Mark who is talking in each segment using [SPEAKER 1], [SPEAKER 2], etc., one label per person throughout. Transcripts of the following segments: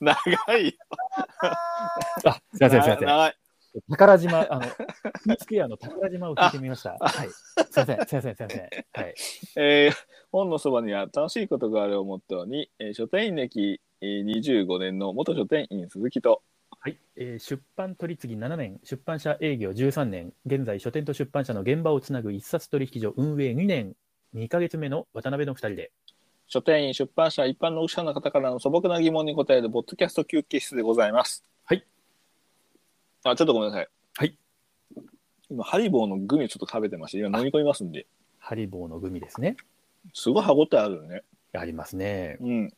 [SPEAKER 1] 長い。
[SPEAKER 2] あ、すいません、すいません。
[SPEAKER 1] 長い。
[SPEAKER 2] 宝島、あの、T スクエアの宝島を聞いてみました。はい。すいません、すいません、すいません。はい。
[SPEAKER 1] えー本のそばには楽しいことがあるをモットーに、えー書店員歴えー25年の元書店員鈴木と、
[SPEAKER 2] はいえー出版取り次ぎ7年、出版社営業13年、現在書店と出版社の現場をつなぐ一冊取引所運営2年、2ヶ月目の渡辺の2人で、
[SPEAKER 1] 書店員、出版社、一般の読者の方からの素朴な疑問に答えるポッドキャスト休憩室でございます。
[SPEAKER 2] はい。
[SPEAKER 1] あ、ちょっとごめんなさい。
[SPEAKER 2] はい。
[SPEAKER 1] 今、ハリボーのグミちょっと食べてまして、今飲み込みますんで、
[SPEAKER 2] ハリボーのグミですね。
[SPEAKER 1] すごい歯応えあるね。
[SPEAKER 2] ありますね。
[SPEAKER 1] うん。
[SPEAKER 2] うん、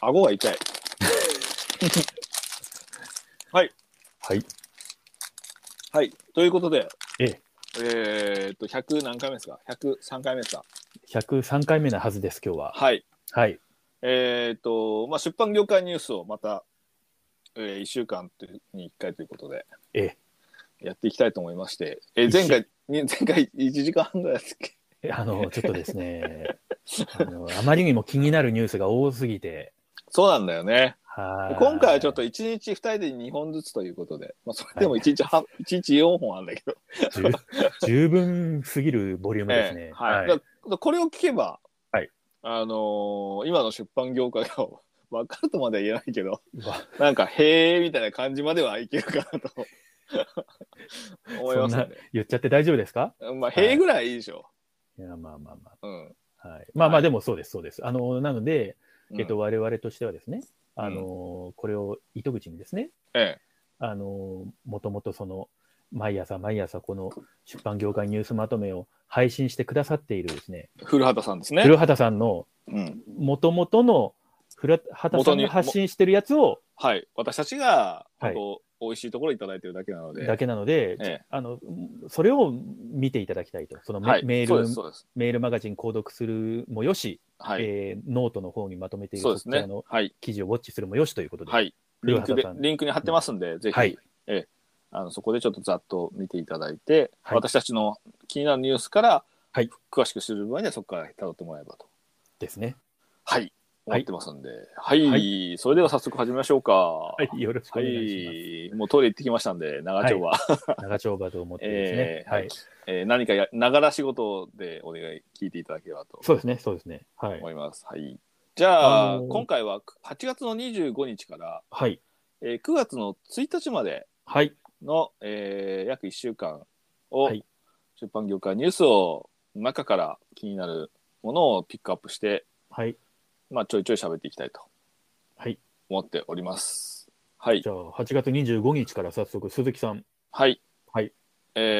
[SPEAKER 1] 顎が痛い。
[SPEAKER 2] はい。
[SPEAKER 1] はい。ということで、
[SPEAKER 2] ええ
[SPEAKER 1] えーっと、100何回目ですか ?103 回目ですか
[SPEAKER 2] 103回目なはずです、今日は。
[SPEAKER 1] はい。
[SPEAKER 2] はい。
[SPEAKER 1] えーっと、まあ、出版業界ニュースをまた、え1週間というに1回ということで、
[SPEAKER 2] ええ
[SPEAKER 1] やっていきたいと思いまして、えー前回、に前回1時間半ぐらいですっけ
[SPEAKER 2] えあの、ちょっとです ねあの、あまりにも気になるニュースが多すぎて、
[SPEAKER 1] そうなんだよね。
[SPEAKER 2] はい
[SPEAKER 1] 今回はちょっと1日2人で2本ずつということで、まあ、それでも1日半、一日4本あるんだ けど。
[SPEAKER 2] 十十分すぎるボリュームですね。
[SPEAKER 1] ええはいだからこれを聞けば、
[SPEAKER 2] はい
[SPEAKER 1] あのー今の出版業界が 分かるとまでは言えないけど、
[SPEAKER 2] うわ
[SPEAKER 1] なんか、へえみたいな感じまではいけるかなと 思います
[SPEAKER 2] そん
[SPEAKER 1] ね
[SPEAKER 2] な。言っちゃって大丈夫ですか
[SPEAKER 1] まあ、塀ぐらいいいでしょ。
[SPEAKER 2] いや、まあまあま
[SPEAKER 1] うん。
[SPEAKER 2] あ。はい、まあま
[SPEAKER 1] は
[SPEAKER 2] あ、
[SPEAKER 1] い
[SPEAKER 2] でもそうです、そうです。あの、なので、えっ
[SPEAKER 1] う
[SPEAKER 2] と、
[SPEAKER 1] ん、
[SPEAKER 2] 我々としてはですね、あの、これを糸口にですね、
[SPEAKER 1] ええ。
[SPEAKER 2] あの、もともとその、毎朝毎朝この出版業界ニュースまとめを配信してくださっているですね、
[SPEAKER 1] 古畑さんですね。
[SPEAKER 2] 古畑さんの
[SPEAKER 1] うん。
[SPEAKER 2] もともとの古畑さんが発信してるやつを
[SPEAKER 1] はい。私たちが、
[SPEAKER 2] はい
[SPEAKER 1] 本当美味しいところいただいてるだけなので。
[SPEAKER 2] だけなので、
[SPEAKER 1] ええ
[SPEAKER 2] あの、それを見ていただきたいと。そのメ,、
[SPEAKER 1] はい。
[SPEAKER 2] メ
[SPEAKER 1] そう
[SPEAKER 2] ー
[SPEAKER 1] で
[SPEAKER 2] ル
[SPEAKER 1] す、、そうです。
[SPEAKER 2] メールマガジン購読するもよし、
[SPEAKER 1] はい。
[SPEAKER 2] えーノートの方にまとめている
[SPEAKER 1] そう
[SPEAKER 2] そ
[SPEAKER 1] で
[SPEAKER 2] ち
[SPEAKER 1] すね
[SPEAKER 2] らの。
[SPEAKER 1] はい。
[SPEAKER 2] 記事をウォッチするもよしということで、
[SPEAKER 1] はい。リンクで
[SPEAKER 2] 古畑さん、
[SPEAKER 1] リンクに貼ってますんで、ぜひ、
[SPEAKER 2] はい
[SPEAKER 1] あの、そこでちょっとざっと見ていただいて、
[SPEAKER 2] はい
[SPEAKER 1] 私たちの気になるニュースから、
[SPEAKER 2] はい
[SPEAKER 1] 詳しく知る場合にはそこから辿ってもらえばと。
[SPEAKER 2] ですね。
[SPEAKER 1] はい。
[SPEAKER 2] はい
[SPEAKER 1] 思ってますんで。はい。それでは早速始めましょうか。は
[SPEAKER 2] はい、 よろしくお願いし
[SPEAKER 1] い。もうトイレ行ってきましたんで、長丁は。
[SPEAKER 2] ます。長丁場と思ってですね、
[SPEAKER 1] えー
[SPEAKER 2] はい。
[SPEAKER 1] えー何かやながら仕事でお願い聞いていただければと
[SPEAKER 2] そうですね、そうですね。はい。
[SPEAKER 1] 思います。はい、じゃあ、
[SPEAKER 2] あのー
[SPEAKER 1] 今回は8月の25日から、
[SPEAKER 2] はい。
[SPEAKER 1] えー9月の1日まで
[SPEAKER 2] はい。
[SPEAKER 1] の、えー約1週間を、
[SPEAKER 2] はい
[SPEAKER 1] 出版業界ニュースを中から気になるものをピックアップして、
[SPEAKER 2] はい。
[SPEAKER 1] まあ、ちょいちょい喋っていきたいと
[SPEAKER 2] はい
[SPEAKER 1] 思っております。はい
[SPEAKER 2] じ。ゃあ、8月25日から早速、鈴木さん。
[SPEAKER 1] はい。
[SPEAKER 2] はい。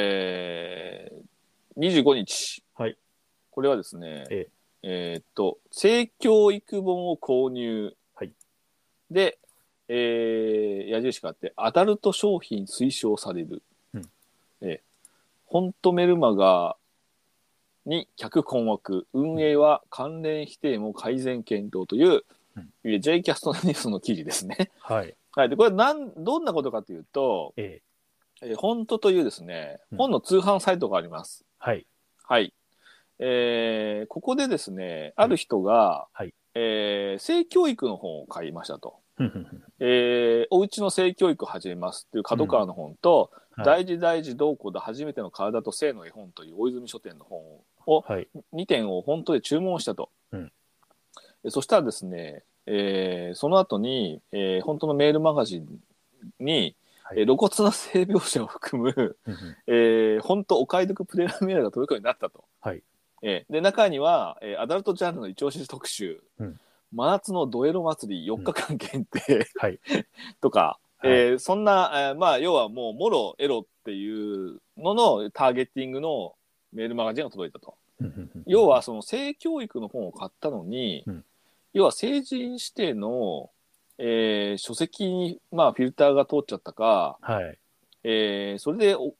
[SPEAKER 1] えー、25日。
[SPEAKER 2] はい。
[SPEAKER 1] これはですね、
[SPEAKER 2] え
[SPEAKER 1] えーっと、性教育本を購入。
[SPEAKER 2] はい。
[SPEAKER 1] で、えー、矢印があって、アダルト商品推奨される。
[SPEAKER 2] うん
[SPEAKER 1] えー、ホントメルマガに客困惑、運営は関連否定も改善検討という、
[SPEAKER 2] うん
[SPEAKER 1] えー J キャストのニュースの記事ですね。
[SPEAKER 2] はい。
[SPEAKER 1] はい。で、これなん、どんなことかというと、
[SPEAKER 2] えー
[SPEAKER 1] えー、本当というですね
[SPEAKER 2] う、ん
[SPEAKER 1] 本の通販サイトがあります。
[SPEAKER 2] はい。
[SPEAKER 1] はい。えーここでですね、ある人が、
[SPEAKER 2] はい
[SPEAKER 1] えー性教育の本を買いましたと。
[SPEAKER 2] ふんふんふん
[SPEAKER 1] えー、おうちの性教育を始めますっていう角川の本と、
[SPEAKER 2] はい。
[SPEAKER 1] 大事大事どうこうだ初めての体と性の絵本という大泉書店の本を、
[SPEAKER 2] はい。
[SPEAKER 1] 2点を本当で注文したと。
[SPEAKER 2] うん
[SPEAKER 1] えそしたらですね、えーその後に、えー本当のメールマガジンに、
[SPEAKER 2] はい
[SPEAKER 1] えー露骨な性描写を含む、
[SPEAKER 2] ふんふん
[SPEAKER 1] えー、本当お買い得プレミアムが届くようになったと。
[SPEAKER 2] はい
[SPEAKER 1] えーで、中には、えーアダルトジャンルの一押し特集、
[SPEAKER 2] うん
[SPEAKER 1] 真夏のドエロ祭り4日間限定、
[SPEAKER 2] はい。
[SPEAKER 1] とか、え
[SPEAKER 2] はい
[SPEAKER 1] ーそんな、えーまあ、要はもう、もろエロっていうののターゲティングのメールマガジンが届いたと。
[SPEAKER 2] ふんふんふん
[SPEAKER 1] 要、は、その性教育の本を買ったのに、
[SPEAKER 2] うん
[SPEAKER 1] 要は成人指定の、えー書籍に、まあ、フィルターが通っちゃったか、
[SPEAKER 2] はい。
[SPEAKER 1] えーそれでお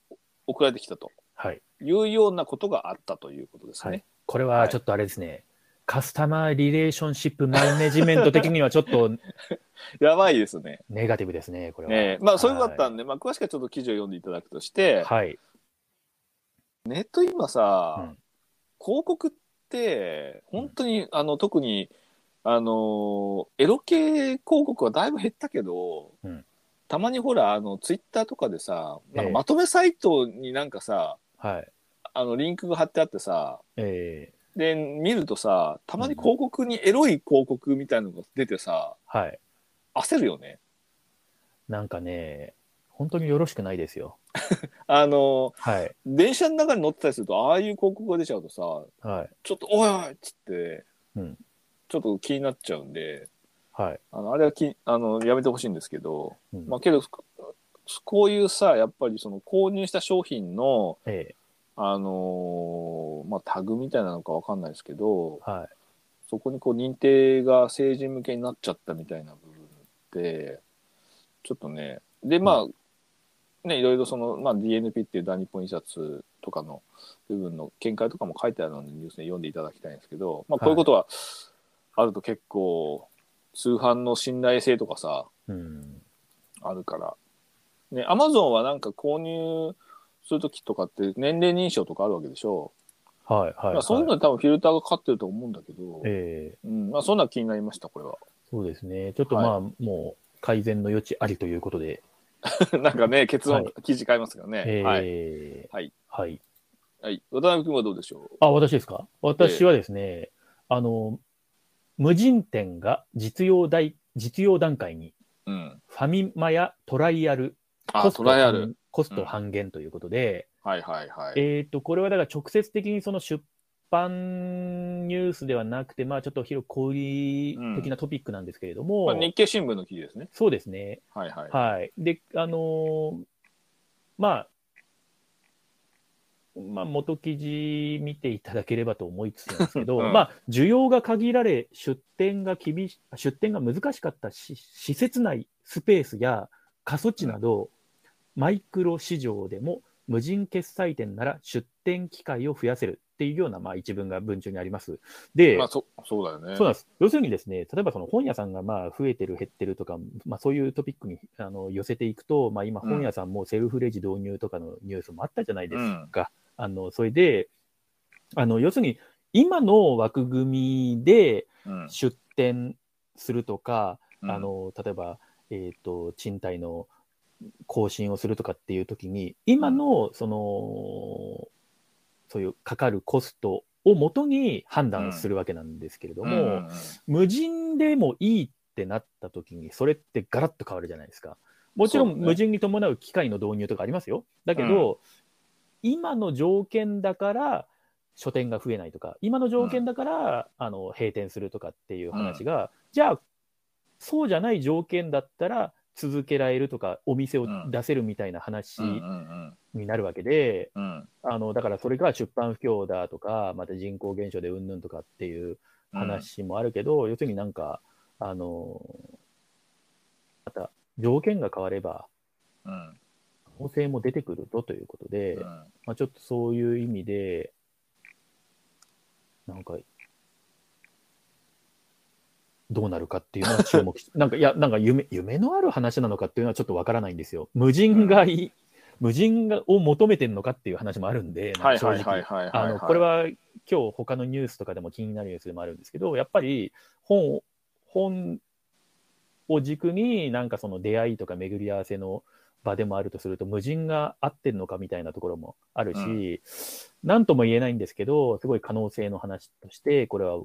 [SPEAKER 1] 送られてきたと。
[SPEAKER 2] はい。
[SPEAKER 1] いうようなことがあったということです
[SPEAKER 2] はい
[SPEAKER 1] ね。
[SPEAKER 2] これはちょっとあれですね。カスタマーリレーションシップマネジメント的にはちょっと
[SPEAKER 1] やばいですね。
[SPEAKER 2] ネガティブですね、これは。
[SPEAKER 1] ええまあそういうことだったんで、まあ詳しくはちょっと記事を読んでいただくとして、
[SPEAKER 2] はい。
[SPEAKER 1] ネット今さ、
[SPEAKER 2] うん
[SPEAKER 1] 広告って本当に、あの特にあのーエロ系広告はだいぶ減ったけど、
[SPEAKER 2] うん
[SPEAKER 1] たまにほらあのツイッターとかでさなん
[SPEAKER 2] ええ
[SPEAKER 1] かまとめサイトになんかさ、
[SPEAKER 2] はい。
[SPEAKER 1] あのリンクが貼ってあってさ
[SPEAKER 2] え
[SPEAKER 1] で見るとさたまに広告にエロい広告みたいなのが出てさ
[SPEAKER 2] ーはい。
[SPEAKER 1] 焦るよね。
[SPEAKER 2] なんかね、本当によろしくないですよ。
[SPEAKER 1] あの
[SPEAKER 2] はい。
[SPEAKER 1] ー電車の中に乗ってたりするとああいう広告が出ちゃうとさ
[SPEAKER 2] はい。
[SPEAKER 1] ちょっとおいおいっつって、
[SPEAKER 2] うん
[SPEAKER 1] ちょっと気になっちゃうんで
[SPEAKER 2] はい。
[SPEAKER 1] あのあれはきあのやめてほしいんですけど。
[SPEAKER 2] うん
[SPEAKER 1] まあ、けどこういうさやっぱりその購入した商品の、
[SPEAKER 2] え
[SPEAKER 1] あのーまあ、タグみたいなのかわかんないですけど
[SPEAKER 2] ーはい。
[SPEAKER 1] そこにこう認定が成人向けになっちゃったみたいな部分ってちょっとねでまあ、ねいろいろその、まあ、DNP っていう大日本印刷とかの部分の見解とかも書いてあるのでニュースで読んでいただきたいんですけど、まあ、こういうことはあると結構通販の信頼性とかさ、
[SPEAKER 2] うん。
[SPEAKER 1] あるから。ね、アマゾンはなんか購入するときとかって年齢認証とかあるわけでしょ。
[SPEAKER 2] はい。はい。
[SPEAKER 1] まあ、そういうのに多分フィルターがかかってると思うんだけど、
[SPEAKER 2] え
[SPEAKER 1] うん、まあそんな気になりました、これは。
[SPEAKER 2] ーそうですね。ちょっとまあ、もう改善の余地ありということで。
[SPEAKER 1] なんかね、結論、
[SPEAKER 2] は
[SPEAKER 1] 記事変えますからね。
[SPEAKER 2] えー
[SPEAKER 1] はい。はい。
[SPEAKER 2] はい。
[SPEAKER 1] はい。渡辺君はどうでしょう
[SPEAKER 2] あ、私ですか私はですね、あの、無人店が実用大実用段階に
[SPEAKER 1] うん。
[SPEAKER 2] ファミマやトライアル、
[SPEAKER 1] あ、トライア
[SPEAKER 2] 半
[SPEAKER 1] ル。
[SPEAKER 2] コスト半減ということで、
[SPEAKER 1] はいはいはい。
[SPEAKER 2] えっ、と、これはだから直接的にその出版ニュースではなくて、まあちょっと広く小売り的なトピックなんですけれども、
[SPEAKER 1] まあ、日経新聞の記事ですね。
[SPEAKER 2] そうですね。
[SPEAKER 1] はいはい。
[SPEAKER 2] はい。で、あのーまあ、まあ、元記事見ていただければと思いつつなんです けど、
[SPEAKER 1] うん
[SPEAKER 2] まあ、需要が限られ、出店が厳し、出店が難しかったし施設内スペースや過疎地など、マイクロ市場でも無人決済店なら出店機会を増やせるっていうような、まあ、一文が文中にあります。で、
[SPEAKER 1] まあそ、そうだよね。
[SPEAKER 2] そうなんです。要するにですね、例えばその本屋さんがまあ増えてる減ってるとか、まあそういうトピックにあの寄せていくと、まあ今
[SPEAKER 1] うん
[SPEAKER 2] 本屋さんもセルフレジ導入とかのニュースもあったじゃないですか。あの、それで、あの、要するに今の枠組みで
[SPEAKER 1] うん。
[SPEAKER 2] 出店するとか、
[SPEAKER 1] うん
[SPEAKER 2] あ、の、例えば、えっ、と、賃貸の更新をするとかっていう時に、今のその、そういうかかるコストをもとに判断するわけなんですけれど
[SPEAKER 1] うん
[SPEAKER 2] も、
[SPEAKER 1] うん
[SPEAKER 2] 無人でもいいってなった時にそれってガラッと変わるじゃないですかもちろ
[SPEAKER 1] そうんね
[SPEAKER 2] 無人に伴う機械の導入とかありますよだけど、今の条件だから書店が増えないとか今の条件だから、あの閉店するとかっていう話が、じゃあそうじゃない条件だったら続けられるとかお店を出せるみたいな話
[SPEAKER 1] うんうん
[SPEAKER 2] になるわけで、
[SPEAKER 1] うんうん。
[SPEAKER 2] あのだからそれが出版不況だとかまた人口減少でうんぬんとかっていう
[SPEAKER 1] うん。
[SPEAKER 2] 話もあるけど、要するになんか、あのまた条件が変われば、
[SPEAKER 1] うん。
[SPEAKER 2] 法制も出てくるぞということで、
[SPEAKER 1] うん。
[SPEAKER 2] まあ、ちょっとそういう意味で、なんか、どうなるかっていうのは 注目しなんか、いや、なんか夢夢のある話なのかっていうのはちょっとわからないんですよ。無人がいい、無人がを求めてるのかっていう話もあるんで、な
[SPEAKER 1] は
[SPEAKER 2] ん
[SPEAKER 1] い
[SPEAKER 2] か正直
[SPEAKER 1] はいはいはいはい、はい。
[SPEAKER 2] あのこれは今日他のニュースとかでも気になるニュースでもあるんですけどやっぱり本を本を軸になんかその出会いとか巡り合わせの場でもあるとすると無人が合ってるのかみたいなところもあるし何、なん、とも言えないんですけどすごい可能性の話としてこれは、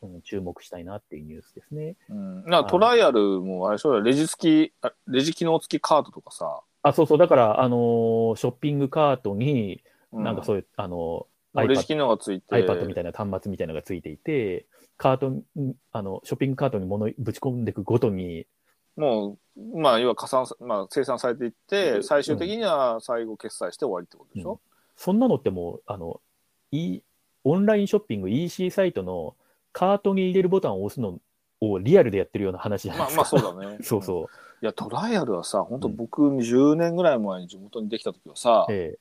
[SPEAKER 2] うん、注目したいなっていうニュースですね。
[SPEAKER 1] うん、なんかトライアルもあれそうだよレジ付きあレジ機能付きカードとかさ、
[SPEAKER 2] あそうそうだから、あのーショッピングカートに
[SPEAKER 1] う
[SPEAKER 2] なんかそういう、あのー iPad
[SPEAKER 1] レジ機能がついて
[SPEAKER 2] iPad みたいな端末みたいなのがついていて、カートに、あの、ショッピングカートに物ぶち込んでいくごとに、
[SPEAKER 1] もうまあ要は加算さ、まあ、生産されていって最終的には最後決済して終わりってことでしょ、
[SPEAKER 2] そんなのってもう、あの、E、オンラインショッピング EC サイトのカートに入れるボタンを押すのをリアルでやってるような話じゃない
[SPEAKER 1] ま
[SPEAKER 2] で
[SPEAKER 1] あ
[SPEAKER 2] すか。
[SPEAKER 1] まあそうだ ね
[SPEAKER 2] そうそう。
[SPEAKER 1] いやトライアルはさ本当
[SPEAKER 2] うん
[SPEAKER 1] 僕10年ぐらい前に地元にできた時はさ、
[SPEAKER 2] え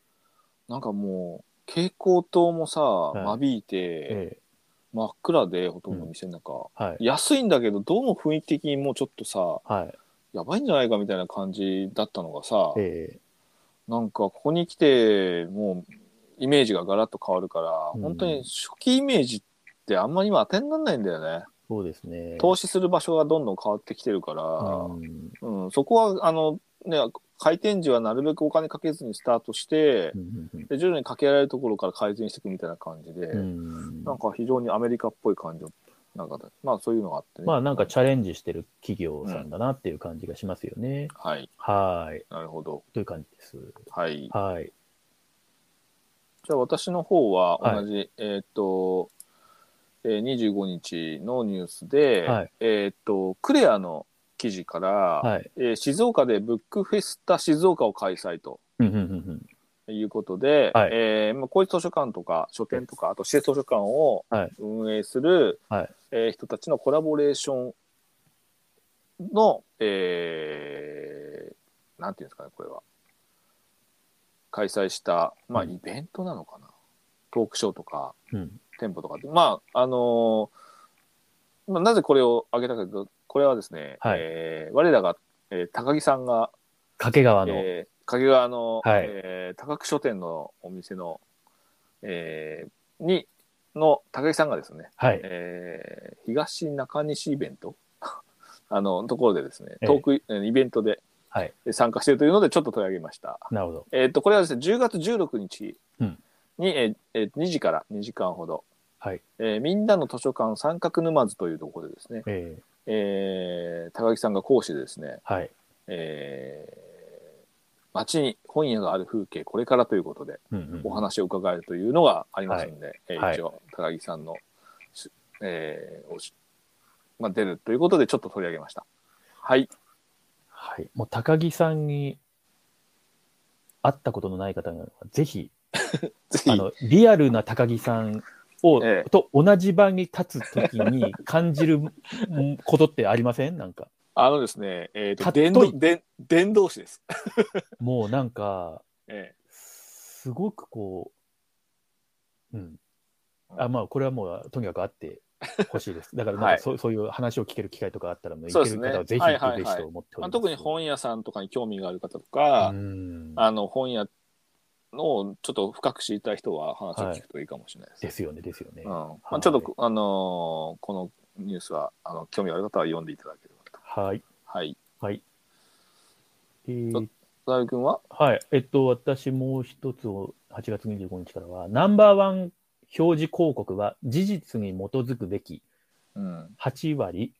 [SPEAKER 1] なんかもう蛍光灯もさ、
[SPEAKER 2] い
[SPEAKER 1] 間引いて、
[SPEAKER 2] え、ええ、
[SPEAKER 1] 真っ暗でほとんど店の中、
[SPEAKER 2] はい。
[SPEAKER 1] 安いんだけどどうも雰囲気的にもうちょっとさ
[SPEAKER 2] はい。
[SPEAKER 1] やばいんじゃないかみたいな感じだったのがさ、
[SPEAKER 2] ええ、
[SPEAKER 1] なんかここに来てもうイメージがガラッと変わるから、
[SPEAKER 2] うん
[SPEAKER 1] 本当に初期イメージってあんまり今当てにならないんだよね。
[SPEAKER 2] そうですね。
[SPEAKER 1] 投資する場所がどんどん変わってきてるから、
[SPEAKER 2] うん
[SPEAKER 1] うんそこはあの、ね、回転時はなるべくお金かけずにスタートして
[SPEAKER 2] う、んうん
[SPEAKER 1] で徐々にかけられるところから改善していくみたいな感じで、
[SPEAKER 2] うん
[SPEAKER 1] なんか非常にアメリカっぽい感じのなんかまあそういうのがあってね。
[SPEAKER 2] まあなんかチャレンジしてる企業さんだなっていう感じがしますよね。
[SPEAKER 1] はい、
[SPEAKER 2] はい。
[SPEAKER 1] なるほど。
[SPEAKER 2] という感じです。
[SPEAKER 1] はい。
[SPEAKER 2] はい。
[SPEAKER 1] じゃあ私の方は
[SPEAKER 2] はい
[SPEAKER 1] 同じ、えーっと、えー、25日のニュースで、
[SPEAKER 2] はい
[SPEAKER 1] えーっと、クレアの記事から、
[SPEAKER 2] はい。
[SPEAKER 1] えー静岡でブックフェスタ静岡を開催と。
[SPEAKER 2] うんうんうん
[SPEAKER 1] いうことで、
[SPEAKER 2] はい
[SPEAKER 1] えーまあ、公立図書館とか書店とか、あと施設図書館を
[SPEAKER 2] はい
[SPEAKER 1] 運営する、
[SPEAKER 2] はい
[SPEAKER 1] えー人たちのコラボレーションの、えーなんていうんですかね、これは。開催した、まあ、
[SPEAKER 2] うん
[SPEAKER 1] イベントなのかな。トークショーとか、
[SPEAKER 2] うん。うん。
[SPEAKER 1] 店舗とかってまあ、あのーまあ、なぜこれを挙げたかというと、これはですね、
[SPEAKER 2] はい
[SPEAKER 1] えー我らが、えー高木さんが、
[SPEAKER 2] 掛川の、
[SPEAKER 1] えー、掛川の、
[SPEAKER 2] はい
[SPEAKER 1] えー高久書店のお店の、えーに、の高木さんがですね、
[SPEAKER 2] はい。
[SPEAKER 1] えー東中西イベント あの、ところでですね、
[SPEAKER 2] ええ
[SPEAKER 1] トークイ、イベントで
[SPEAKER 2] はい。
[SPEAKER 1] 参加しているというので、ちょっと取り上げました。
[SPEAKER 2] なるほど。
[SPEAKER 1] えっ、と、これはですね、10月16日
[SPEAKER 2] う
[SPEAKER 1] に
[SPEAKER 2] ん、
[SPEAKER 1] えーえー2時から2時間ほど、
[SPEAKER 2] はい。
[SPEAKER 1] えーみんなの図書館三角沼津というところでですね、
[SPEAKER 2] え
[SPEAKER 1] えー高木さんが講師でですね、
[SPEAKER 2] ー、はい。
[SPEAKER 1] えー街に本屋がある風景これからということで
[SPEAKER 2] うんうん
[SPEAKER 1] お話を伺えるというのがありますので、えー
[SPEAKER 2] はい
[SPEAKER 1] 一応高木さんのし、えーおしまあ、出るということでちょっと取り上げました。はい、
[SPEAKER 2] はい。もう高木さんに会ったことのない方が、ぜひ、
[SPEAKER 1] ぜひ
[SPEAKER 2] あの、リアルな高木さんを、
[SPEAKER 1] ええ
[SPEAKER 2] と同じ場に立つときに感じるうんことってありませんなんか。
[SPEAKER 1] あのですね、えー、
[SPEAKER 2] か
[SPEAKER 1] と
[SPEAKER 2] っこい
[SPEAKER 1] 伝道
[SPEAKER 2] い
[SPEAKER 1] 伝伝道師です。
[SPEAKER 2] もうなんか、
[SPEAKER 1] え
[SPEAKER 2] すごくこう、うん。あまあ、これはもう、とにかくあってほしいです。だからなん
[SPEAKER 1] は
[SPEAKER 2] か
[SPEAKER 1] い
[SPEAKER 2] そう、そういう話を聞ける機会とかあったら、もう
[SPEAKER 1] そう
[SPEAKER 2] 行け
[SPEAKER 1] です
[SPEAKER 2] る
[SPEAKER 1] ね
[SPEAKER 2] 方はぜひ
[SPEAKER 1] はい
[SPEAKER 2] 行
[SPEAKER 1] は
[SPEAKER 2] く
[SPEAKER 1] い
[SPEAKER 2] べ
[SPEAKER 1] は
[SPEAKER 2] き
[SPEAKER 1] い
[SPEAKER 2] と思っており
[SPEAKER 1] ま
[SPEAKER 2] ま
[SPEAKER 1] あ、
[SPEAKER 2] す。
[SPEAKER 1] 特に本屋さんとかに興味がある方とか、
[SPEAKER 2] うん
[SPEAKER 1] あの本屋のちょっと深く知りたい人は話を聞くといいかもしれないですね
[SPEAKER 2] ですよね、ですよね。
[SPEAKER 1] うんま
[SPEAKER 2] は
[SPEAKER 1] あ、
[SPEAKER 2] い
[SPEAKER 1] ちょっと、あのーこのニュースはあの興味ある方は読んでいただければと。
[SPEAKER 2] はい。
[SPEAKER 1] はい。
[SPEAKER 2] はい。えー
[SPEAKER 1] ちょ大く君は
[SPEAKER 2] はい。えっと、私もう一つを、8月25日からは、ナンバーワン表示広告は事実に基づくべき
[SPEAKER 1] うん。
[SPEAKER 2] 8割、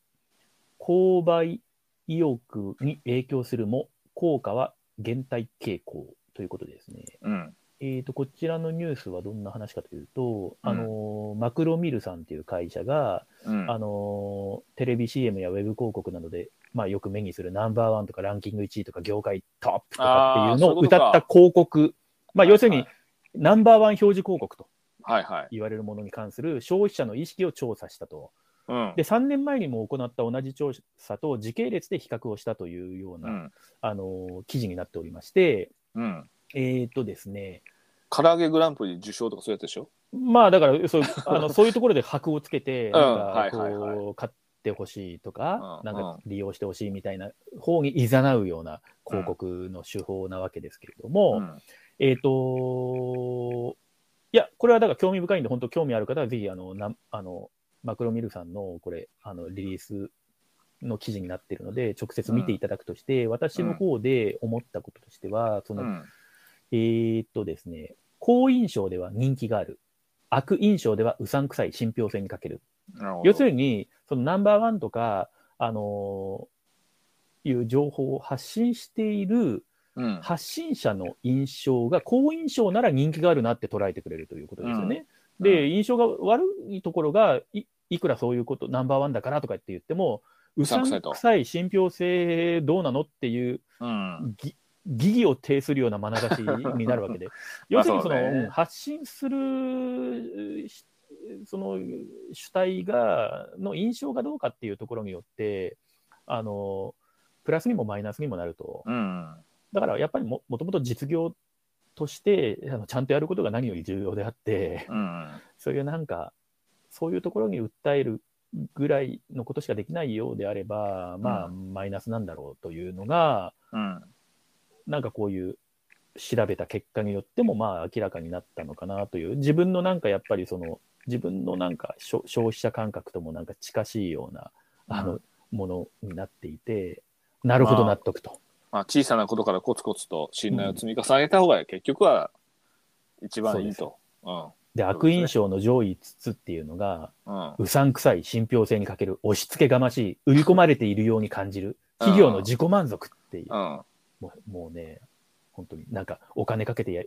[SPEAKER 2] 購買意欲に影響するも、効果は減退傾向ということですね。
[SPEAKER 1] うん。
[SPEAKER 2] えっ、と、こちらのニュースはどんな話かというと、
[SPEAKER 1] うん
[SPEAKER 2] あの、マクロミルさんという会社が、
[SPEAKER 1] うん。
[SPEAKER 2] あのーテレビ CM やウェブ広告などで、まあ、よく目にするナンバーワンとかランキング1位とか業界トップとかっていうの
[SPEAKER 1] あーそう
[SPEAKER 2] を
[SPEAKER 1] いうこと
[SPEAKER 2] 歌
[SPEAKER 1] か
[SPEAKER 2] った広告、まあ、要するに
[SPEAKER 1] は
[SPEAKER 2] ナンバーワン表示広告と
[SPEAKER 1] はいはい。
[SPEAKER 2] 言われるものに関する消費者の意識を調査したと。
[SPEAKER 1] うん
[SPEAKER 2] で、。3年前にも行った同じ調査と時系列で比較をしたというよう
[SPEAKER 1] う
[SPEAKER 2] な、
[SPEAKER 1] ん。
[SPEAKER 2] あのー記事になっておりまして、
[SPEAKER 1] うん。
[SPEAKER 2] えっ、とですね、
[SPEAKER 1] 唐揚げグランプリ受賞とかそういうやつでしょ
[SPEAKER 2] まあだか らそうあのそういうところで箔をつけて、
[SPEAKER 1] ん
[SPEAKER 2] なんか
[SPEAKER 1] はいはい
[SPEAKER 2] こう買ってほしいとか、
[SPEAKER 1] うん
[SPEAKER 2] なん
[SPEAKER 1] うん
[SPEAKER 2] か利用してほしいみたいな方にいざなうような広告の手法なわけですけれども、
[SPEAKER 1] ん。
[SPEAKER 2] えっ、と、いや、これはだから興味深いんで、本当興味ある方はぜひあのなあの、マクロミルさんのこれ、あのリリースの記事になってるので、直接見ていただくとして、私の方で思ったこととしては、そうの
[SPEAKER 1] ん。
[SPEAKER 2] えーっとですね、好印象では人気がある。悪印象ではうさんくさい信憑性に欠ける。
[SPEAKER 1] なるほど。
[SPEAKER 2] 要するに、そのナンバーワンとか、あのーいう情報を発信している
[SPEAKER 1] うん。
[SPEAKER 2] 発信者の印象が好印象なら人気があるなって捉えてくれるということですよね。
[SPEAKER 1] うん
[SPEAKER 2] で、印象が悪いところがい、いくらそういうこと、ナンバーワンだからとかって言っても、うさ
[SPEAKER 1] さんくさ
[SPEAKER 2] ん
[SPEAKER 1] いと
[SPEAKER 2] くさい信憑性どうなのっていう
[SPEAKER 1] うん。
[SPEAKER 2] ぎ疑義を呈するような眼差しになるわ けで、要するにその、
[SPEAKER 1] まあそうね
[SPEAKER 2] うん発信するしその主体がの印象がどうかっていうところによってあのプラスにもマイナスにもなると
[SPEAKER 1] うん。
[SPEAKER 2] だからやっぱりももともと実業としてあのちゃんとやることが何より重要であって
[SPEAKER 1] うん。
[SPEAKER 2] そういうなんかそういうところに訴えるぐらいのことしかできないようであればまあ、
[SPEAKER 1] う
[SPEAKER 2] マイナスなんだろうというのが
[SPEAKER 1] うん。
[SPEAKER 2] なんかこういう、調べた結果によっても、まあ、明らかになったのかなという、自分のなんかやっぱりその、自分のなんか消消費者感覚ともなんか近しいような、あの、ものになっていて、なるほど納得と。
[SPEAKER 1] まあ、小さなことからコツコツと信頼を積み重ねた方が結局は一番いいと。うん
[SPEAKER 2] で、
[SPEAKER 1] そうです
[SPEAKER 2] 悪
[SPEAKER 1] ね
[SPEAKER 2] 印象の上位5つっていうのが、
[SPEAKER 1] うん
[SPEAKER 2] うさんくさい、信憑性に欠ける、押し付けがましい、売り込まれているように感じる、企業の自己満足っていう、
[SPEAKER 1] うん
[SPEAKER 2] もうもうね、本当になんかお金かけてや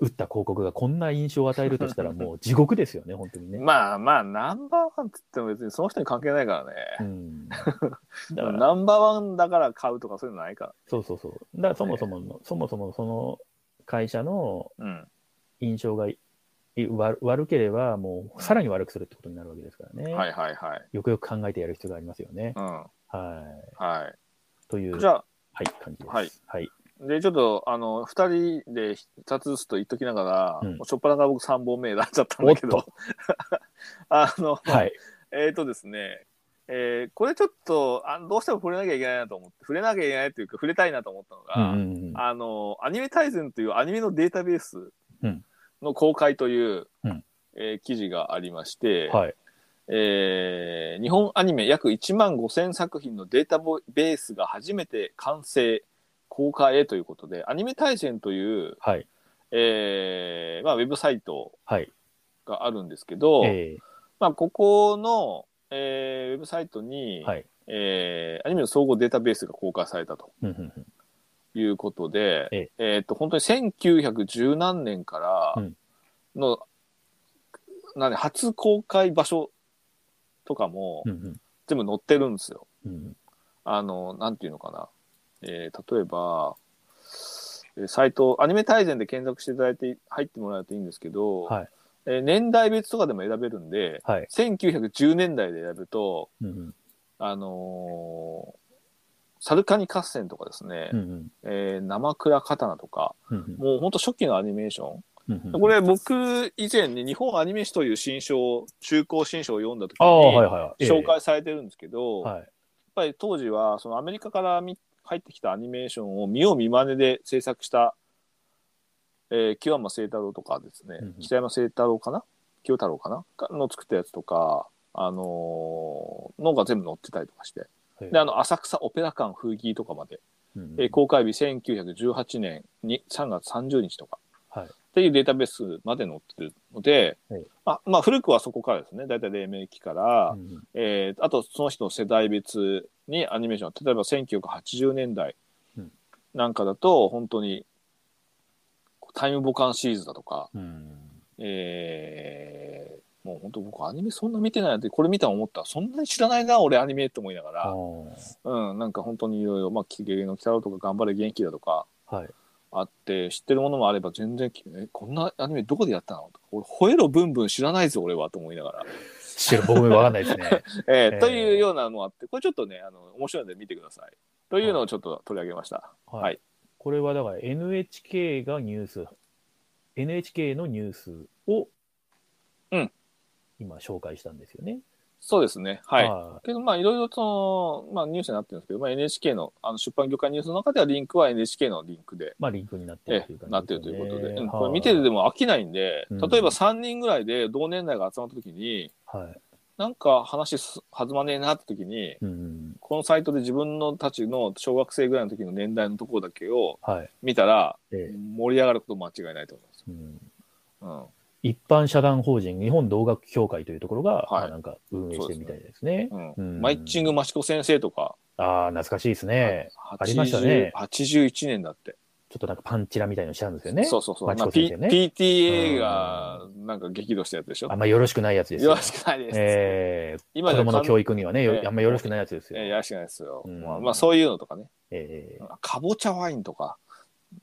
[SPEAKER 2] 打った広告がこんな印象を与えるとしたら、もう地獄ですよね、本当にね。
[SPEAKER 1] まあまあナンバーワンって言っても別にその人に関係ないからね
[SPEAKER 2] う、ん、だから、
[SPEAKER 1] ナンバーワンだから買うとかそういうのないか
[SPEAKER 2] そうそうそう。だからそもそもの、そもそもその会社の
[SPEAKER 1] ら、うん
[SPEAKER 2] 印象がい悪悪ければ、もうさらに悪くするってことになるわけですからね。
[SPEAKER 1] はいはいはい、
[SPEAKER 2] よくよく考えてやる必要がありますよね。
[SPEAKER 1] うん
[SPEAKER 2] はい。
[SPEAKER 1] は
[SPEAKER 2] という
[SPEAKER 1] い、じゃあ
[SPEAKER 2] はい、感じです。
[SPEAKER 1] はい。
[SPEAKER 2] はい。
[SPEAKER 1] でちょっとあの2人で2つずつと言っときながら、
[SPEAKER 2] うん
[SPEAKER 1] もうしょっぱなから僕3本目になっちゃったんだけ
[SPEAKER 2] おっ
[SPEAKER 1] ど あの、
[SPEAKER 2] はい。
[SPEAKER 1] えっ、ー、とですね、えーこれちょっとあどうしても触れなきゃいけないなと思って触れなきゃいけないというか触れたいなと思ったの
[SPEAKER 2] う
[SPEAKER 1] が、
[SPEAKER 2] んうんうん
[SPEAKER 1] あの、アニメ大全というアニメのデータベース
[SPEAKER 2] うん
[SPEAKER 1] の公開という、
[SPEAKER 2] うん
[SPEAKER 1] えー記事がありまして、
[SPEAKER 2] はい。
[SPEAKER 1] えー日本アニメ約1万5000作品のデータボベースが初めて完成、公開へということで、アニメ大全という、
[SPEAKER 2] はい。
[SPEAKER 1] えーまあ、ウェブサイト
[SPEAKER 2] はい。
[SPEAKER 1] があるんですけど、
[SPEAKER 2] え
[SPEAKER 1] まあ、ここの、えーウェブサイトに、
[SPEAKER 2] ーはい。
[SPEAKER 1] えーアニメの総合データベースが公開されたと。
[SPEAKER 2] うんうんうん
[SPEAKER 1] いうことで、
[SPEAKER 2] え
[SPEAKER 1] えっと本当に1910何年か
[SPEAKER 2] うん
[SPEAKER 1] らの、なんで初公開場所とかも
[SPEAKER 2] うんうん
[SPEAKER 1] 全部載ってるんですよ。
[SPEAKER 2] うん
[SPEAKER 1] あの、なんていうのかな。えー例えば、えーサイト、アニメ大全で検索していただいて入ってもらうといいんですけど、
[SPEAKER 2] はい
[SPEAKER 1] えー年代別とかでも選べるんで、
[SPEAKER 2] はい。
[SPEAKER 1] 1910年代で選ぶと、
[SPEAKER 2] うんうん
[SPEAKER 1] あのーサルカニ合戦とかですね、
[SPEAKER 2] うんうん
[SPEAKER 1] えー生倉刀とか、
[SPEAKER 2] うんうん
[SPEAKER 1] もう本当初期のアニメーション。
[SPEAKER 2] うんうん
[SPEAKER 1] これ僕以前に日本アニメ史という新書、中高新書を読んだ時
[SPEAKER 2] ああ、はい
[SPEAKER 1] に
[SPEAKER 2] はい。
[SPEAKER 1] 紹介されてるんですけど、
[SPEAKER 2] え
[SPEAKER 1] や
[SPEAKER 2] ー
[SPEAKER 1] っ
[SPEAKER 2] はい。
[SPEAKER 1] ぱり当時はそのアメリカから見入ってきたアニメーションを見よう見まねで制作した、えー、清山清太郎とかですね、
[SPEAKER 2] うんうん
[SPEAKER 1] 北山清太郎かな清太郎かなかの作ったやつとか、あのーのが全部載ってたりとかして。
[SPEAKER 2] えー
[SPEAKER 1] で、あの、浅草オペラ館風紀とかまで
[SPEAKER 2] うんうん
[SPEAKER 1] えー公開日1918年に3月30日とか、
[SPEAKER 2] はい
[SPEAKER 1] っていうデータベースまで載ってるので、
[SPEAKER 2] はい
[SPEAKER 1] まあまあ、古くはそこからですね大体黎明期から、
[SPEAKER 2] うんうん
[SPEAKER 1] えーあとその人の世代別にアニメーション例えば1980年代
[SPEAKER 2] うん
[SPEAKER 1] なんかだと本当にタイムボカンシリーズだとか、
[SPEAKER 2] うん
[SPEAKER 1] えーもう本当僕アニメそんな見てないなんてこれ見たら思ったそんなに知らないな俺アニメって思いなが
[SPEAKER 2] あ
[SPEAKER 1] ら、
[SPEAKER 2] ー
[SPEAKER 1] うん、なんか本当にいろいろ「まあ、キゲゲの鬼太郎」とか「頑張れ元気」だとか
[SPEAKER 2] はい。
[SPEAKER 1] あって知ってるものもあれば全然きえこんなアニメどこでやったのとか俺吠えろブンブン知らないぞ俺はと思いながら、
[SPEAKER 2] 知ら僕もわかんないですね。
[SPEAKER 1] えー
[SPEAKER 2] えー
[SPEAKER 1] というようなのもあってこれちょっとねあの面白いので見てくださいというのをちょっと取り上げました、
[SPEAKER 2] は
[SPEAKER 1] はい。
[SPEAKER 2] これはだから NHK がニュース、NHK のニュースを、
[SPEAKER 1] うん
[SPEAKER 2] 今紹介したんですよね。
[SPEAKER 1] そうですねはい、
[SPEAKER 2] あ
[SPEAKER 1] けどまあいろいろその、まあ、ニュースになってるんですけど、まあ、NHK のあの出版業界ニュースの中ではリンクは NHK のリンクで
[SPEAKER 2] ーまあ、リンクになってる
[SPEAKER 1] え
[SPEAKER 2] という
[SPEAKER 1] え、
[SPEAKER 2] 感じ
[SPEAKER 1] なってるということで、うんこれ見
[SPEAKER 2] 見
[SPEAKER 1] ててでも飽きないんで、
[SPEAKER 2] うん
[SPEAKER 1] 例えば3人ぐらいで同年代が集まった時に、
[SPEAKER 2] はい。
[SPEAKER 1] なんか話す弾まねえなって時に、
[SPEAKER 2] うんうん。
[SPEAKER 1] このサイトで自分のたちの小学生ぐらいの時の年代のところだけを
[SPEAKER 2] はい。
[SPEAKER 1] 見たら、
[SPEAKER 2] ええ
[SPEAKER 1] 盛り上がること間違いないと思います。
[SPEAKER 2] うん
[SPEAKER 1] うん
[SPEAKER 2] 一般社団法人日本同学協会というところ
[SPEAKER 1] は
[SPEAKER 2] が、
[SPEAKER 1] い
[SPEAKER 2] まあなんか運営してるみたいですね。
[SPEAKER 1] うん
[SPEAKER 2] うん
[SPEAKER 1] マイッチング益子先生とか、
[SPEAKER 2] ああ、懐かしいですね。ありました
[SPEAKER 1] 80
[SPEAKER 2] ね
[SPEAKER 1] 81年だって、
[SPEAKER 2] ちょっとなんかパンチラみたいのしたんですよね。
[SPEAKER 1] そうそうそう、
[SPEAKER 2] 益
[SPEAKER 1] まあ
[SPEAKER 2] 子
[SPEAKER 1] P
[SPEAKER 2] 先生ね
[SPEAKER 1] PTA がなんか激怒したやつでしょ
[SPEAKER 2] あんまよろしくないやつです
[SPEAKER 1] よ
[SPEAKER 2] よ
[SPEAKER 1] ろ。しくないです、
[SPEAKER 2] えー、
[SPEAKER 1] 今
[SPEAKER 2] 子
[SPEAKER 1] じゃ
[SPEAKER 2] 供の
[SPEAKER 1] かん
[SPEAKER 2] 教育にはね、よ
[SPEAKER 1] ええ
[SPEAKER 2] あんまよろしくないやつですよ。
[SPEAKER 1] ええやらしくないですよ、
[SPEAKER 2] うん
[SPEAKER 1] まあ、まあそういうのとかね
[SPEAKER 2] えー
[SPEAKER 1] かぼちゃワインとか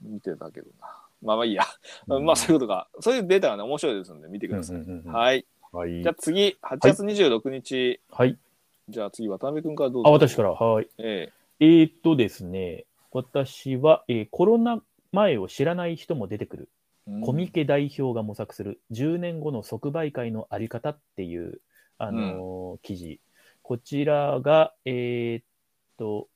[SPEAKER 1] 見てたけどなまあまあいいや、
[SPEAKER 2] うん
[SPEAKER 1] まあそういうことがそういうデータがね面白いですので見てく
[SPEAKER 2] うん
[SPEAKER 1] だ
[SPEAKER 2] う
[SPEAKER 1] さい、
[SPEAKER 2] んうんうんは
[SPEAKER 1] はい
[SPEAKER 2] い
[SPEAKER 1] じゃあ。次、8月26日、
[SPEAKER 2] はい。
[SPEAKER 1] じゃあ次、渡辺君からどうぞ。。
[SPEAKER 2] あ、私からら。はい。
[SPEAKER 1] え
[SPEAKER 2] えーっとですね、私は、えーコロナ前を知らない人も出てくる。
[SPEAKER 1] えうん
[SPEAKER 2] コミケ代表が模索する10年後の即売会のあり方っていう、あのー記事。こちらが、えーっと、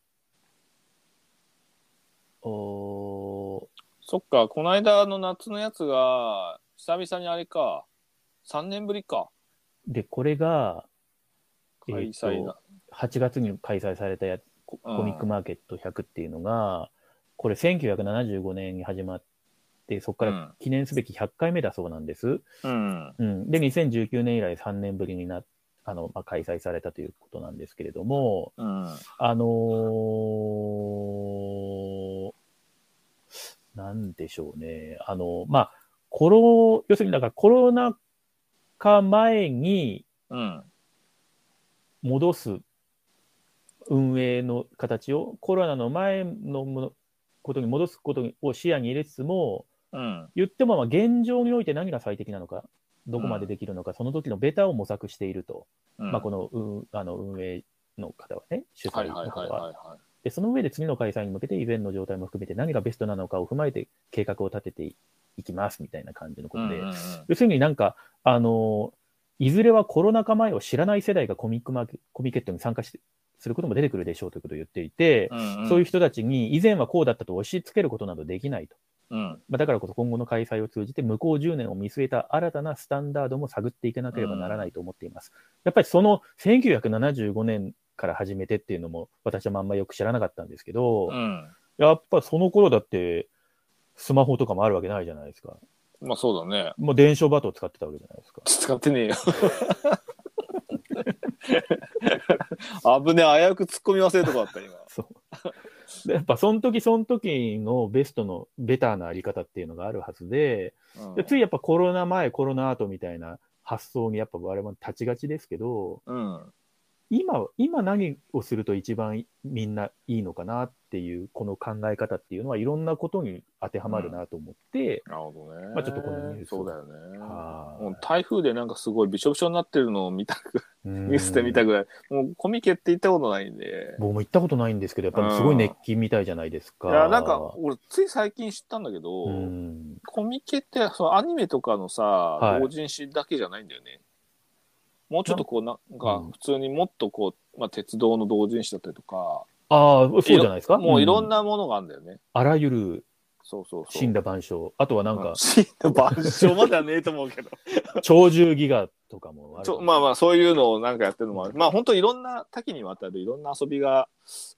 [SPEAKER 2] お
[SPEAKER 1] そっか、この間の夏のやつが、久々にあれか、3年ぶりか、
[SPEAKER 2] で、これが、え
[SPEAKER 1] 開
[SPEAKER 2] ーと
[SPEAKER 1] 催だ。
[SPEAKER 2] 8月に開催されたやコ
[SPEAKER 1] うん
[SPEAKER 2] コミックマーケット100っていうのが、これ1975年に始まって、そこか
[SPEAKER 1] う
[SPEAKER 2] ら
[SPEAKER 1] ん
[SPEAKER 2] 記念すべき100回目だそうなんです。
[SPEAKER 1] うん。
[SPEAKER 2] うん、で、2019年以来3年ぶりになあの、まあ、開催されたということなんですけれども、
[SPEAKER 1] うん。
[SPEAKER 2] あのーなんでしょうね。あの、まあ、コロ、要するにだからコロナ禍前に
[SPEAKER 1] うん。
[SPEAKER 2] 戻す運営の形をコロナの前のものことに戻すことを視野に入れつつも、
[SPEAKER 1] うん。
[SPEAKER 2] 言ってもまあ現状において何が最適なのか、どこまでできるのか、その時のベタを模索していると、まあ、このうんあの運営の方はね、主
[SPEAKER 1] は
[SPEAKER 2] 催
[SPEAKER 1] い
[SPEAKER 2] の
[SPEAKER 1] はい
[SPEAKER 2] 方
[SPEAKER 1] はい
[SPEAKER 2] は。
[SPEAKER 1] は
[SPEAKER 2] で、その上で次の開催に向けて、以前の状態も含めて何がベストなのかを踏まえて計画を立てていきますみたいな感じの
[SPEAKER 1] い。う
[SPEAKER 2] こと
[SPEAKER 1] ん
[SPEAKER 2] で、
[SPEAKER 1] うんうん
[SPEAKER 2] 要するになんか、あのいずれはコロナ禍前を知らない世代がコミックマーケコミケットに参加してすることも出てくるでしょうということを言っていて、
[SPEAKER 1] うんうん。
[SPEAKER 2] そういう人たちに以前はこうだったと押し付けることなどできないと。
[SPEAKER 1] うん。
[SPEAKER 2] まあ、だからこそ今後の開催を通じて向こう10年を見据えた新たなスタンダードも探っていかなければならないと思っています。やっぱりその1975年から始めてっていうのも私はあんまよく知らなかったんですけど、
[SPEAKER 1] うん。
[SPEAKER 2] やっぱその頃だってスマホとかもあるわけないじゃないですか。
[SPEAKER 1] まあそうだね。
[SPEAKER 2] もう伝承バトを使ってたわけじゃないですか。
[SPEAKER 1] 使って ねえよ。 危ねえ、危うく突っ込み忘れとこだった、今。
[SPEAKER 2] そう。でやっぱその時その時のベストのベターなあり方っていうのがあるはずで、
[SPEAKER 1] うん
[SPEAKER 2] でついやっぱコロナ前、コロナ後みたいな発想にやっぱ我々も立ちがちですけど、
[SPEAKER 1] うん。
[SPEAKER 2] 今、今何をすると一番みんないいのかなっていう、この考え方っていうのはいろんなことに当てはまるなと思って、
[SPEAKER 1] なるほどね。
[SPEAKER 2] まあちょっとこのニュース
[SPEAKER 1] そうだよね。
[SPEAKER 2] は
[SPEAKER 1] もう台風でなんかすごいびしょびしょになってるのを見たく、
[SPEAKER 2] い
[SPEAKER 1] ニュースで見たぐらい、もうコミケって行ったことないんで。
[SPEAKER 2] 僕も行ったことないんですけど、やっぱりすごい熱気みたいじゃないです
[SPEAKER 1] い
[SPEAKER 2] か。
[SPEAKER 1] や、なんか、俺、つい最近知ったんだけど、
[SPEAKER 2] うん、
[SPEAKER 1] コミケって、そのアニメとかのさ、
[SPEAKER 2] い
[SPEAKER 1] 同人誌だけじゃないんだよね。もうちょっとこう、なんか
[SPEAKER 2] うん、
[SPEAKER 1] 普通にもっとこう、まあ、鉄道の同人誌だったりとか、
[SPEAKER 2] ああ、そうじゃないですか。
[SPEAKER 1] もういろん
[SPEAKER 2] な、
[SPEAKER 1] なものがあるんだよね。
[SPEAKER 2] あらゆる
[SPEAKER 1] そうそうそう。
[SPEAKER 2] 死んだ万象、あとはなん
[SPEAKER 1] う
[SPEAKER 2] か、
[SPEAKER 1] 死んだ万象まではねえと思うけど。
[SPEAKER 2] 鳥獣ギガとかもある
[SPEAKER 1] ちょまあまあそういうのをなんかやってるのもある、まあ本当いろんな多岐にわたるいろんな遊びが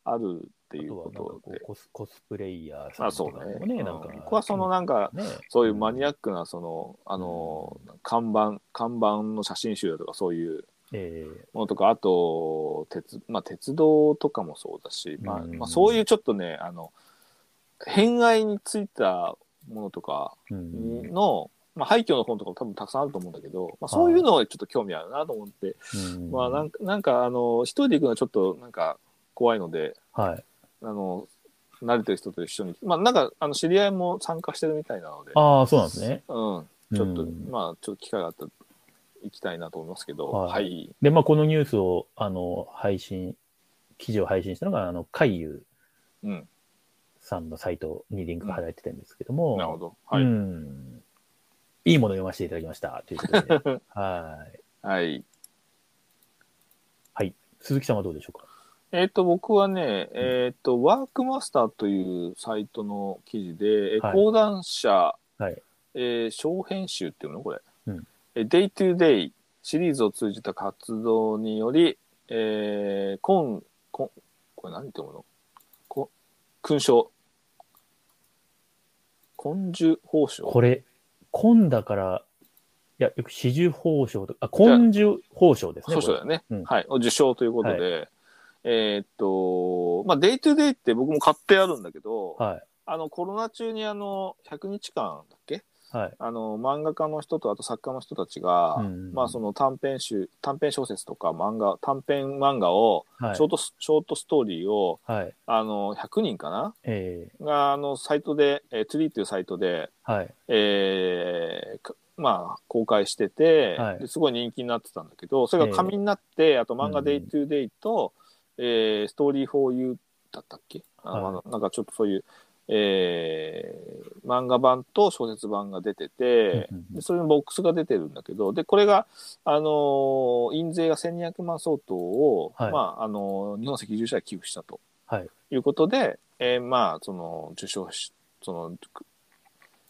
[SPEAKER 1] あるってい
[SPEAKER 2] あ
[SPEAKER 1] う
[SPEAKER 2] と
[SPEAKER 1] こ
[SPEAKER 2] はなんかことう
[SPEAKER 1] で
[SPEAKER 2] コスコスプレイヤーさ
[SPEAKER 1] ま
[SPEAKER 2] ん
[SPEAKER 1] あそ
[SPEAKER 2] と
[SPEAKER 1] う
[SPEAKER 2] か
[SPEAKER 1] ね
[SPEAKER 2] もね、なんか、
[SPEAKER 1] うん僕はそのなんか
[SPEAKER 2] ね、
[SPEAKER 1] そういうマニア
[SPEAKER 2] ッ
[SPEAKER 1] ックなそのあの看板看板の写真集だとかそういう
[SPEAKER 2] ク、ええ
[SPEAKER 1] ものとかあと鉄,、まあ、鉄道とかもそうだし、まあ
[SPEAKER 2] うん
[SPEAKER 1] まあ、そういうちょっとねあの偏愛についたものとか
[SPEAKER 2] うん
[SPEAKER 1] の、まあ、廃墟の本とかも多分たくさんあると思うんだけど、まあ、そういうのをちょっと興味あるなと思って
[SPEAKER 2] うん
[SPEAKER 1] まあなんか、なんかあの、一人で行くのはちょっとなんか怖いので、
[SPEAKER 2] はい。
[SPEAKER 1] あの、慣れてる人と一緒に、まあなんか、あの、知り合いも参加してるみたいなので、
[SPEAKER 2] ああ、そうなんですね。
[SPEAKER 1] うん、ちょっと、
[SPEAKER 2] うん
[SPEAKER 1] まあちょっと機会があったら行きたいなと思いますけど、
[SPEAKER 2] はい
[SPEAKER 1] はい。
[SPEAKER 2] で、まあ、このニュースを、あの、配信、記事を配信したのが、あの、海遊
[SPEAKER 1] うん、
[SPEAKER 2] さんのサイトにリンクが貼られてたんですけども、
[SPEAKER 1] なるほど。はい。
[SPEAKER 2] うん。いいもの読ませていただきました。というこ とで。はい。
[SPEAKER 1] はい。
[SPEAKER 2] 鈴木さんはどうでしょうか
[SPEAKER 1] えっ、と、僕はね、えっ、と、ワークマスターというサイトの記事で、え
[SPEAKER 2] はい
[SPEAKER 1] 講談社、
[SPEAKER 2] はい
[SPEAKER 1] えー小編集っていうのこれ、
[SPEAKER 2] うん
[SPEAKER 1] えデイトゥデイシリーズを通じた活動により、えー、今、今、これ何て読むのこ勲章。根樹報奨。
[SPEAKER 2] これ、今だから、いや、よく四十報奨と、あ、根樹報奨ですね。
[SPEAKER 1] そうそう
[SPEAKER 2] こ
[SPEAKER 1] だ
[SPEAKER 2] れ
[SPEAKER 1] よね。
[SPEAKER 2] うん
[SPEAKER 1] はい。を受賞ということで、えーっと、まあ、デイトゥデイって僕も買ってあるんだけど、
[SPEAKER 2] は
[SPEAKER 1] あの、コロナ中にあの、100日間だっけ
[SPEAKER 2] い。はい。
[SPEAKER 1] あの、漫画家の人とあと作家の人たちが、
[SPEAKER 2] うん
[SPEAKER 1] まあその短編集、短編小説とか漫画、短編漫画を、
[SPEAKER 2] はい
[SPEAKER 1] ショー。トス、ショートストーリーを、
[SPEAKER 2] はい。
[SPEAKER 1] あの、100人かな
[SPEAKER 2] え
[SPEAKER 1] が、あの、サイトで、えー、トゥリーっていうサイトで、
[SPEAKER 2] ー、はい。
[SPEAKER 1] えーかまあ、公開してて、
[SPEAKER 2] はい
[SPEAKER 1] ですごい人気になってたんだけど、それが紙になって、あと漫画
[SPEAKER 2] うん
[SPEAKER 1] Day to Day と、えー、ストーリー for You だったっけ、あの
[SPEAKER 2] は
[SPEAKER 1] なんかちょっとそういう、えー漫画版と小説版が出てて、
[SPEAKER 2] うんうんうん
[SPEAKER 1] でそれのボックスが出てるんだけど、で、これが、あのー印税が1200万相当を、
[SPEAKER 2] はい
[SPEAKER 1] まあ、あのー日本赤十字社が寄付したと。
[SPEAKER 2] はい
[SPEAKER 1] いうことで、えーまあ、その、受賞し、その、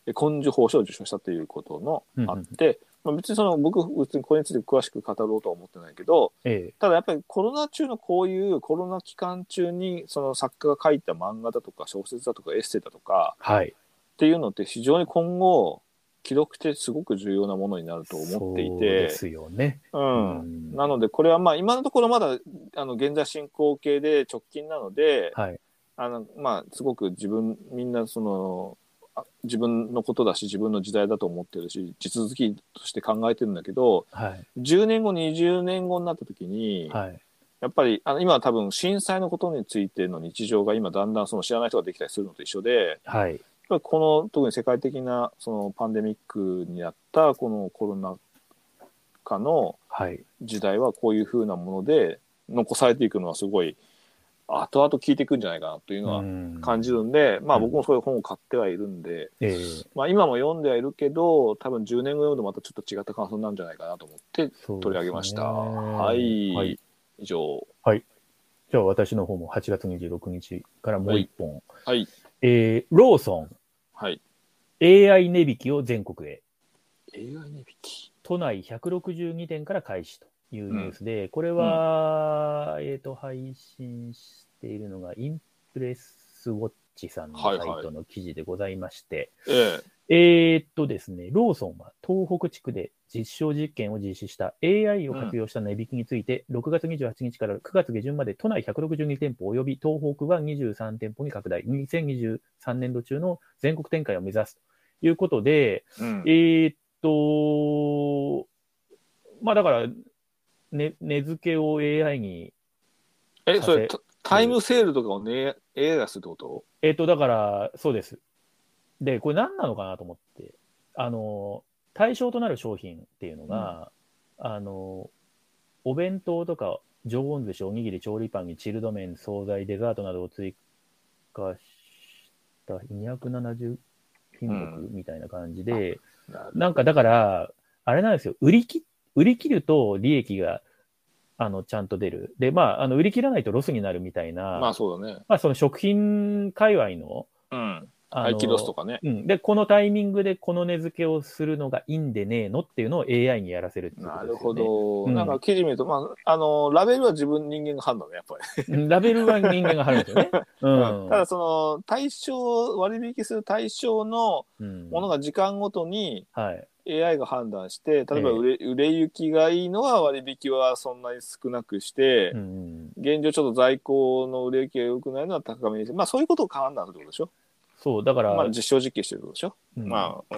[SPEAKER 1] えー根性報賞を受賞したということの
[SPEAKER 2] うんうん
[SPEAKER 1] あって、まあ、別にその僕別にこれについて詳しく語ろうとは思ってないけど
[SPEAKER 2] え
[SPEAKER 1] ただやっぱりコロナ中のこういうコロナ期間中にその作家が書いた漫画だとか小説だとかエッセイだとか
[SPEAKER 2] はい。
[SPEAKER 1] っていうのって非常に今後記録ってすごく重要なものになると思ってい
[SPEAKER 2] そう
[SPEAKER 1] て
[SPEAKER 2] ですよね。
[SPEAKER 1] うん
[SPEAKER 2] うん
[SPEAKER 1] なのでこれはまあ今のところまだあの現在進行形で直近なので、
[SPEAKER 2] はい。
[SPEAKER 1] あのまあすごく自分みんなそのあ自分のことだし自分の時代だと思ってるし地続きとして考えてるんだけど
[SPEAKER 2] はい。
[SPEAKER 1] 10年後20年後になった時に、
[SPEAKER 2] はい。
[SPEAKER 1] やっぱりあの今は多分震災のことについての日常が今だんだんその知らない人ができたりするのと一緒で
[SPEAKER 2] はい。
[SPEAKER 1] やっぱりこの特に世界的なそのパンデミックにあったこのコロナ禍の
[SPEAKER 2] はい。
[SPEAKER 1] 時代はこういう風なもので残されていくのはすごい後々聞いていくんじゃないかなというのは感じ
[SPEAKER 2] る。
[SPEAKER 1] るんで、まあ
[SPEAKER 2] うん
[SPEAKER 1] 僕もそういう本を買ってはいるんで、
[SPEAKER 2] ええ
[SPEAKER 1] まあ今も読んではいるけど多分10年後読むとまたちょっと違った感想になるんじゃないかなと思って
[SPEAKER 2] そうですね
[SPEAKER 1] 取り上げました。はい、
[SPEAKER 2] はい。
[SPEAKER 1] 以上。
[SPEAKER 2] じゃあ私の方も8月26日からもう一本。
[SPEAKER 1] はい。
[SPEAKER 2] えー、ローソ
[SPEAKER 1] はい。
[SPEAKER 2] ン AI 値引きを全国へ。
[SPEAKER 1] AI 値引き。
[SPEAKER 2] 都内162店から開始というニュースで、これは、えっ、と、配信しているのが、インプレスウォッチさんのサ
[SPEAKER 1] はい
[SPEAKER 2] イ
[SPEAKER 1] はい
[SPEAKER 2] トの記事でございまして、
[SPEAKER 1] え
[SPEAKER 2] えーっとですね、ローソンは東北地区で実証実験を実施した AI を活用した値引きについて、6月28日から9月下旬まで都内162店舗及び東北は23店舗に拡大、2023年度中の全国展開を目指すということで、
[SPEAKER 1] えうん
[SPEAKER 2] えーっと、まあだから、ね、値付けを AI に、
[SPEAKER 1] え、それタタイムセールとかをね、AI がするってこと
[SPEAKER 2] えーっと、だから、そうです。で、これ何なのかなと思って、あの、対象となる商品っていうのが、あの、お弁当とか、常温寿司、おにぎり、調理パンにチルド麺、惣菜、デザートなどを追加した270品目みたいな感じで、
[SPEAKER 1] なる
[SPEAKER 2] なんかだから、あれなんですよ、売りき売り切ると利益があのちゃんと出る。で、まあ、あの売り切らないとロスになるみたいな、
[SPEAKER 1] ま
[SPEAKER 2] ま
[SPEAKER 1] あ
[SPEAKER 2] あ、
[SPEAKER 1] そうだね。
[SPEAKER 2] その食品界隈の、
[SPEAKER 1] うん。
[SPEAKER 2] あの
[SPEAKER 1] 廃棄ロスとかね。
[SPEAKER 2] うん、で、このタイミングでこの値付けをするのがいいんでねえのっていうのを AI にやらせるっていうこ
[SPEAKER 1] な
[SPEAKER 2] とで
[SPEAKER 1] る
[SPEAKER 2] すよ
[SPEAKER 1] ほ
[SPEAKER 2] ね。
[SPEAKER 1] ど。
[SPEAKER 2] うん
[SPEAKER 1] なんか記事見ると、まあ、あの、ラベルは自分人間が判断ね、やっぱり。
[SPEAKER 2] うん ラベルは人間が貼るん ですよね。うん。
[SPEAKER 1] ただ、その、対象、割引する対象の
[SPEAKER 2] うん、
[SPEAKER 1] ものが時間ごとに
[SPEAKER 2] はい。
[SPEAKER 1] AI が判断して、例えば売れ,、売れ行きがいいのは割引はそんなに少なくして、
[SPEAKER 2] うん、
[SPEAKER 1] 現状ちょっと在庫の売れ行きが良くないのは高めにして、まあそういうことを判断するってことでしょ
[SPEAKER 2] そう、だから、
[SPEAKER 1] まあ実証実験してるってことでしょ、
[SPEAKER 2] うん
[SPEAKER 1] まあ、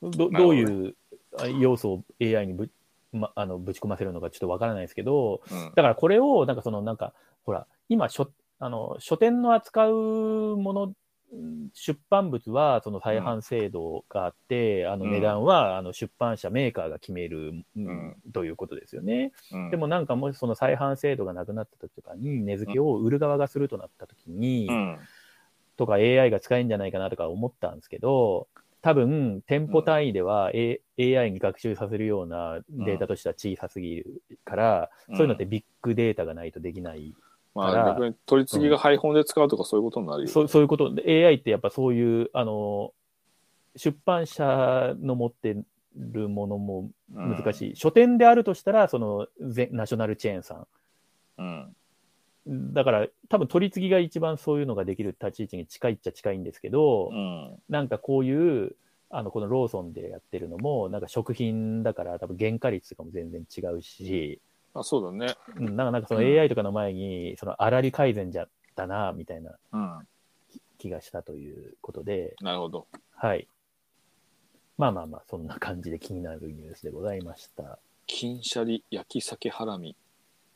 [SPEAKER 1] うん
[SPEAKER 2] ど
[SPEAKER 1] なるほ
[SPEAKER 2] ど
[SPEAKER 1] ど
[SPEAKER 2] う
[SPEAKER 1] ね
[SPEAKER 2] いう要素を AI にぶ,、ま、あのぶち込ませるのかちょっとわからないですけど、
[SPEAKER 1] うん
[SPEAKER 2] だからこれを、なんかその、なんか、ほら、今書、あの、書店の扱うもの、うん出版物は、その再販制度があって、あの
[SPEAKER 1] うん
[SPEAKER 2] 値段は、あの出版社、メーカーが決める、うん
[SPEAKER 1] ん
[SPEAKER 2] ということですよね。
[SPEAKER 1] うん
[SPEAKER 2] でもなんかもしその再販制度がなくなった時とかに、値付けを売る側がするとなった時に、
[SPEAKER 1] うん、
[SPEAKER 2] とか AI が使えるんじゃないかなとか思ったんですけど、多分、店舗単位では、A AI に学習させるようなデータとしては小さすぎるから、そういうのってビッグデータがないとできない。
[SPEAKER 1] ま
[SPEAKER 2] から
[SPEAKER 1] あ逆に取り次ぎが配本で使うとかそういうことになるよ、
[SPEAKER 2] そうそういうことで、AI ってやっぱそういう、あの、出版社の持ってるものも
[SPEAKER 1] うん
[SPEAKER 2] 難しい。書店であるとしたら、その、ぜナショナルチェーンさん。
[SPEAKER 1] うん
[SPEAKER 2] だから、多分取り次ぎが一番そういうのができる立ち位置に近いっちゃ近いんですけど、
[SPEAKER 1] うん
[SPEAKER 2] なんかこういう、あの、このローソンでやってるのも、なんか食品だから多分原価率とかも全然違うし、
[SPEAKER 1] あそうだね。
[SPEAKER 2] うんなんかなんかその
[SPEAKER 1] うん
[SPEAKER 2] AI とかの前に、その粗利改善じゃだな、みたいな
[SPEAKER 1] うん
[SPEAKER 2] 気がしたということで、
[SPEAKER 1] なるほど。
[SPEAKER 2] はい。まあまあまあ、そんな感じで気になるニュースでございました。
[SPEAKER 1] 金シャリ焼き鮭ハラミ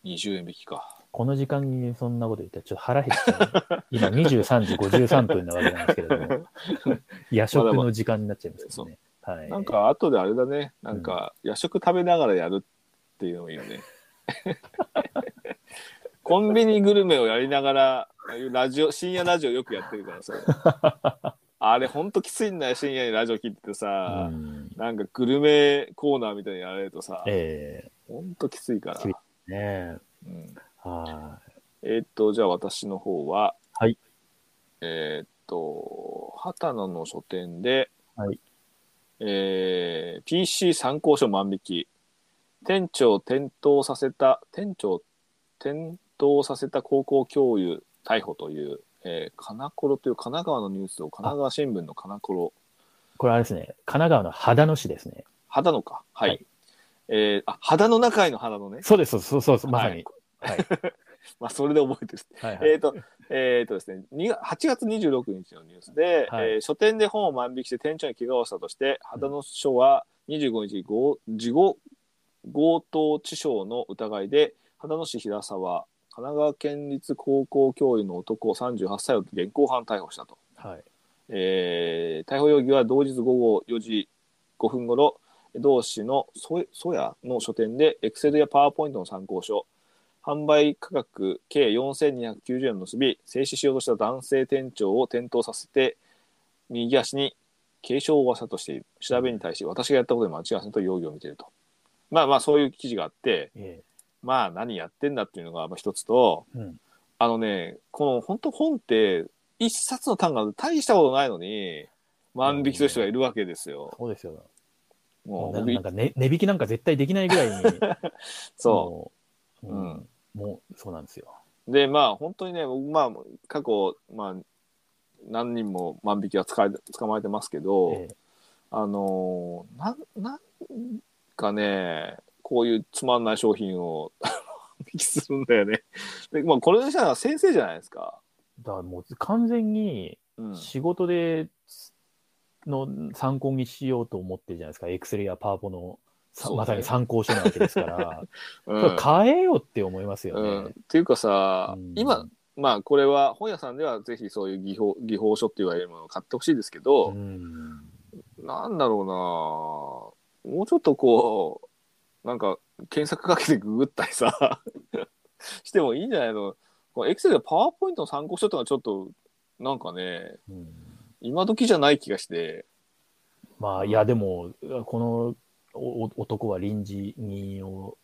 [SPEAKER 1] 20円引きか。
[SPEAKER 2] この時間にそんなこと言ったらちょっと腹減っちゃう。今23時53分なわけなんですけれども、 夜食の時間になっちゃいますけどね。はい。
[SPEAKER 1] なんか後であれだね。なんか夜食食べながらやるっていうのもいいよね。 コンビニグルメをやりながらラジオ深夜ラジオよくやってるからさ。 あれほんときついんだよ深夜にラジオ聞いててさ
[SPEAKER 2] う。ん、
[SPEAKER 1] なんかグルメコーナーみたいにやられるとさ、
[SPEAKER 2] え
[SPEAKER 1] ほんときついから。
[SPEAKER 2] きえねえ。
[SPEAKER 1] うん
[SPEAKER 2] は
[SPEAKER 1] えーっと、じゃあ私の方は、
[SPEAKER 2] はい。
[SPEAKER 1] えーっと、秦野の書店で、
[SPEAKER 2] い。はい
[SPEAKER 1] えー PC 参考書万引き店長を転倒させた店長を転倒させた高校教諭逮捕という、えー、金コロという神奈川のニュースを神奈川新聞の金コロ
[SPEAKER 2] これあれですね、神奈川の秦野市ですね。
[SPEAKER 1] 肌のかはい、
[SPEAKER 2] はい
[SPEAKER 1] えーあ肌の中への肌のね
[SPEAKER 2] そうです、そうそうそう、まさに。はい。
[SPEAKER 1] まあそれで覚えてる
[SPEAKER 2] はいはい
[SPEAKER 1] えーと、えーとですね、に8月26日のニュースで、
[SPEAKER 2] はい
[SPEAKER 1] えー書店で本を万引きして店長に怪我をしたとして、秦野署は25日強、事後強盗致傷の疑いで、秦野市平沢、神奈川県立高校教諭の男38歳を現行犯逮捕したと。
[SPEAKER 2] はい。
[SPEAKER 1] えー逮捕容疑は同日午後4時5分ごろ同市のソソヤの書店でエクセルやパワーポイントの参考書販売価格計4290円を結び制止しようとした男性店長を転倒させて右足に軽傷を負わせたとしている調べに対し私がやったことで間違いませんと容疑を見ているとまあまあそういう記事があって
[SPEAKER 2] え
[SPEAKER 1] まあ何やってんだっていうのがまあ一つと
[SPEAKER 2] えうん。
[SPEAKER 1] あのね、この本当本って、一冊の単価で大したことないのに、万引きする人がいるわけですよ。
[SPEAKER 2] そうですよ。
[SPEAKER 1] もう
[SPEAKER 2] な
[SPEAKER 1] 僕
[SPEAKER 2] なんか、ね、値引きなんか絶対できないぐらいに。
[SPEAKER 1] そ
[SPEAKER 2] もう。
[SPEAKER 1] う
[SPEAKER 2] うんん。もう、そうなんですよ。
[SPEAKER 1] う。で、まあ本当にね、僕まあ過去、まあ何人も万引きは捕まえ捕まえてますけど、
[SPEAKER 2] ええ
[SPEAKER 1] あのーなん、なんかね、こういうつまんない商品を 万引きするんだよね。で、まあこれでしたら先生じゃないですか。
[SPEAKER 2] だからもう完全に
[SPEAKER 1] うん。
[SPEAKER 2] 仕事で、の参考にしようと思ってるじゃないですか。エクセルやパワポの、さ
[SPEAKER 1] そうだね
[SPEAKER 2] まさに参考書なわけですか ら。
[SPEAKER 1] う
[SPEAKER 2] それ
[SPEAKER 1] ん
[SPEAKER 2] 変えようって思いますよ
[SPEAKER 1] う
[SPEAKER 2] ね。
[SPEAKER 1] ん、っていうかさ、
[SPEAKER 2] うん
[SPEAKER 1] 今、まあこれは本屋さんではぜひそういう技法技法書って言われるものを買ってほしいですけ
[SPEAKER 2] う
[SPEAKER 1] ど、
[SPEAKER 2] ん。
[SPEAKER 1] なんだろうなもうちょっとこうなんか検索かけてググったりさ してもいいんじゃないのエクセルでパワーポイントの参考書とかちょっとなんかね
[SPEAKER 2] うん
[SPEAKER 1] 今時じゃない気がして
[SPEAKER 2] まあ、いや、でも、このおお男は臨時人を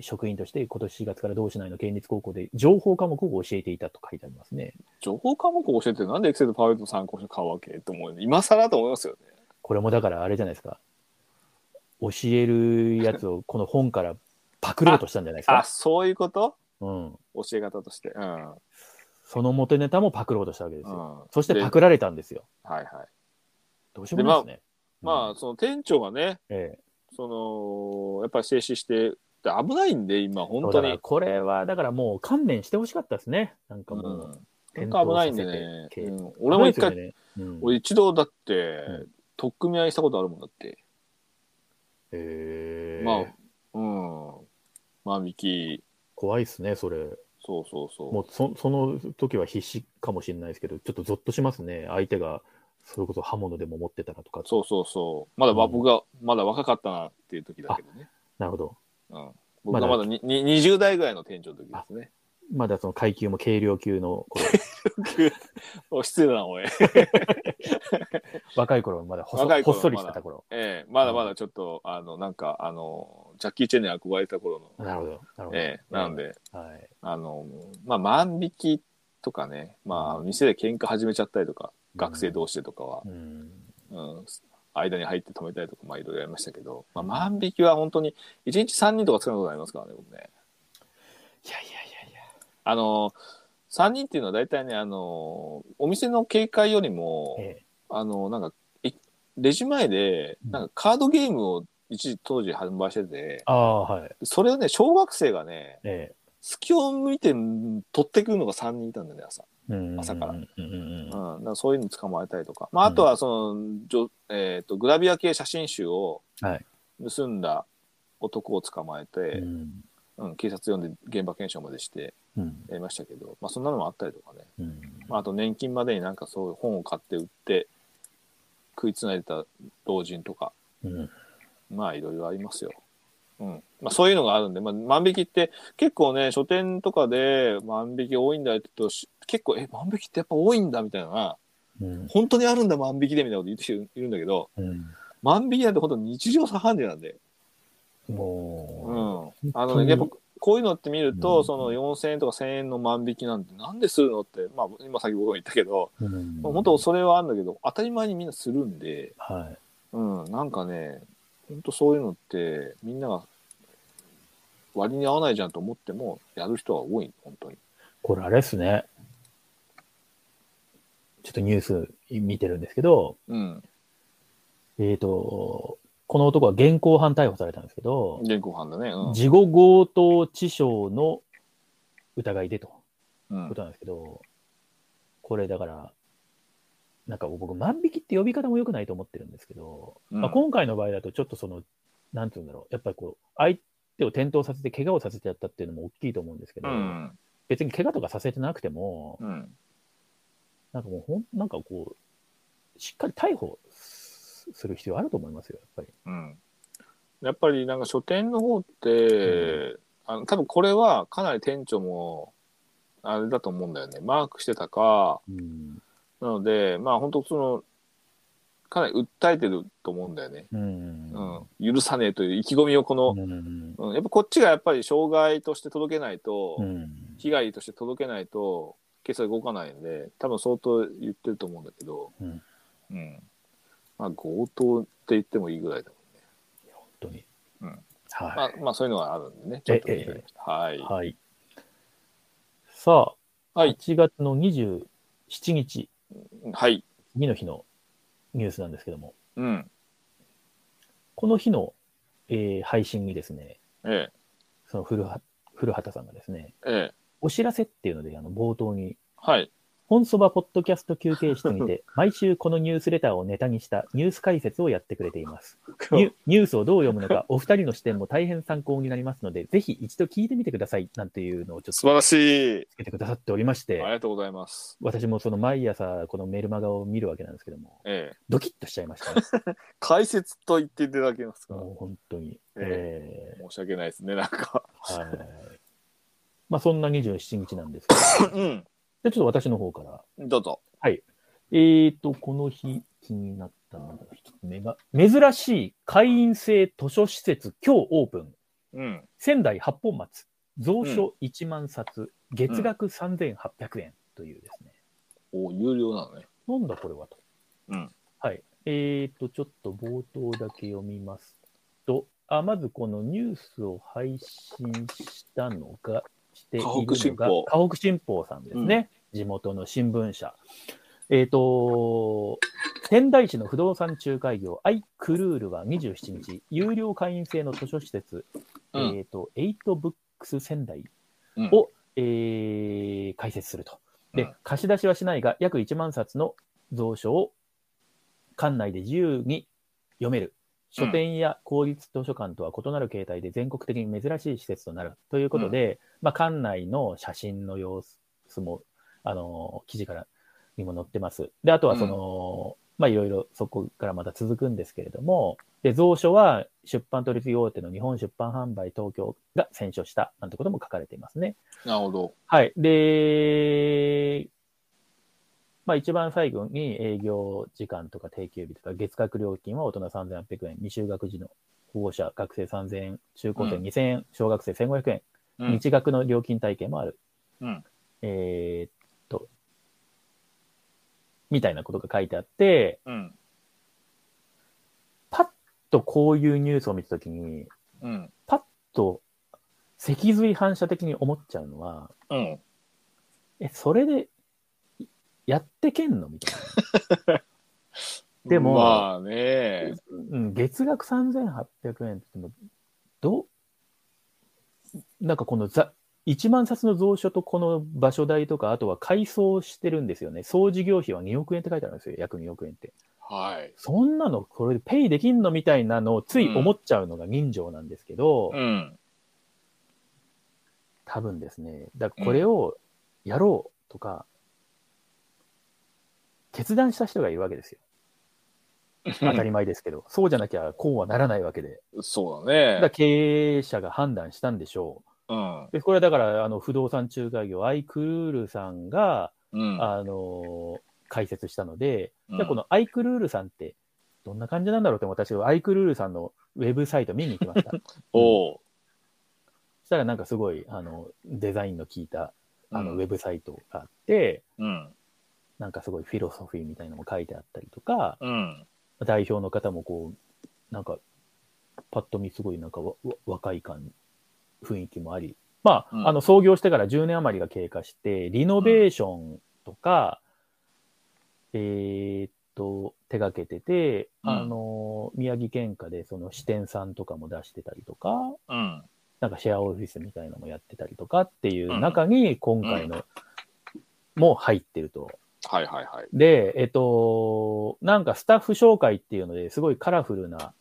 [SPEAKER 2] 職員として、今年4月から同市内の県立高校で情報科目を教えていたと書いてありますね。
[SPEAKER 1] 情報科目を教えてなんでエクセルでパワーポイントの参考書買うわけと思うよね今更と思いますよね。
[SPEAKER 2] これもだからあれじゃないですか。教えるやつをこの本からパクろうとしたんじゃないです
[SPEAKER 1] あ
[SPEAKER 2] か。
[SPEAKER 1] そういうこと
[SPEAKER 2] うん。
[SPEAKER 1] 教え方として。うんうん、
[SPEAKER 2] その元ネタもパクろうとしたわけですよ。そして
[SPEAKER 1] で
[SPEAKER 2] パクられたんですよ。
[SPEAKER 1] はいはい。
[SPEAKER 2] どうしようもないですね。
[SPEAKER 1] まあ、
[SPEAKER 2] うん
[SPEAKER 1] その店長がね、
[SPEAKER 2] ええ、
[SPEAKER 1] その、やっぱり制止して、で危ないんで、今、本当
[SPEAKER 2] だから
[SPEAKER 1] に。
[SPEAKER 2] これは、だからもう観念してほしかったですね。なんか
[SPEAKER 1] う
[SPEAKER 2] も
[SPEAKER 1] ん
[SPEAKER 2] う。
[SPEAKER 1] 本当危ないんでね。
[SPEAKER 2] 転
[SPEAKER 1] う
[SPEAKER 2] 倒させ
[SPEAKER 1] ん
[SPEAKER 2] て
[SPEAKER 1] 俺も一回、
[SPEAKER 2] 危ないですよねうん
[SPEAKER 1] 俺一度だって、
[SPEAKER 2] ん
[SPEAKER 1] 取っ組み合いしたことあるもんだって。
[SPEAKER 2] へえ
[SPEAKER 1] まあ、うん。万引き、
[SPEAKER 2] 怖いっすね、それ。
[SPEAKER 1] そうそうそう。
[SPEAKER 2] もうそその時は必死かもしれないですけど、ちょっとゾッとしますね、相手が、それこそ刃物でも持ってたらとか、
[SPEAKER 1] そうそうそう。まだ、ま
[SPEAKER 2] うん
[SPEAKER 1] 僕が、まだ若かったなっていう時だけどね。
[SPEAKER 2] なるほど、
[SPEAKER 1] うん。僕がまだにに20代ぐらいの店長の時ですね。
[SPEAKER 2] まだその階級も軽量級の 頃、
[SPEAKER 1] お失礼だな、おい。
[SPEAKER 2] 若い頃はまだほそ
[SPEAKER 1] 若い頃
[SPEAKER 2] ほっそりしてた頃、
[SPEAKER 1] ええまだまだちょっと、あの、なんか、あの、ジャッキー・チェンに憧れた頃の。
[SPEAKER 2] なるほど、なるほど、
[SPEAKER 1] ええなんで、
[SPEAKER 2] はい、
[SPEAKER 1] あの、まあ、万引きとかね、まあ、店で喧嘩始めちゃったりとか、学生同士でとかは
[SPEAKER 2] う、ん、
[SPEAKER 1] うん、間に入って止めたりとか、まあ、いろいろやりましたけど、まあ、万引きは本当に、1日3人とか使うことになりますからね、僕ね。
[SPEAKER 2] いやいやいやいや、
[SPEAKER 1] あの、3人っていうのは大体ね、あの、お店の警戒よりも、
[SPEAKER 2] え
[SPEAKER 1] あの、なんか、いレジ前で、なんかカードゲームを一時当時販売してて
[SPEAKER 2] え、、ああ、はい、
[SPEAKER 1] それをね、小学生がね、
[SPEAKER 2] え
[SPEAKER 1] 隙を見て取ってくるのが3人いたんだよね、朝。
[SPEAKER 2] えうん、
[SPEAKER 1] 朝から
[SPEAKER 2] うんうんうんうん、
[SPEAKER 1] うん、だからそういうの捕まえたりとか、まあ、あとはその、じょえー、とグラビア系写真集を
[SPEAKER 2] はい
[SPEAKER 1] 盗んだ男を捕まえて
[SPEAKER 2] う、ん
[SPEAKER 1] うん警察呼んで現場検証までして
[SPEAKER 2] うん
[SPEAKER 1] やりましたけど、まあ、そんなのもあったりとかね、
[SPEAKER 2] うん
[SPEAKER 1] まあ、あと年金までになんかそういう本を買って売って食いつないでた老人とか
[SPEAKER 2] うん
[SPEAKER 1] まあいろいろありますよ。うんまあ、そういうのがあるんで、まあ、万引きって結構ね書店とかで万引き多いんだよって言うとし結構え万引きってやっぱ多いんだみたいな。
[SPEAKER 2] うん
[SPEAKER 1] 本当にあるんだ万引きでみたいなこと言ってる人いるんだけど
[SPEAKER 2] うん
[SPEAKER 1] 万引きなんて本当に日常茶飯事なんで、
[SPEAKER 2] も
[SPEAKER 1] うん、
[SPEAKER 2] う、
[SPEAKER 1] あ
[SPEAKER 2] 本
[SPEAKER 1] の
[SPEAKER 2] 当
[SPEAKER 1] ね
[SPEAKER 2] に
[SPEAKER 1] やっぱこういうのって見ると、
[SPEAKER 2] うん
[SPEAKER 1] その4000円とか1000円の万引きなんてなんでするのって、まあ、今さっき僕も言ったけど、
[SPEAKER 2] うん
[SPEAKER 1] まあ、本当それはあるんだけど当たり前にみんなするんで、
[SPEAKER 2] はい。
[SPEAKER 1] うん、なんかね本当そういうのってみんなが割に合わないじゃんと思ってもやる人は多い本当に。
[SPEAKER 2] これあれですね。ちょっとニュース見てるんですけど、
[SPEAKER 1] うん、
[SPEAKER 2] えっ、と、この男は現行犯逮捕されたんですけど、
[SPEAKER 1] 現行犯だね。うん
[SPEAKER 2] 事後強盗致傷の疑いでと
[SPEAKER 1] うん
[SPEAKER 2] ことなんですけど、これだから、なんか僕、万引きって呼び方も良くないと思ってるんですけど、
[SPEAKER 1] うん
[SPEAKER 2] まあ、今回の場合だと、ちょっとその、なんて言うんだろう、やっぱりこう、相手を転倒させて、怪我をさせてやったっていうのも大きいと思うんですけ
[SPEAKER 1] う
[SPEAKER 2] ど、
[SPEAKER 1] ん
[SPEAKER 2] 別に怪我とかさせてなくても、
[SPEAKER 1] うん
[SPEAKER 2] なんかもうほん、なんかこう、しっかり逮捕すする必要あると思いますよ、やっぱり。
[SPEAKER 1] うん、やっぱりなんか書店の方って、
[SPEAKER 2] う
[SPEAKER 1] あの多分これはかなり店長もあれだと思うんだよねマークしてたか
[SPEAKER 2] うん。
[SPEAKER 1] なのでまあ本当そのかなり訴えてると思うんだよね、
[SPEAKER 2] う
[SPEAKER 1] うん
[SPEAKER 2] ん。
[SPEAKER 1] 許さねえという意気込みをこの、
[SPEAKER 2] うん。
[SPEAKER 1] うんやっぱこっちがやっぱり障害として届けないと、
[SPEAKER 2] うん。
[SPEAKER 1] 被害として届けないと決済動かないんで多分相当言ってると思うんだけど、
[SPEAKER 2] うん
[SPEAKER 1] うんまあ強盗って言ってもいいぐらいだもんね。
[SPEAKER 2] 本当に。
[SPEAKER 1] うんま
[SPEAKER 2] は。
[SPEAKER 1] あ、まあそういうのがあるんでね。ちょっと見てみました。はいい。
[SPEAKER 2] はい。さあ、
[SPEAKER 1] はい
[SPEAKER 2] 8月の27日、
[SPEAKER 1] はい。
[SPEAKER 2] 次の日のニュースなんですけども、
[SPEAKER 1] うん。
[SPEAKER 2] この日の、えー配信にですね、
[SPEAKER 1] え
[SPEAKER 2] その古は古畑さんがですね、
[SPEAKER 1] え。ええ。
[SPEAKER 2] お知らせっていうので、あの冒頭に、
[SPEAKER 1] はい。
[SPEAKER 2] 本そばポッドキャスト休憩室に て、毎週このニュースレターをネタにしたニュース解説をやってくれてい ます。ニュニュースをどう読むのか、お二人の視点も大変参考になりますので、ぜひ一度聞いてみてください、なんていうのをちょっ
[SPEAKER 1] 素
[SPEAKER 2] と
[SPEAKER 1] 晴らしい。
[SPEAKER 2] つけてくださっておりまし
[SPEAKER 1] あり
[SPEAKER 2] て、
[SPEAKER 1] がとうございます。
[SPEAKER 2] 私もその毎朝このメルマガを見るわけなんですけども、
[SPEAKER 1] ええ。
[SPEAKER 2] ドキッとしちゃいましたね。
[SPEAKER 1] 解説と言っていただけますか
[SPEAKER 2] もう本当に。え
[SPEAKER 1] え申し訳ないですね、なんか。
[SPEAKER 2] ーはい。まあそんな27日なんですけど、
[SPEAKER 1] うん。
[SPEAKER 2] でちょっと私の方から。
[SPEAKER 1] どうぞ。
[SPEAKER 2] えーと、この日気になったのが、ちょっと目が、珍しい会員制図書施設今日オープン。
[SPEAKER 1] うん。
[SPEAKER 2] 仙台八本松。蔵書1万冊、月額3800円というですね。
[SPEAKER 1] お、有料なのね。
[SPEAKER 2] なんだこれはと。
[SPEAKER 1] うん
[SPEAKER 2] はい。えーと、ちょっと冒頭だけ読みますと、あ、まずこのニュースを配信したのが、している
[SPEAKER 1] 河北新
[SPEAKER 2] のが
[SPEAKER 1] 報、
[SPEAKER 2] 河北新報さんですね。地元の新聞社。えーと、仙台市の不動産仲介業、アイクルールは27日、有料会員制の図書施設、
[SPEAKER 1] うん
[SPEAKER 2] えーと、エイトブックス仙台
[SPEAKER 1] うん
[SPEAKER 2] を、えー開設すると。で、
[SPEAKER 1] うん
[SPEAKER 2] 貸し出しはしないが、約1万冊の蔵書を館内で自由に読める。書店や公立図書館とは異なる形態で全国的に珍しい施設となるということで、まあ、館内の写真の様子も、あの記事からにも載ってます。で、あとはその、まあ、いろいろそこからまた続くんですけれども、で、蔵書は出版取引大手の日本出版販売東京が選書したなんてことも書かれていますね。
[SPEAKER 1] なるほど。
[SPEAKER 2] はい。で、まあ一番最後に営業時間とか定休日とか月額料金は大人3800円、未就学児の保護者、学生3000円、中高生
[SPEAKER 1] うん
[SPEAKER 2] 2000円、小学生1500円、
[SPEAKER 1] うん。
[SPEAKER 2] 日額の料金体系もある。
[SPEAKER 1] うん
[SPEAKER 2] えーっと、みたいなことが書いてあって、
[SPEAKER 1] うん。
[SPEAKER 2] パッとこういうニュースを見たときに、
[SPEAKER 1] うん。
[SPEAKER 2] パッと脊髄反射的に思っちゃうのは、
[SPEAKER 1] うん。
[SPEAKER 2] え、それでいやってけんのみたいでも
[SPEAKER 1] まあね。
[SPEAKER 2] な。うん、月額3800円って言っても、どう、なんかこのざ1万冊の蔵書とこの場所代とか、あとは改装してるんですよね。総事業費は2億円って書いてあるんですよ。約2億円って。
[SPEAKER 1] はい。
[SPEAKER 2] そんなの、これでペイできんのみたいなのをつい思っちゃうのが人情なんですけど、
[SPEAKER 1] うん。
[SPEAKER 2] 多分ですね、だからこれをやろうとか、決断した人がいるわけですよ。当たり前ですけど、そうじゃなきゃこうはならないわけで、
[SPEAKER 1] そう
[SPEAKER 2] だ
[SPEAKER 1] だ
[SPEAKER 2] から
[SPEAKER 1] ね。
[SPEAKER 2] 経営者が判断したんでしょ
[SPEAKER 1] うん。
[SPEAKER 2] う。でこれはだからあの不動産仲介業、アイクルールさんが、
[SPEAKER 1] うん。
[SPEAKER 2] あの解説したので、
[SPEAKER 1] うん
[SPEAKER 2] じゃあこのアイクルールさんって、どんな感じ なんだろうって、私、アイクルールさんのウェブサイト見に行きました。
[SPEAKER 1] おう。
[SPEAKER 2] そしたらなんかすごい、あの、デザインの効いた、あの、
[SPEAKER 1] う
[SPEAKER 2] ウ
[SPEAKER 1] ん
[SPEAKER 2] ェブサイトがあって、
[SPEAKER 1] うん。
[SPEAKER 2] なんかすごいフィロソフィーみたいなのも書いてあったりとか、
[SPEAKER 1] うん。
[SPEAKER 2] 代表の方もこう、なんか、パッと見すごいなんかわわ若い感、雰囲気もあり、まあ、
[SPEAKER 1] うん
[SPEAKER 2] あの、創業してから10年余りが経過して、リノベーションとか、えーっと、手がけてて、
[SPEAKER 1] うん
[SPEAKER 2] あの、宮城県下でその支店さんとかも出してたりとか、
[SPEAKER 1] うん。
[SPEAKER 2] なんかシェアオフィスみたいなのもやってたりとかっていう中に、今回の、も入ってると。
[SPEAKER 1] はいはいはい。
[SPEAKER 2] で、えっと、なんかスタッフ紹介っていうのですごいカラフルな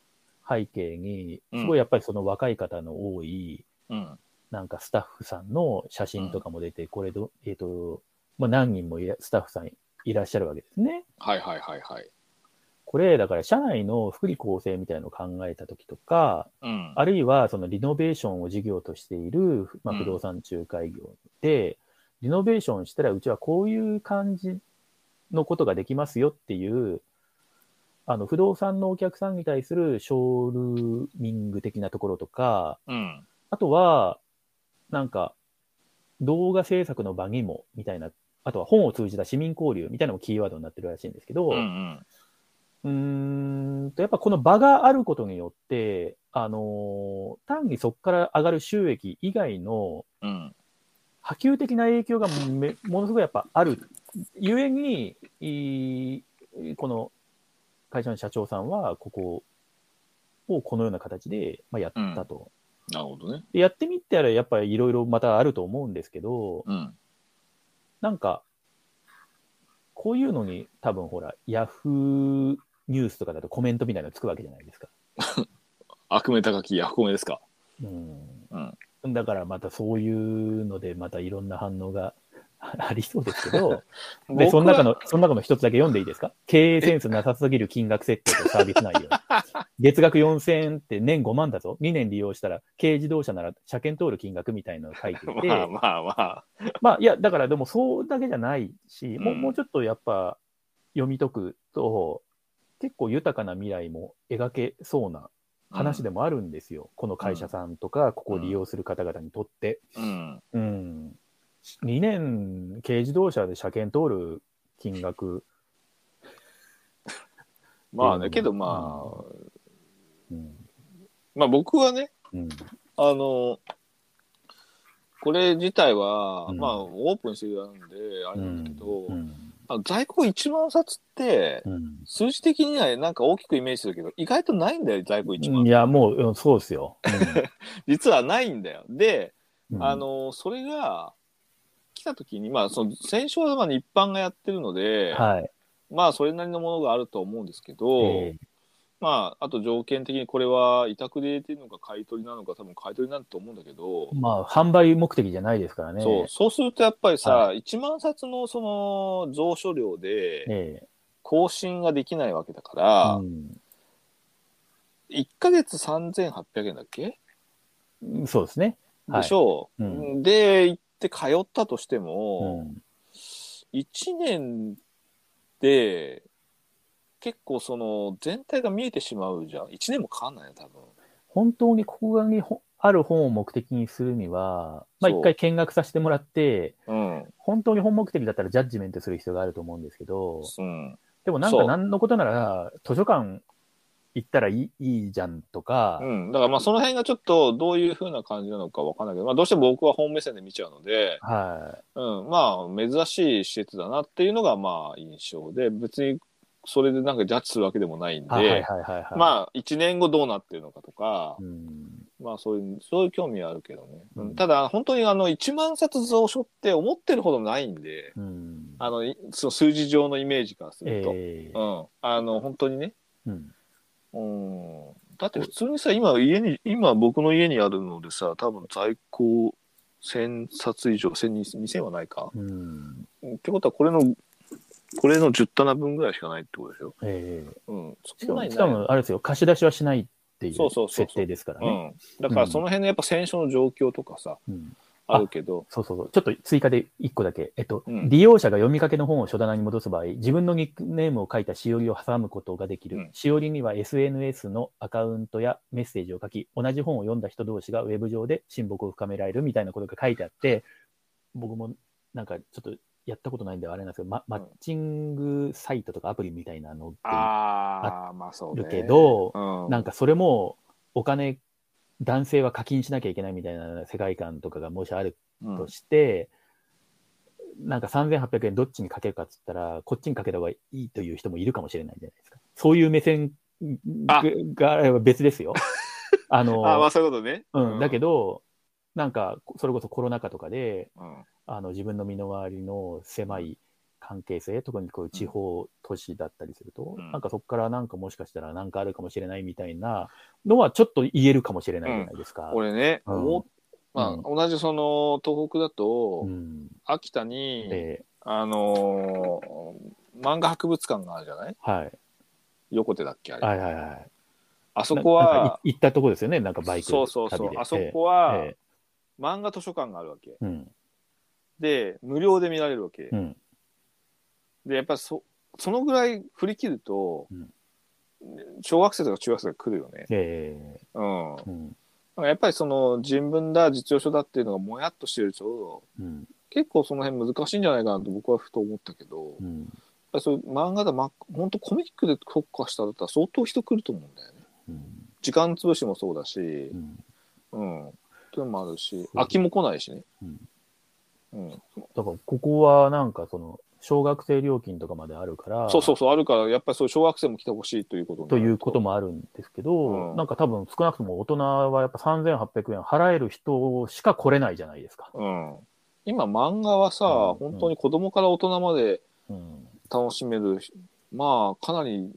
[SPEAKER 2] 背景に、
[SPEAKER 1] うん
[SPEAKER 2] すごいやっぱりその若い方の多い、
[SPEAKER 1] うん。
[SPEAKER 2] なんかスタッフさんの写真とかも出て、これど、えっと、まあ、何人もいらスタッフさんいらっしゃるわけですね。
[SPEAKER 1] はいはいはいはい。
[SPEAKER 2] これ、だから社内の福利厚生みたいのを考えたときとか、
[SPEAKER 1] うん。
[SPEAKER 2] あるいはそのリノベーションを事業としている、まあ、不動産仲介業で、リノベーションしたらうちはこういう感じのことができますよっていう、あの不動産のお客さんに対するショールーミング的なところとか、
[SPEAKER 1] うん。
[SPEAKER 2] あとは、なんか、動画制作の場にもみたいな、あとは本を通じた市民交流みたいなのもキーワードになってるらしいんですけど、
[SPEAKER 1] うんうん。
[SPEAKER 2] うーんと、やっぱこの場があることによって、あのー単にそこから上がる収益以外の
[SPEAKER 1] うん。
[SPEAKER 2] 波及的な影響がめものすごいやっぱある。ゆえに、いいこの会社の社長さんは、ここをこのような形で、まあ、やったと、
[SPEAKER 1] なるほどね。
[SPEAKER 2] でやってみたら、やっぱりいろいろまたあると思うんですけど、
[SPEAKER 1] うん。
[SPEAKER 2] なんか、こういうのに多分ほら、ヤフーニュースとかだとコメントみたいなのつくわけじゃないですか。
[SPEAKER 1] 悪名高きヤフコメですか。
[SPEAKER 2] うんだからまたそういうので、またいろんな反応が ありそうです けど、で、その中の、その中の一つだけ読んでいいですか経営センスなさすぎる金額設定とサービス内 容。月額4000円って年5万だぞ。2年利用したら、軽自動車なら車検通る金額みたいなのを書いていて、
[SPEAKER 1] 僕は。 まあまあまあ。
[SPEAKER 2] まあ、いや、だからでもそうだけじゃないし、もう
[SPEAKER 1] うん
[SPEAKER 2] もうちょっとやっぱ読み解くと、結構豊かな未来も描けそうな話でもあるんですよ。この会社さんとか、ここを利用する方々にとって。
[SPEAKER 1] うん。
[SPEAKER 2] うん。2年軽自動車で車検通る金額。
[SPEAKER 1] まあ
[SPEAKER 2] う
[SPEAKER 1] ね、
[SPEAKER 2] ん
[SPEAKER 1] けどまあ、
[SPEAKER 2] うん。
[SPEAKER 1] まあ僕はね、
[SPEAKER 2] うん。
[SPEAKER 1] あの、これ自体は、
[SPEAKER 2] うん
[SPEAKER 1] まあオープンしてるんで、あ
[SPEAKER 2] う
[SPEAKER 1] れなん
[SPEAKER 2] ん
[SPEAKER 1] だけど、
[SPEAKER 2] うん。
[SPEAKER 1] あの在庫1万冊って、
[SPEAKER 2] うん
[SPEAKER 1] 数字的にはなんか大きくイメージするけど、意外とないんだよ、在庫1万。
[SPEAKER 2] いや、もううん、そうですよ。
[SPEAKER 1] 実はないんだよ。で、
[SPEAKER 2] うん
[SPEAKER 1] あ、の、それが、来た時に、まあ、その、戦勝はまあ一般がやってるので、
[SPEAKER 2] はい。
[SPEAKER 1] まあ、それなりのものがあると思うんですけど、
[SPEAKER 2] え
[SPEAKER 1] まあ、あと条件的にこれは委託で入れてるのか買い取りなのか多分買い取りなんだと思うんだけど、
[SPEAKER 2] ーまあ、販売目的じゃないですからね。
[SPEAKER 1] そうそうするとやっぱりさ、
[SPEAKER 2] は
[SPEAKER 1] 1万冊のその蔵書量で
[SPEAKER 2] ええ
[SPEAKER 1] 更新ができないわけだから、
[SPEAKER 2] うん
[SPEAKER 1] 1ヶ月3800円だっけ
[SPEAKER 2] うんそうですね。はい
[SPEAKER 1] でしょう、
[SPEAKER 2] う
[SPEAKER 1] で行って通ったとして
[SPEAKER 2] う
[SPEAKER 1] も、
[SPEAKER 2] ん。
[SPEAKER 1] 1年で結構その全体が見えてしまうじゃん1年もかかんないよ多分
[SPEAKER 2] 本当にここがにほある本を目的にするには、まあ
[SPEAKER 1] そう
[SPEAKER 2] 一回見学させてもらって、
[SPEAKER 1] うん、
[SPEAKER 2] 本当に本目的だったらジャッジメントする必要があると思うんですけど、
[SPEAKER 1] うん、
[SPEAKER 2] でもなん
[SPEAKER 1] そ
[SPEAKER 2] か
[SPEAKER 1] う
[SPEAKER 2] 何のことなら図書館行ったらいいいいじゃんとか、
[SPEAKER 1] うん、だからまあその辺がちょっとどういう風な感じなのかわかんないけど、まあ、どうしても僕は本目線で見ちゃうので、
[SPEAKER 2] は
[SPEAKER 1] うん、まあ珍しい施設だなっていうのがまあ印象で別にそれでなんかジャッジするわけでもないん
[SPEAKER 2] い。
[SPEAKER 1] で、
[SPEAKER 2] あはいはいはいはい。あ、
[SPEAKER 1] まあ1年後どうなってるのかとか
[SPEAKER 2] う、ん。
[SPEAKER 1] まあそういうそういう興味はあるけどね、うん
[SPEAKER 2] うん
[SPEAKER 1] ただ本当にあの1万冊蔵書って思ってるほどないんで
[SPEAKER 2] うん、
[SPEAKER 1] あのいその数字上のイメージからすると、
[SPEAKER 2] ええ
[SPEAKER 1] うん、あの本当にね
[SPEAKER 2] うん。
[SPEAKER 1] うんだって普通にさ今家に今僕の家にあるのでさ多分在庫1000冊以上1200はないか
[SPEAKER 2] うん。
[SPEAKER 1] ってことはこれのこれの10棚分ぐらいしかないってことでしょ
[SPEAKER 2] え
[SPEAKER 1] うん
[SPEAKER 2] えし
[SPEAKER 1] 少ない
[SPEAKER 2] かも、
[SPEAKER 1] ね
[SPEAKER 2] しかもあれですよ、貸し出しはしないってい
[SPEAKER 1] そうそう
[SPEAKER 2] う
[SPEAKER 1] そうそう
[SPEAKER 2] 設定ですから
[SPEAKER 1] う
[SPEAKER 2] ね。
[SPEAKER 1] ん、だからその辺のやっぱ選書の状況とかさ、
[SPEAKER 2] うん。
[SPEAKER 1] あるけど、
[SPEAKER 2] そうそうそう。ちょっと追加で1個だけ。えっと、
[SPEAKER 1] うん
[SPEAKER 2] 利用者が読みかけの本を書棚に戻す場合、自分のニックネームを書いたしおりを挟むことができる。
[SPEAKER 1] うん
[SPEAKER 2] しおりには SNS のアカウントやメッセージを書き、同じ本を読んだ人同士がウェブ上で親睦を深められるみたいなことが書いてあって、僕もなんかちょっとやったことないんであれなんですけど、まマッチングサイトとかアプリみたいなのって
[SPEAKER 1] ああ、まあそうね。
[SPEAKER 2] るけど
[SPEAKER 1] うん、
[SPEAKER 2] なんかそれもお金、男性は課金しなきゃいけないみたいな世界観とかがもしある
[SPEAKER 1] うん
[SPEAKER 2] として、なんか3800円どっちにかけるかっつったら、こっちにかけた方がいいという人もいるかもしれないじゃないですか。そういう目線が
[SPEAKER 1] あ
[SPEAKER 2] があれば別です よ。あの、
[SPEAKER 1] ああ、まあそういうことね。
[SPEAKER 2] うん、だけ
[SPEAKER 1] ど、
[SPEAKER 2] ど、なんか、それこそコロナ禍とかで、
[SPEAKER 1] うん
[SPEAKER 2] あの自分の身の回りの狭い関係性、特にこういう地方都市だったりすると、
[SPEAKER 1] うん
[SPEAKER 2] なんかそこからなんかもしかしたらなんかあるかもしれないみたいなのはちょっと言えるかもしれないじゃないですか。
[SPEAKER 1] 俺ね、
[SPEAKER 2] うん
[SPEAKER 1] 思っまあ、同じその東北だと、
[SPEAKER 2] うん
[SPEAKER 1] 秋田に、
[SPEAKER 2] で
[SPEAKER 1] あのー漫画博物館があるじゃない
[SPEAKER 2] はい、
[SPEAKER 1] 横手だっけあれ、
[SPEAKER 2] はいはいはい。
[SPEAKER 1] あそこは、
[SPEAKER 2] い行ったとこですよね、なんかバイク
[SPEAKER 1] そうそう
[SPEAKER 2] 旅
[SPEAKER 1] そう
[SPEAKER 2] で
[SPEAKER 1] あそこ
[SPEAKER 2] え
[SPEAKER 1] は、
[SPEAKER 2] え
[SPEAKER 1] 漫画図書館があるわけ
[SPEAKER 2] ええうん
[SPEAKER 1] で無料で見られるわけ、
[SPEAKER 2] うん
[SPEAKER 1] でやっぱりそそのぐらい振り切ると、
[SPEAKER 2] うん
[SPEAKER 1] 小学生とか中学生が来るよね、
[SPEAKER 2] ええ
[SPEAKER 1] うん、
[SPEAKER 2] うん
[SPEAKER 1] なんかやっぱりその人文だ実用書だっていうのがもやっとしてると
[SPEAKER 2] うん
[SPEAKER 1] 結構その辺難しいんじゃないかなと僕はふと思ったけど、
[SPEAKER 2] う
[SPEAKER 1] やっ
[SPEAKER 2] ん
[SPEAKER 1] ぱりそういう漫画だ、ま、本当コミックで特化したんだったら相当人来ると思うんだよね
[SPEAKER 2] うん
[SPEAKER 1] 時間潰しもそうだし
[SPEAKER 2] う、ん
[SPEAKER 1] うん。というのもあるし、
[SPEAKER 2] うん
[SPEAKER 1] 飽きも来ないしね。
[SPEAKER 2] うん
[SPEAKER 1] うん。
[SPEAKER 2] だからここはなんかその小学生料金とかまであるから
[SPEAKER 1] そうそうそう、あるから、やっぱりそういう小学生も来てほしいということにな
[SPEAKER 2] と
[SPEAKER 1] る
[SPEAKER 2] いうこと。もあるんですけど、
[SPEAKER 1] うん
[SPEAKER 2] なんか多分少なくとも大人はやっぱ3800円払える人しか来れないじゃないですか。
[SPEAKER 1] うん。今、漫画はさ、
[SPEAKER 2] うん
[SPEAKER 1] 本当に子供から大人まで
[SPEAKER 2] うん
[SPEAKER 1] 楽しめる、まあ、かなり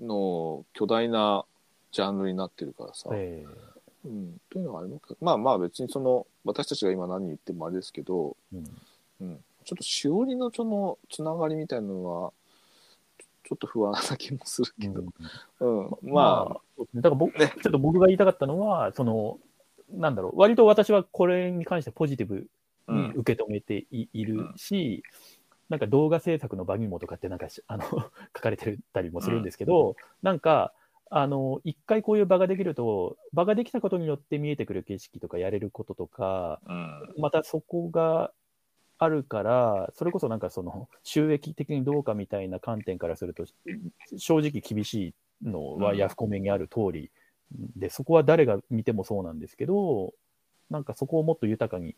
[SPEAKER 1] の巨大なジャンルになってるからさ。
[SPEAKER 2] え
[SPEAKER 1] うん。というのがありますけどまあまあ、別にその、私たちが今何言ってもあれですけど、
[SPEAKER 2] えうん
[SPEAKER 1] うん、ちょっとしおりのそのつながりみたいなのはちょちょっと不安な気もするけど、うんまあ、
[SPEAKER 2] そうですねだから僕、ちょっと僕が言いたかったのは、その、なんだろう、割と私はこれに関してポジティブ
[SPEAKER 1] う
[SPEAKER 2] に
[SPEAKER 1] ん
[SPEAKER 2] 受け止めてい,、るし、なんか動画制作のバニモとかってなんかしあ の書かれてたりもするんですけど、なんか、あの、一回こういう場ができると、場ができたことによって見えてくる景色とかやれることとか、
[SPEAKER 1] うん
[SPEAKER 2] またそこがあるから、それこそなんかその収益的にどうかみたいな観点からすると、正直厳しいのは
[SPEAKER 1] うん
[SPEAKER 2] ヤフコメにある通りで、そこは誰が見てもそうなんですけど、なんかそこをもっと豊かに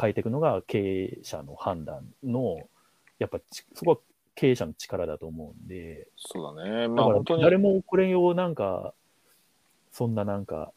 [SPEAKER 2] 変えていくのが経営者の判断の、やっぱちそこは経営者の力だと思うんで、
[SPEAKER 1] そうだねま
[SPEAKER 2] だ
[SPEAKER 1] あ
[SPEAKER 2] か
[SPEAKER 1] 本当
[SPEAKER 2] ら
[SPEAKER 1] に
[SPEAKER 2] 誰もこれをなんか、そんななんか、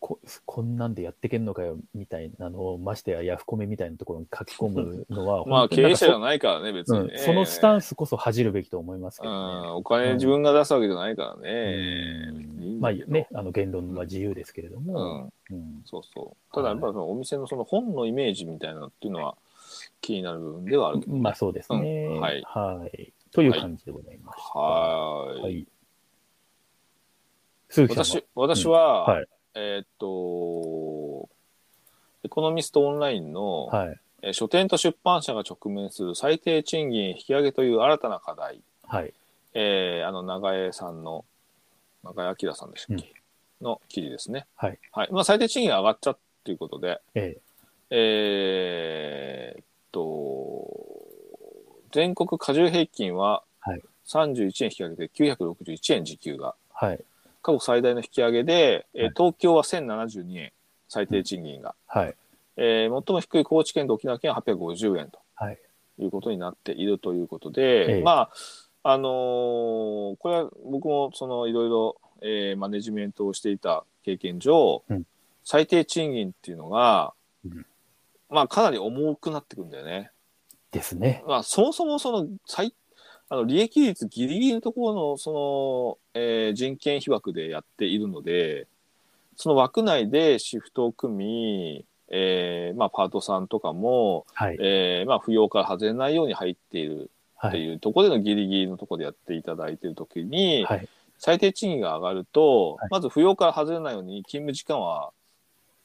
[SPEAKER 2] ここんなんでやってけんのかよみたいなのを、ましてやヤフコメみたいなところに書き込むのは、
[SPEAKER 1] まあ
[SPEAKER 2] 本当
[SPEAKER 1] 経
[SPEAKER 2] になん
[SPEAKER 1] 営
[SPEAKER 2] かそ
[SPEAKER 1] 者じゃないからね別
[SPEAKER 2] う
[SPEAKER 1] に
[SPEAKER 2] ん
[SPEAKER 1] ね、
[SPEAKER 2] そのスタンスこそ恥じるべきと思いますけ
[SPEAKER 1] う
[SPEAKER 2] どね
[SPEAKER 1] ん、お金自分が出すわけじゃないからね、別にいい
[SPEAKER 2] うんん。まあ
[SPEAKER 1] だけど
[SPEAKER 2] ね、あの言論は自由ですけれど
[SPEAKER 1] う
[SPEAKER 2] も、
[SPEAKER 1] ん、
[SPEAKER 2] うん
[SPEAKER 1] そうそうただやっぱりそのお店のその本のイメージみたいなのっていうのは気になる部分ではあるけど、
[SPEAKER 2] まあそうですね、
[SPEAKER 1] うんはい
[SPEAKER 2] はいという感じでございました。
[SPEAKER 1] はーい
[SPEAKER 2] はい。鈴木さんは
[SPEAKER 1] 私私は、
[SPEAKER 2] うんはい
[SPEAKER 1] えーっとエコノミストオンラインの、
[SPEAKER 2] はい。
[SPEAKER 1] えー書店と出版社が直面する最低賃金引き上げという新たな課題、
[SPEAKER 2] はい。
[SPEAKER 1] えーあの長江さんの長江明さんでしたっけ、の記事ですね。
[SPEAKER 2] はい、
[SPEAKER 1] まあ、最低賃金が上がっちゃっていうことで、
[SPEAKER 2] え
[SPEAKER 1] えーっと全国加重平均は
[SPEAKER 2] はい
[SPEAKER 1] 31円引き上げて961円時給が
[SPEAKER 2] はい。
[SPEAKER 1] 過去最大の引き上げで、えー
[SPEAKER 2] はい
[SPEAKER 1] 東京は1072円最低賃金が、
[SPEAKER 2] はい。
[SPEAKER 1] えー最も低い高知県と沖縄県は850円と
[SPEAKER 2] はい
[SPEAKER 1] いうことになっているということで、
[SPEAKER 2] ええ
[SPEAKER 1] まああのーこれは僕もそのいろいろ、えーマネジメントをしていた経験上、
[SPEAKER 2] うん
[SPEAKER 1] 最低賃金っていうのが、
[SPEAKER 2] うん
[SPEAKER 1] まあかなり重くなってくんだよね。
[SPEAKER 2] ですね。
[SPEAKER 1] まあそもそもその最あの利益率ギリギリのところのその、えー人件費枠でやっているのでその枠内でシフトを組み、えーまあ、パートさんとかも、
[SPEAKER 2] はい。
[SPEAKER 1] えーまあ、扶養から外れないように入っているっ
[SPEAKER 2] は
[SPEAKER 1] て
[SPEAKER 2] い。
[SPEAKER 1] いうところでのギリギリのところでやっていただいているときに、
[SPEAKER 2] はい。
[SPEAKER 1] 最低賃金が上がると、
[SPEAKER 2] はい
[SPEAKER 1] まず扶養から外れないように勤務時間は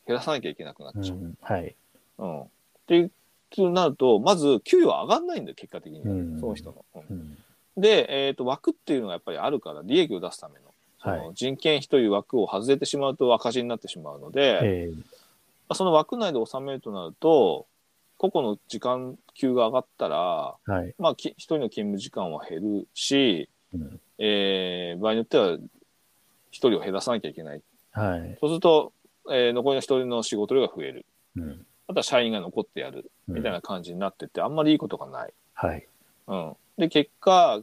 [SPEAKER 1] 減らさなきゃいけなくなっ
[SPEAKER 2] う
[SPEAKER 1] ちゃう。
[SPEAKER 2] んはい。
[SPEAKER 1] うんっていうなると、まず給与は上がんないんだよ、結果的に、
[SPEAKER 2] うん
[SPEAKER 1] その人の。うん
[SPEAKER 2] うん
[SPEAKER 1] で、えーと、枠っていうのがやっぱりあるから、利益を出すための。そ
[SPEAKER 2] はい
[SPEAKER 1] の人件費という枠を外れてしまうと赤字になってしまうので、
[SPEAKER 2] えー
[SPEAKER 1] まあその枠内で収めるとなると、個々の時間給が上がったら、
[SPEAKER 2] はい。
[SPEAKER 1] まあ、き一人の勤務時間は減るし、
[SPEAKER 2] うん
[SPEAKER 1] えー場合によっては一人を減らさなきゃいけない。
[SPEAKER 2] はい。
[SPEAKER 1] そうすると、えー残りの一人の仕事量が増える。
[SPEAKER 2] うん
[SPEAKER 1] あとは社員が残ってやる。みたいな感じになってって、あんまりいいことがない。
[SPEAKER 2] はい。
[SPEAKER 1] うん。で、結果、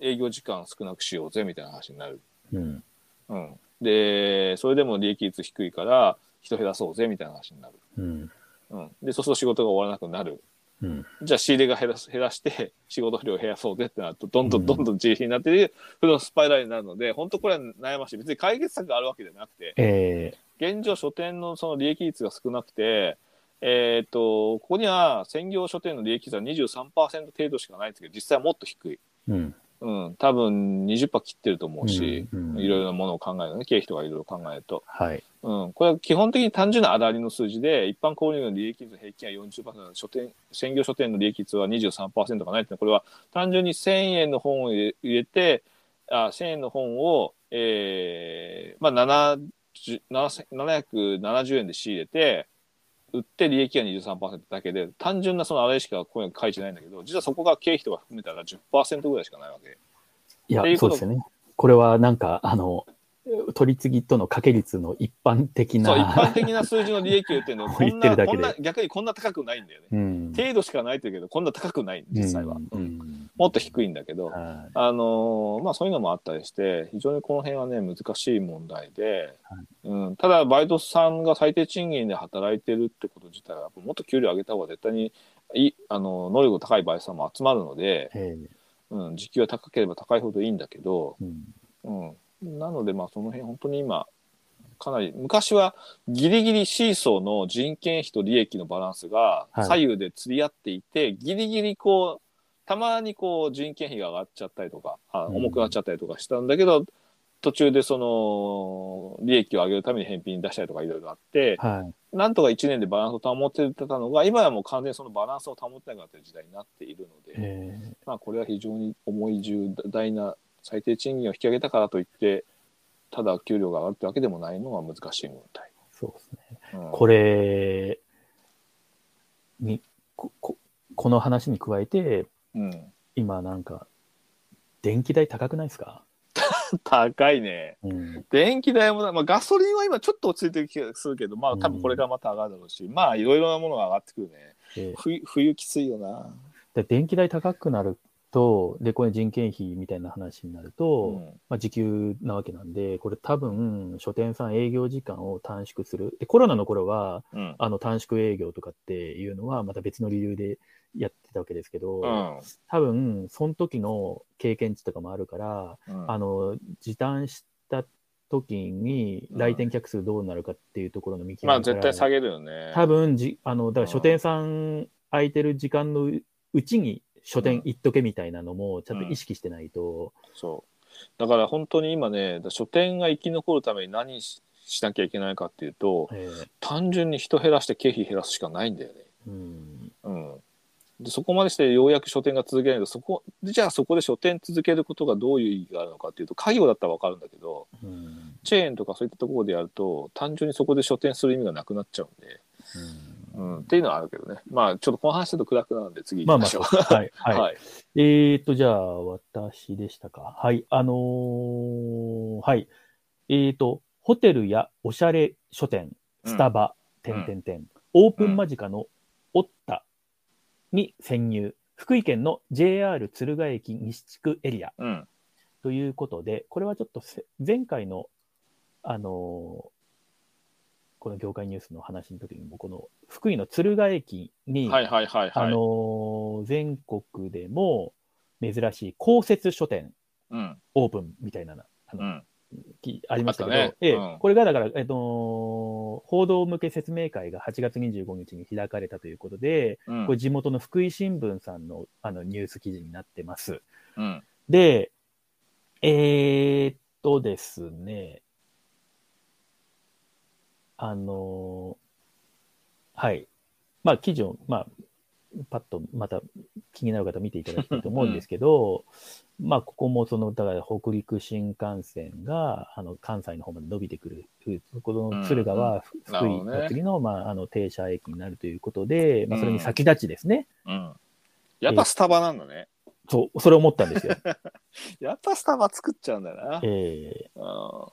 [SPEAKER 1] 営業時間少なくしようぜ、みたいな話になる。
[SPEAKER 2] うん
[SPEAKER 1] うん。で、それでも利益率低いから、人減らそうぜ、みたいな話になる。
[SPEAKER 2] うん
[SPEAKER 1] うん。で、そうすると仕事が終わらなくなる。
[SPEAKER 2] うん
[SPEAKER 1] じゃあ仕入れが減らす減らして、仕事量を減らそうぜってなると、どんどんどんどん自費になってる、負のスパイラルになるので、本当これは悩ましい。別に解決策があるわけじゃなくて、
[SPEAKER 2] え
[SPEAKER 1] 現状書店のその利益率が少なくて、えっ、と、ここには専業書店の利益率は23%程度しかないんですけど、実際はもっと低い。
[SPEAKER 2] ーうん
[SPEAKER 1] うん、多分20%切ってると思うし、
[SPEAKER 2] うんうん
[SPEAKER 1] いろいろなものを考えるのね、経費とかいろいろ考えると。
[SPEAKER 2] はい。
[SPEAKER 1] うん、これは基本的に単純なあだりの数字で、一般購入の利益率の平均は40%、書店、専業書店の利益率は23%がないってのはこれは単純に1000円の本を入れ入れて、あ1000円の本を、えー、まあ、70 770円で仕入れて、売って利益が23%だけで、単純なそのあれしかこういうの書いてないんだけど、実はそこが経費とか含めたら10%ぐらいしかないわけ。
[SPEAKER 2] いや
[SPEAKER 1] っていう、
[SPEAKER 2] そ
[SPEAKER 1] こ
[SPEAKER 2] う
[SPEAKER 1] と
[SPEAKER 2] ですよね。これはなんか、あの、取り次ぎとの掛け率の一般的
[SPEAKER 1] そう、一般
[SPEAKER 2] な、
[SPEAKER 1] 的な数字の利益を言ってる のこ
[SPEAKER 2] 言
[SPEAKER 1] ん
[SPEAKER 2] って
[SPEAKER 1] な、
[SPEAKER 2] るだけ
[SPEAKER 1] こん
[SPEAKER 2] で
[SPEAKER 1] な、逆にこんな高くないんだよね。
[SPEAKER 2] うん
[SPEAKER 1] 程度しかないって言うけど、こんな高くない、実際は。
[SPEAKER 2] う
[SPEAKER 1] うん
[SPEAKER 2] ん
[SPEAKER 1] もっと低いんだけど、
[SPEAKER 2] は
[SPEAKER 1] あのーまあそういうのもあったりして、非常にこの辺はね、難しい問題で、うん、ただ、バイトさんが最低賃金で働いてるってこと自体は、もっと給料上げた方が絶対にいい、あの、能力の高いバイトさんも集まるので、
[SPEAKER 2] いえー
[SPEAKER 1] うん、時給は高ければ高いほどいいんだけど、
[SPEAKER 2] うん
[SPEAKER 1] うん、なので、まあ、その辺、本当に今、かなり、昔はギリギリシーソーの人件費と利益のバランスが
[SPEAKER 2] はい
[SPEAKER 1] 左右で釣り合っていて、ギリギリこう、たまにこう人件費が上がっちゃったりとか、あ
[SPEAKER 2] うん
[SPEAKER 1] 重くなっちゃったりとかしたんだけど、途中でその、利益を上げるために返品出したりとかいろいろあって、
[SPEAKER 2] はい。
[SPEAKER 1] なんとか1年でバランスを保ってたのが、今はもう完全にそのバランスを保ってなくなってる時代になっているので、
[SPEAKER 2] えー
[SPEAKER 1] まあ、これは非常に重い重大な最低賃金を引き上げたからといって、ただ給料が上がるってわけでもないのは難しい問題。
[SPEAKER 2] そうですね。
[SPEAKER 1] うん
[SPEAKER 2] これにここ、この話に加えて、
[SPEAKER 1] うん、
[SPEAKER 2] 今なんか、電気代高くないですか、
[SPEAKER 1] 高いね。
[SPEAKER 2] うん、
[SPEAKER 1] 電気代もな、まあ、ガソリンは今ちょっと落ち着いてる気がするけど、まあ多分これからまた上がるだろうし、まあいろいろなものが上がってくるね。
[SPEAKER 2] で
[SPEAKER 1] 冬冬きついよな。
[SPEAKER 2] で電気代高くなると、で、これ人件費みたいな話になると、
[SPEAKER 1] うん
[SPEAKER 2] まあ、時給なわけなんで、これ多分、書店さん営業時間を短縮する。で、コロナの頃は、
[SPEAKER 1] うん
[SPEAKER 2] あの短縮営業とかっていうのは、また別の理由でやってたわけですけど、
[SPEAKER 1] うん
[SPEAKER 2] 多分、その時の経験値とかもあるから、
[SPEAKER 1] うん
[SPEAKER 2] あの、時短した時に来店客数どうなるかっていうところの見極め
[SPEAKER 1] まあ
[SPEAKER 2] から
[SPEAKER 1] 絶対下げるよね。
[SPEAKER 2] 多分じ、あの、だか
[SPEAKER 1] うん
[SPEAKER 2] ら書店さん空いてる時間のううちに書店行っとけみたいなのも、ちゃんと意識してないと、
[SPEAKER 1] そう。だから本当に今ね、書店が生き残るために何ししなきゃいけないかっていうと、
[SPEAKER 2] えー
[SPEAKER 1] 単純に人減らして経費減らすしかないんだよね。
[SPEAKER 2] うん、
[SPEAKER 1] うん、でそこまでしてようやく書店が続けないとそこじゃあそこで書店続けることがどういう意義があるのかっていうと家業だったら分かるんだけど
[SPEAKER 2] うんうん
[SPEAKER 1] チェーンとかそういったところでやると単純にそこで書店する意味がなくなっちゃうんで、うん、っていうのはあるけどねまあちょっとこの話すると暗くなるんで次
[SPEAKER 2] ま
[SPEAKER 1] 行
[SPEAKER 2] あ
[SPEAKER 1] き
[SPEAKER 2] ま
[SPEAKER 1] ま
[SPEAKER 2] あ
[SPEAKER 1] しょう。
[SPEAKER 2] はい、
[SPEAKER 1] は、
[SPEAKER 2] はいい。えーっと、じゃあ、私でしたか。はい、あのーはい。えーっと、ホテルやおしゃれ書店、スタバ、
[SPEAKER 1] う
[SPEAKER 2] て
[SPEAKER 1] ん
[SPEAKER 2] んてんてん、オープン間近のオッタに潜入、福井県の JR 敦賀駅西地区エリア
[SPEAKER 1] うん
[SPEAKER 2] ということで、これはちょっとせ前回の、あのーこの業界ニュースの話の時にも、この福井の敦賀駅に、
[SPEAKER 1] はいはいはい
[SPEAKER 2] あ
[SPEAKER 1] はい。
[SPEAKER 2] のー全国でも珍しい公設書店
[SPEAKER 1] うん
[SPEAKER 2] オープンみたいなのあの、
[SPEAKER 1] うん
[SPEAKER 2] きありましたけど、
[SPEAKER 1] あったね
[SPEAKER 2] ええ
[SPEAKER 1] うん
[SPEAKER 2] これがだから、えっと、報道向け説明会が8月25日に開かれたということで、
[SPEAKER 1] うん
[SPEAKER 2] これ地元の福井新聞さんのあのニュース記事になってます。
[SPEAKER 1] うん
[SPEAKER 2] で、えーっとですね、あのーはい。まあ、記事を、まあ、パッとまた気になる方見ていただきたいと思うんですけど、まあ、ここもその、だから北陸新幹線が、あの、関西の方まで伸びてくる。この敦賀はふ
[SPEAKER 1] な
[SPEAKER 2] 福
[SPEAKER 1] る
[SPEAKER 2] 井
[SPEAKER 1] ほどね
[SPEAKER 2] の次の、まあ、あの、停車駅になるということで、まあ、それに
[SPEAKER 1] うん
[SPEAKER 2] 先立ちですね。
[SPEAKER 1] うん。やっぱスタバなんだね。
[SPEAKER 2] そう、それ思ったんで すよ。
[SPEAKER 1] やっぱスタバ作っちゃうんだな。
[SPEAKER 2] え
[SPEAKER 1] あ
[SPEAKER 2] ー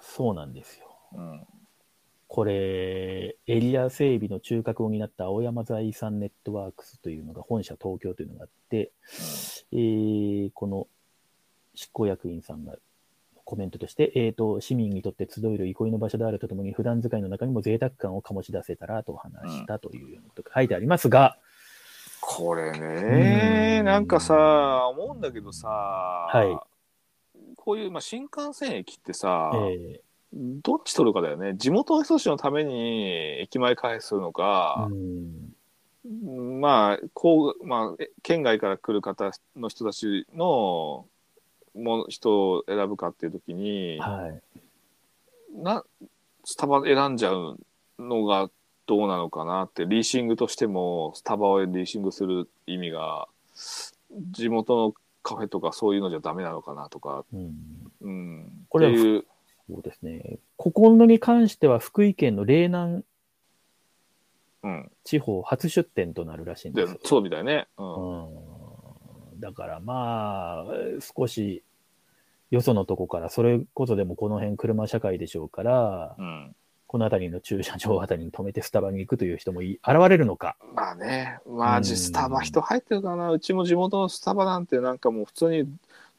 [SPEAKER 2] そうなんですよ。
[SPEAKER 1] ーうん。
[SPEAKER 2] これ、エリア整備の中核を担った青山財産ネットワークスというのが本社東京というのがあって、えーこの執行役員さんがコメントとして、えー、と市民にとって集える憩いの場所であるとともに、普段使いの中にも贅沢感を醸し出せたらと話したというようなことが書いてありますが、
[SPEAKER 1] これね、
[SPEAKER 2] うん
[SPEAKER 1] なんかさ、思うんだけどさ、はい、こういう、まあ、新幹線駅ってさ、
[SPEAKER 2] え
[SPEAKER 1] どっち取るかだよね。地元の人たちのために駅前開発するの
[SPEAKER 2] ー
[SPEAKER 1] か
[SPEAKER 2] う、ん
[SPEAKER 1] まあ、こう、まあ、え県外から来る方の人たちの、も人を選ぶかっていう時に、
[SPEAKER 2] はい
[SPEAKER 1] な、スタバ選んじゃうのがどうなのかなって、リーシングとしても、スタバをリーシングする意味が、地元のカフェとかそういうのじゃダメなのかなとか、
[SPEAKER 2] うん、
[SPEAKER 1] うん。
[SPEAKER 2] これは
[SPEAKER 1] っていう、
[SPEAKER 2] そうですね、ここのに関しては、福井県の嶺南
[SPEAKER 1] うん。
[SPEAKER 2] 地方初出店となるらしいん
[SPEAKER 1] で
[SPEAKER 2] ですよ。
[SPEAKER 1] そうみたいね。うん。
[SPEAKER 2] うんだからまあ、少しよそのとこから、それこそでもこの辺車社会でしょうから、
[SPEAKER 1] うん。
[SPEAKER 2] この辺りの駐車場あたりに止めてスタバに行くという人もい現れるのか。
[SPEAKER 1] まあね、ま
[SPEAKER 2] う
[SPEAKER 1] あ、
[SPEAKER 2] ん
[SPEAKER 1] じスタバ人入ってるかな、うちも地元のスタバなんて、なんかもう普通に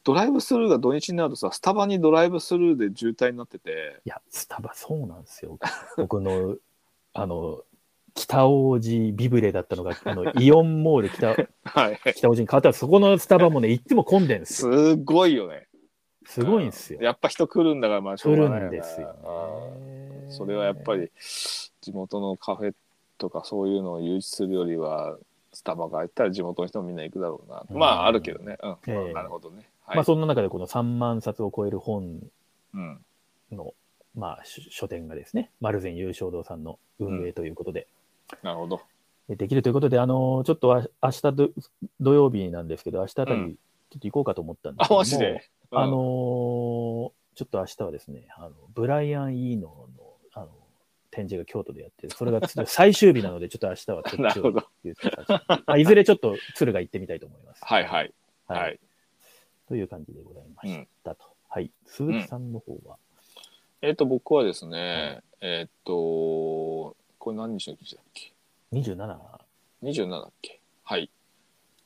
[SPEAKER 1] ドライブスルーが土日になるとさ、スタバにドライブスルーで渋滞になってて、
[SPEAKER 2] いや、スタバそうなんですよ。僕の、あの、北王子ビブレだった のが、あの、イオンモール北、
[SPEAKER 1] はい、
[SPEAKER 2] 北王子に変わったら、そこのスタバもね、いつも混んでんです
[SPEAKER 1] す
[SPEAKER 2] よ。
[SPEAKER 1] ごいよね。
[SPEAKER 2] すごいんです
[SPEAKER 1] う
[SPEAKER 2] よ。
[SPEAKER 1] やっぱ人来るんだから、まあ、しょ
[SPEAKER 2] 来
[SPEAKER 1] うがな
[SPEAKER 2] る
[SPEAKER 1] いよ
[SPEAKER 2] ん
[SPEAKER 1] ね
[SPEAKER 2] ですよ
[SPEAKER 1] う
[SPEAKER 2] ね。
[SPEAKER 1] んそれはやっぱり、地元のカフェとかそういうのを誘致するよりは、スタバが入ったら地元の人もみんな行くだろうな。
[SPEAKER 2] うん
[SPEAKER 1] まあ、あるけどね。うん、
[SPEAKER 2] ええ
[SPEAKER 1] なるほどね。はい。
[SPEAKER 2] まあそんな中でこの3万冊を超える本
[SPEAKER 1] うん。
[SPEAKER 2] の、まあ、し書店がですね、丸善優勝堂さんの運営ということで、
[SPEAKER 1] なるほど。
[SPEAKER 2] でできるということで、あのちょっとあ明日ど土曜日なんですけど、明日あたり、
[SPEAKER 1] うん
[SPEAKER 2] ちょっと行こうかと思ったんで
[SPEAKER 1] あ、
[SPEAKER 2] すけども、
[SPEAKER 1] マジで。うん
[SPEAKER 2] あのーちょっと明日はですね、あのブライアン・イーノのあの展示が京都でやって、それがちょっと最終日なので、ちょっと明日はち ょ
[SPEAKER 1] な
[SPEAKER 2] っ
[SPEAKER 1] るほ
[SPEAKER 2] と
[SPEAKER 1] ど。
[SPEAKER 2] いう形で、まあ、いずれちょっと鶴が行ってみたいと思います。
[SPEAKER 1] はいはい。
[SPEAKER 2] はい
[SPEAKER 1] はい
[SPEAKER 2] という感じでございましたと。はい。鈴木さんの方は、
[SPEAKER 1] えっ、と、僕はですね、えっ、と、これ何日の記事だっけ
[SPEAKER 2] 27、
[SPEAKER 1] ?27 だっけはい。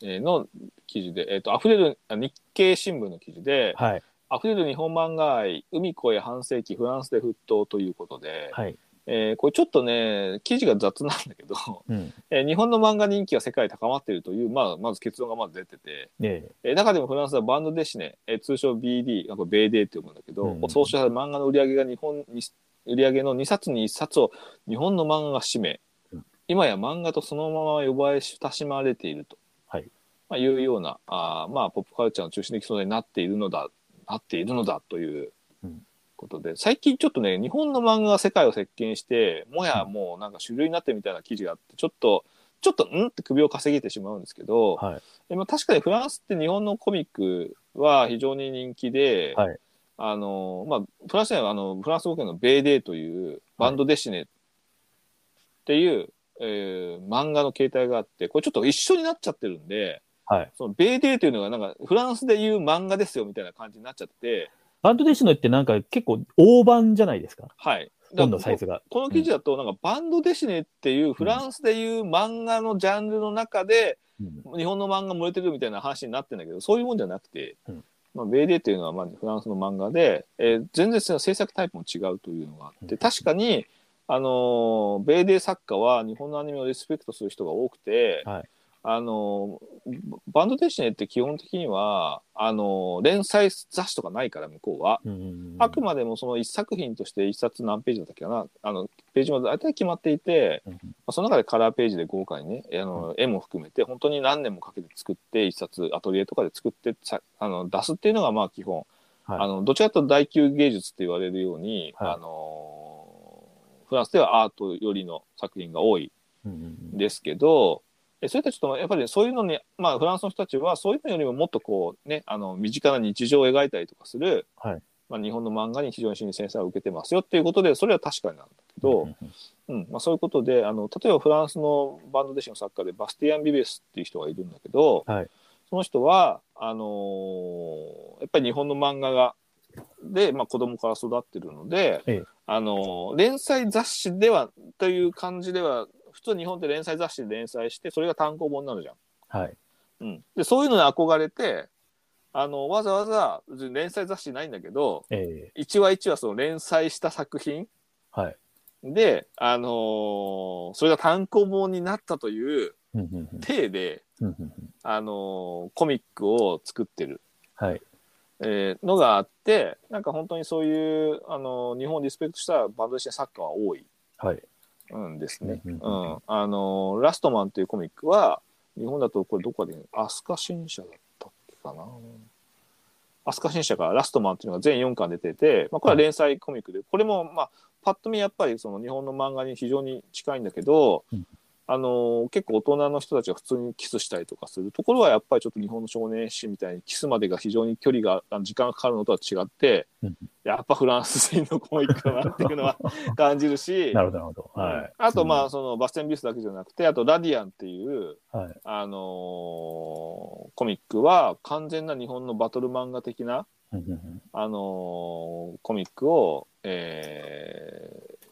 [SPEAKER 1] えーの記事で、えっ、と、溢れる、あ日経新聞の記事で、
[SPEAKER 2] はい、
[SPEAKER 1] 溢れる日本漫画愛、海子へ半世紀フランスで沸騰ということで、
[SPEAKER 2] はい、
[SPEAKER 1] えーこれちょっとね、記事が雑なんだけど、
[SPEAKER 2] うん、
[SPEAKER 1] えー日本の漫画人気が世界で高まっているという、まあ、まず結論がまず出てて、
[SPEAKER 2] ねえ、
[SPEAKER 1] えー中でもフランスはバンドデシネ、えー通称 BD、あこれベーデーって読むんだけど、
[SPEAKER 2] うん
[SPEAKER 1] を創始した漫画の売り上げが日本に、売り上げの2冊に1冊を日本の漫画が占め
[SPEAKER 2] うん、
[SPEAKER 1] 今や漫画とそのまま呼ばれ親しまれていると、
[SPEAKER 2] はい
[SPEAKER 1] まあ、いうようなあー、まあ、ポップカルチャーの中心的存在になっているのだ、なっているのだという
[SPEAKER 2] うん
[SPEAKER 1] ことで、最近ちょっとね、日本の漫画が世界を席巻して、もやもうなんか主流になってるみたいな記事があって、ちょっと、ちょっとんって首をかしげてしまうんですけど、
[SPEAKER 2] はい、
[SPEAKER 1] でも確かにフランスって日本のコミックは非常に人気で、
[SPEAKER 2] はい
[SPEAKER 1] あのまあ、フランスにはあのフランス語圏のベーデーというバンドデシネっていう、えー漫画の形態があってこれちょっと一緒になっちゃってるんで、
[SPEAKER 2] はい
[SPEAKER 1] そのベーデーというのがなんかフランスでいう漫画ですよみたいな感じになっちゃってて、
[SPEAKER 2] バンドデシノってなんか結構大判じゃないですか
[SPEAKER 1] はい、だ
[SPEAKER 2] 本
[SPEAKER 1] か
[SPEAKER 2] の
[SPEAKER 1] ら
[SPEAKER 2] サイズが。
[SPEAKER 1] この記事だとなんかバンドデシネっていうフランスでいう漫画のジャンルの中で、
[SPEAKER 2] うん
[SPEAKER 1] 日本の漫画漏れてるみたいな話になってんだけどそういうもんじゃなくて、
[SPEAKER 2] うん
[SPEAKER 1] まあ、ベーデーっていうのはまあフランスの漫画で、えー全然その制作タイプも違うというのがあって、
[SPEAKER 2] うん
[SPEAKER 1] 確かに、あのーベーデー作家は日本のアニメをリスペクトする人が多くて、
[SPEAKER 2] はい
[SPEAKER 1] あのーバンドデシネって基本的にはあのー連載雑誌とかないから向こうは。
[SPEAKER 2] うん
[SPEAKER 1] あくまでもその一作品として一冊何ページだったっけかなあのページも大体決まっていて、
[SPEAKER 2] うん
[SPEAKER 1] まあ、その中でカラーページで豪華にねあの絵も含めて本当に何年もかけて作って一冊アトリエとかで作ってさあの出すっていうのがまあ基本、
[SPEAKER 2] はい
[SPEAKER 1] あのどちらかというと大級芸術って言われるように、
[SPEAKER 2] はい
[SPEAKER 1] あのフランスではアートよりの作品が多い
[SPEAKER 2] うんうんうん
[SPEAKER 1] ですけど、えそれってちょっとやっぱりそういうのに、まあ、フランスの人たちはそういうのよりももっとこうねあの身近な日常を描いたりとかする、
[SPEAKER 2] はい
[SPEAKER 1] まあ、日本の漫画に非常に新鮮さを受けてますよっていうことでそれは確かになんだけど、
[SPEAKER 2] うんうんうん
[SPEAKER 1] うんまあ、そういうことであの例えばフランスのバンド弟子の作家でバスティアン・ビベスっていう人がいるんだけど、
[SPEAKER 2] はい
[SPEAKER 1] その人はあのーやっぱり日本の漫画がで、まあ、子供から育ってるので、
[SPEAKER 2] ええ
[SPEAKER 1] あのー連載雑誌ではという感じでは普通日本って連載雑誌で連載してそれが単行本になるじゃん。
[SPEAKER 2] はい
[SPEAKER 1] うん、でそういうのに憧れてあのわざわざ別に連載雑誌ないんだけど
[SPEAKER 2] ええ
[SPEAKER 1] 一話一話その連載した作品
[SPEAKER 2] はい
[SPEAKER 1] で、あのーそれが単行本になったという
[SPEAKER 2] うんうんうん
[SPEAKER 1] 体で、
[SPEAKER 2] うんうんうん
[SPEAKER 1] あのーコミックを作ってる、
[SPEAKER 2] はい
[SPEAKER 1] えーのがあってなんか本当にそういう、あのー日本をリスペクトしたバンドでしてサッカーは多い
[SPEAKER 2] はい
[SPEAKER 1] んですね。う
[SPEAKER 2] う
[SPEAKER 1] んん
[SPEAKER 2] うんうん
[SPEAKER 1] あのーラストマンというコミックは日本だとこれどこかで飛鳥新社だったっけかな。飛鳥新社からラストマンっていうのが全4巻出てて、まあ、これは連載コミックで、これもまあパッと見やっぱりその日本の漫画に非常に近いんだけど、
[SPEAKER 2] うん
[SPEAKER 1] あのー結構大人の人たちが普通にキスしたりとかするところはやっぱりちょっと日本の少年誌みたいにキスまでが非常に距離があの時間がかかるのとは違って、
[SPEAKER 2] うん
[SPEAKER 1] やっぱフランス人のコミックだなっていうのは 感じるし
[SPEAKER 2] なるほどなるほどはい
[SPEAKER 1] あとまあそのバステンビウスだけじゃなくてあと「ラディアン」っていう、
[SPEAKER 2] うんはい
[SPEAKER 1] あのーコミックは完全な日本のバトル漫画的な、
[SPEAKER 2] うんうんうん
[SPEAKER 1] あのーコミックを、えー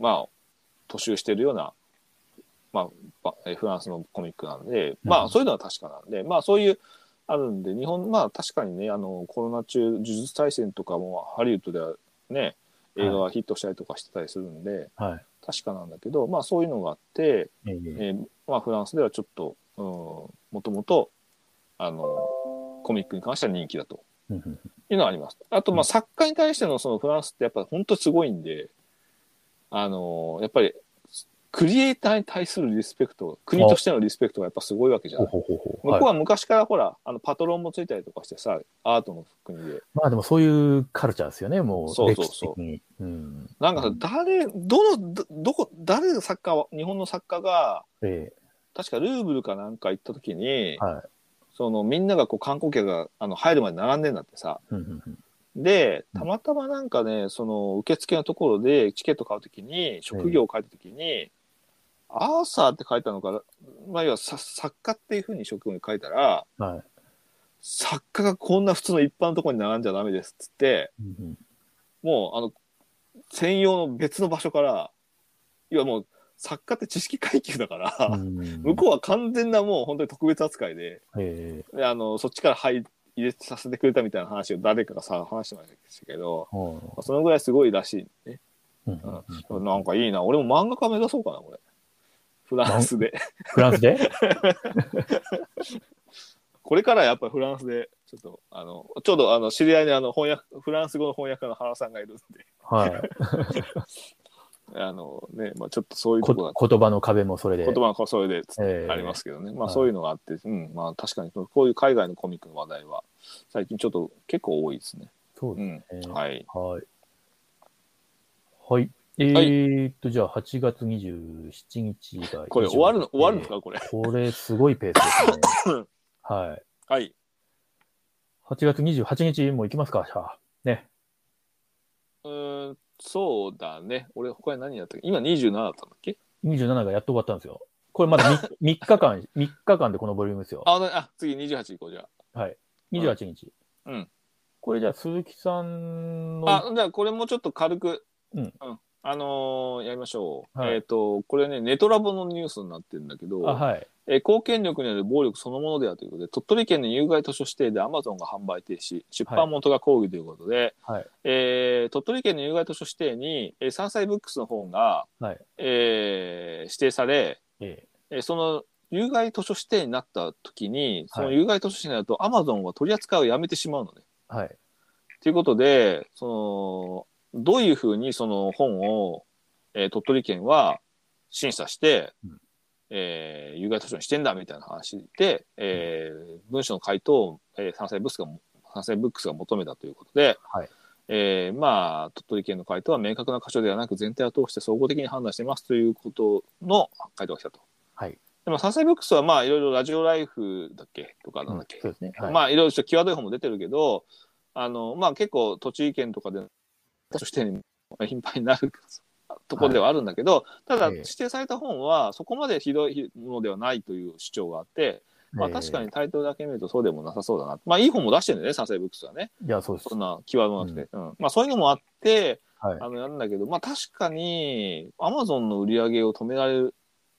[SPEAKER 1] まあ突集してるような、まあば、えーフランスのコミックなんでま
[SPEAKER 2] うん
[SPEAKER 1] あそういうのは確かなんで、まあそういうあるんで日本まあ確かにねあのコロナ中呪術大戦とかもハリウッドではね映画はヒットしたりとかしてたりするんで。
[SPEAKER 2] はい
[SPEAKER 1] 確かなんだけど、まあ、そういうのがあって、え
[SPEAKER 2] ええ
[SPEAKER 1] ーまあ、フランスではちょっと、うん、もともとあのコミックに関しては人気だと
[SPEAKER 2] うんうん
[SPEAKER 1] いうのはあります。あと、
[SPEAKER 2] う
[SPEAKER 1] ま
[SPEAKER 2] ん
[SPEAKER 1] あ、作家に対してのそのフランスってやっぱ本当すごいんで、あのやっぱりクリエイターに対するリスペクト、国としてのリスペクトがやっぱすごいわけじゃ
[SPEAKER 2] ほ
[SPEAKER 1] ない。
[SPEAKER 2] ほほほ
[SPEAKER 1] 向こうは昔からほら、あのパトロンもついたりとかしてさ、アートの国で。
[SPEAKER 2] まあでもそういうカルチャーですよね、もう
[SPEAKER 1] そう
[SPEAKER 2] 歴
[SPEAKER 1] そう
[SPEAKER 2] 史
[SPEAKER 1] そう
[SPEAKER 2] 的に。うん
[SPEAKER 1] なんかさ、誰、どの、どどこ、誰の作家は、日本の作家が、
[SPEAKER 2] え
[SPEAKER 1] 確かルーブルかなんか行った時に、
[SPEAKER 2] えはい
[SPEAKER 1] そのみんながこう観光客があの入るまで並んでんだってさ
[SPEAKER 2] うんうんうん
[SPEAKER 1] でたまたまなんかねその受付のところでチケット買うときに職業を書いたときに、アーサーって書いたのか、まあ、要はさ作家っていうふうに職業に書いたら
[SPEAKER 2] はい
[SPEAKER 1] 作家がこんな普通の一般のところに並んじゃダメですっつって
[SPEAKER 2] うんうん
[SPEAKER 1] もうあの専用の別の場所から要はもう作家って知識階級だから、
[SPEAKER 2] うん
[SPEAKER 1] 向こうは完全なもう本当に特別扱いで。
[SPEAKER 2] ええ
[SPEAKER 1] であのそっちから入入れさせてくれたみたいな話を誰かがさ話してましたけど
[SPEAKER 2] ほ
[SPEAKER 1] まあそのぐらいすごいらしい、ね、
[SPEAKER 2] ううんうんうん
[SPEAKER 1] なんかいいな俺も漫画家目指そうかなこれフランスで
[SPEAKER 2] フランスで
[SPEAKER 1] これからやっぱりフランスでちょっとあのちょうどあの知り合いにあの翻訳フランス語の翻訳家の原さんがいるんで
[SPEAKER 2] はい
[SPEAKER 1] あのね、まあ、ちょっとそういうとこだ
[SPEAKER 2] こ言葉の壁もそれで。
[SPEAKER 1] 言葉のそれでつ
[SPEAKER 2] ええ
[SPEAKER 1] ありますけどね、まあ
[SPEAKER 2] はい
[SPEAKER 1] そういうのがあって、うんまあ確かにこういう海外のコミックの話題は最近ちょっと結構多いですね。
[SPEAKER 2] そう
[SPEAKER 1] う
[SPEAKER 2] で
[SPEAKER 1] ん、
[SPEAKER 2] すね。
[SPEAKER 1] はい。
[SPEAKER 2] はい。はい。えーっと、じゃあ8月27日が。
[SPEAKER 1] これ終わるの終わるのかこれ。。
[SPEAKER 2] えーこれすごいペースですねはい。
[SPEAKER 1] はい。
[SPEAKER 2] 8月28日も行きますか、じゃあ。ね。
[SPEAKER 1] うーん、そうだね。俺、他に何やったっけ今27だったんだっけ
[SPEAKER 2] 27がやっと終わったんですよ。これまだ 3, 日間、3日間でこのボリュームですよ。
[SPEAKER 1] あ、なあ次28行こう、じゃ
[SPEAKER 2] はい。28日。
[SPEAKER 1] うん。
[SPEAKER 2] これじゃあ、鈴木さんの。
[SPEAKER 1] あ。あ、じゃあこれもちょっと軽く、
[SPEAKER 2] うん
[SPEAKER 1] あのーやりましょう。
[SPEAKER 2] はい
[SPEAKER 1] えっ、と、これね、ネトラボのニュースになってるんだけど、
[SPEAKER 2] あはい。
[SPEAKER 1] えー貢献力による暴力そのものであるということで、鳥取県の有害図書指定でアマゾンが販売停止、出版元が抗議ということで、
[SPEAKER 2] はい
[SPEAKER 1] えー鳥取県の有害図書指定に、えー、山菜ブックスの本が、
[SPEAKER 2] はい
[SPEAKER 1] えー指定され、
[SPEAKER 2] え
[SPEAKER 1] えーその有害図書指定になった時にその
[SPEAKER 2] はい
[SPEAKER 1] 有害図書指定になるとアマゾンは取り扱いをやめてしまうのね。
[SPEAKER 2] えはい。
[SPEAKER 1] ということでそのどういうふうにその本を、えー鳥取県は審査して、
[SPEAKER 2] うん
[SPEAKER 1] えー有害図書にしてんだみたいな話で、えー文書の回答を、えー、山菜ブックスが山菜ブックスが求めたということで、
[SPEAKER 2] はい
[SPEAKER 1] えーまあ、鳥取県の回答は明確な箇所ではなく、全体を通して総合的に判断してますということの回答が来たと。
[SPEAKER 2] はい。
[SPEAKER 1] でも、サンサイブックスは、まあ、いろいろラジオライフだっけとか、なんだっけ、
[SPEAKER 2] うんそうですねはい
[SPEAKER 1] まあ、いろいろちょっと際どい本も出てるけど、あの、まあ、結構、栃木県とかで、として頻繁になるところではあるんだけど、ただ、
[SPEAKER 2] ええ
[SPEAKER 1] 指定された本は、そこまでひどいものではないという主張があって、まあ、
[SPEAKER 2] えー
[SPEAKER 1] 確かにタイトルだけ見るとそうでもなさそうだな。まあ、いい本も出してるんだよね、サンサイブックスはね。
[SPEAKER 2] いや、そうです
[SPEAKER 1] そ。んな際どなくて、うんまあそういうのもあって、
[SPEAKER 2] はい
[SPEAKER 1] あのなんだけど、まあ確かに、アマゾンの売り上げを止められ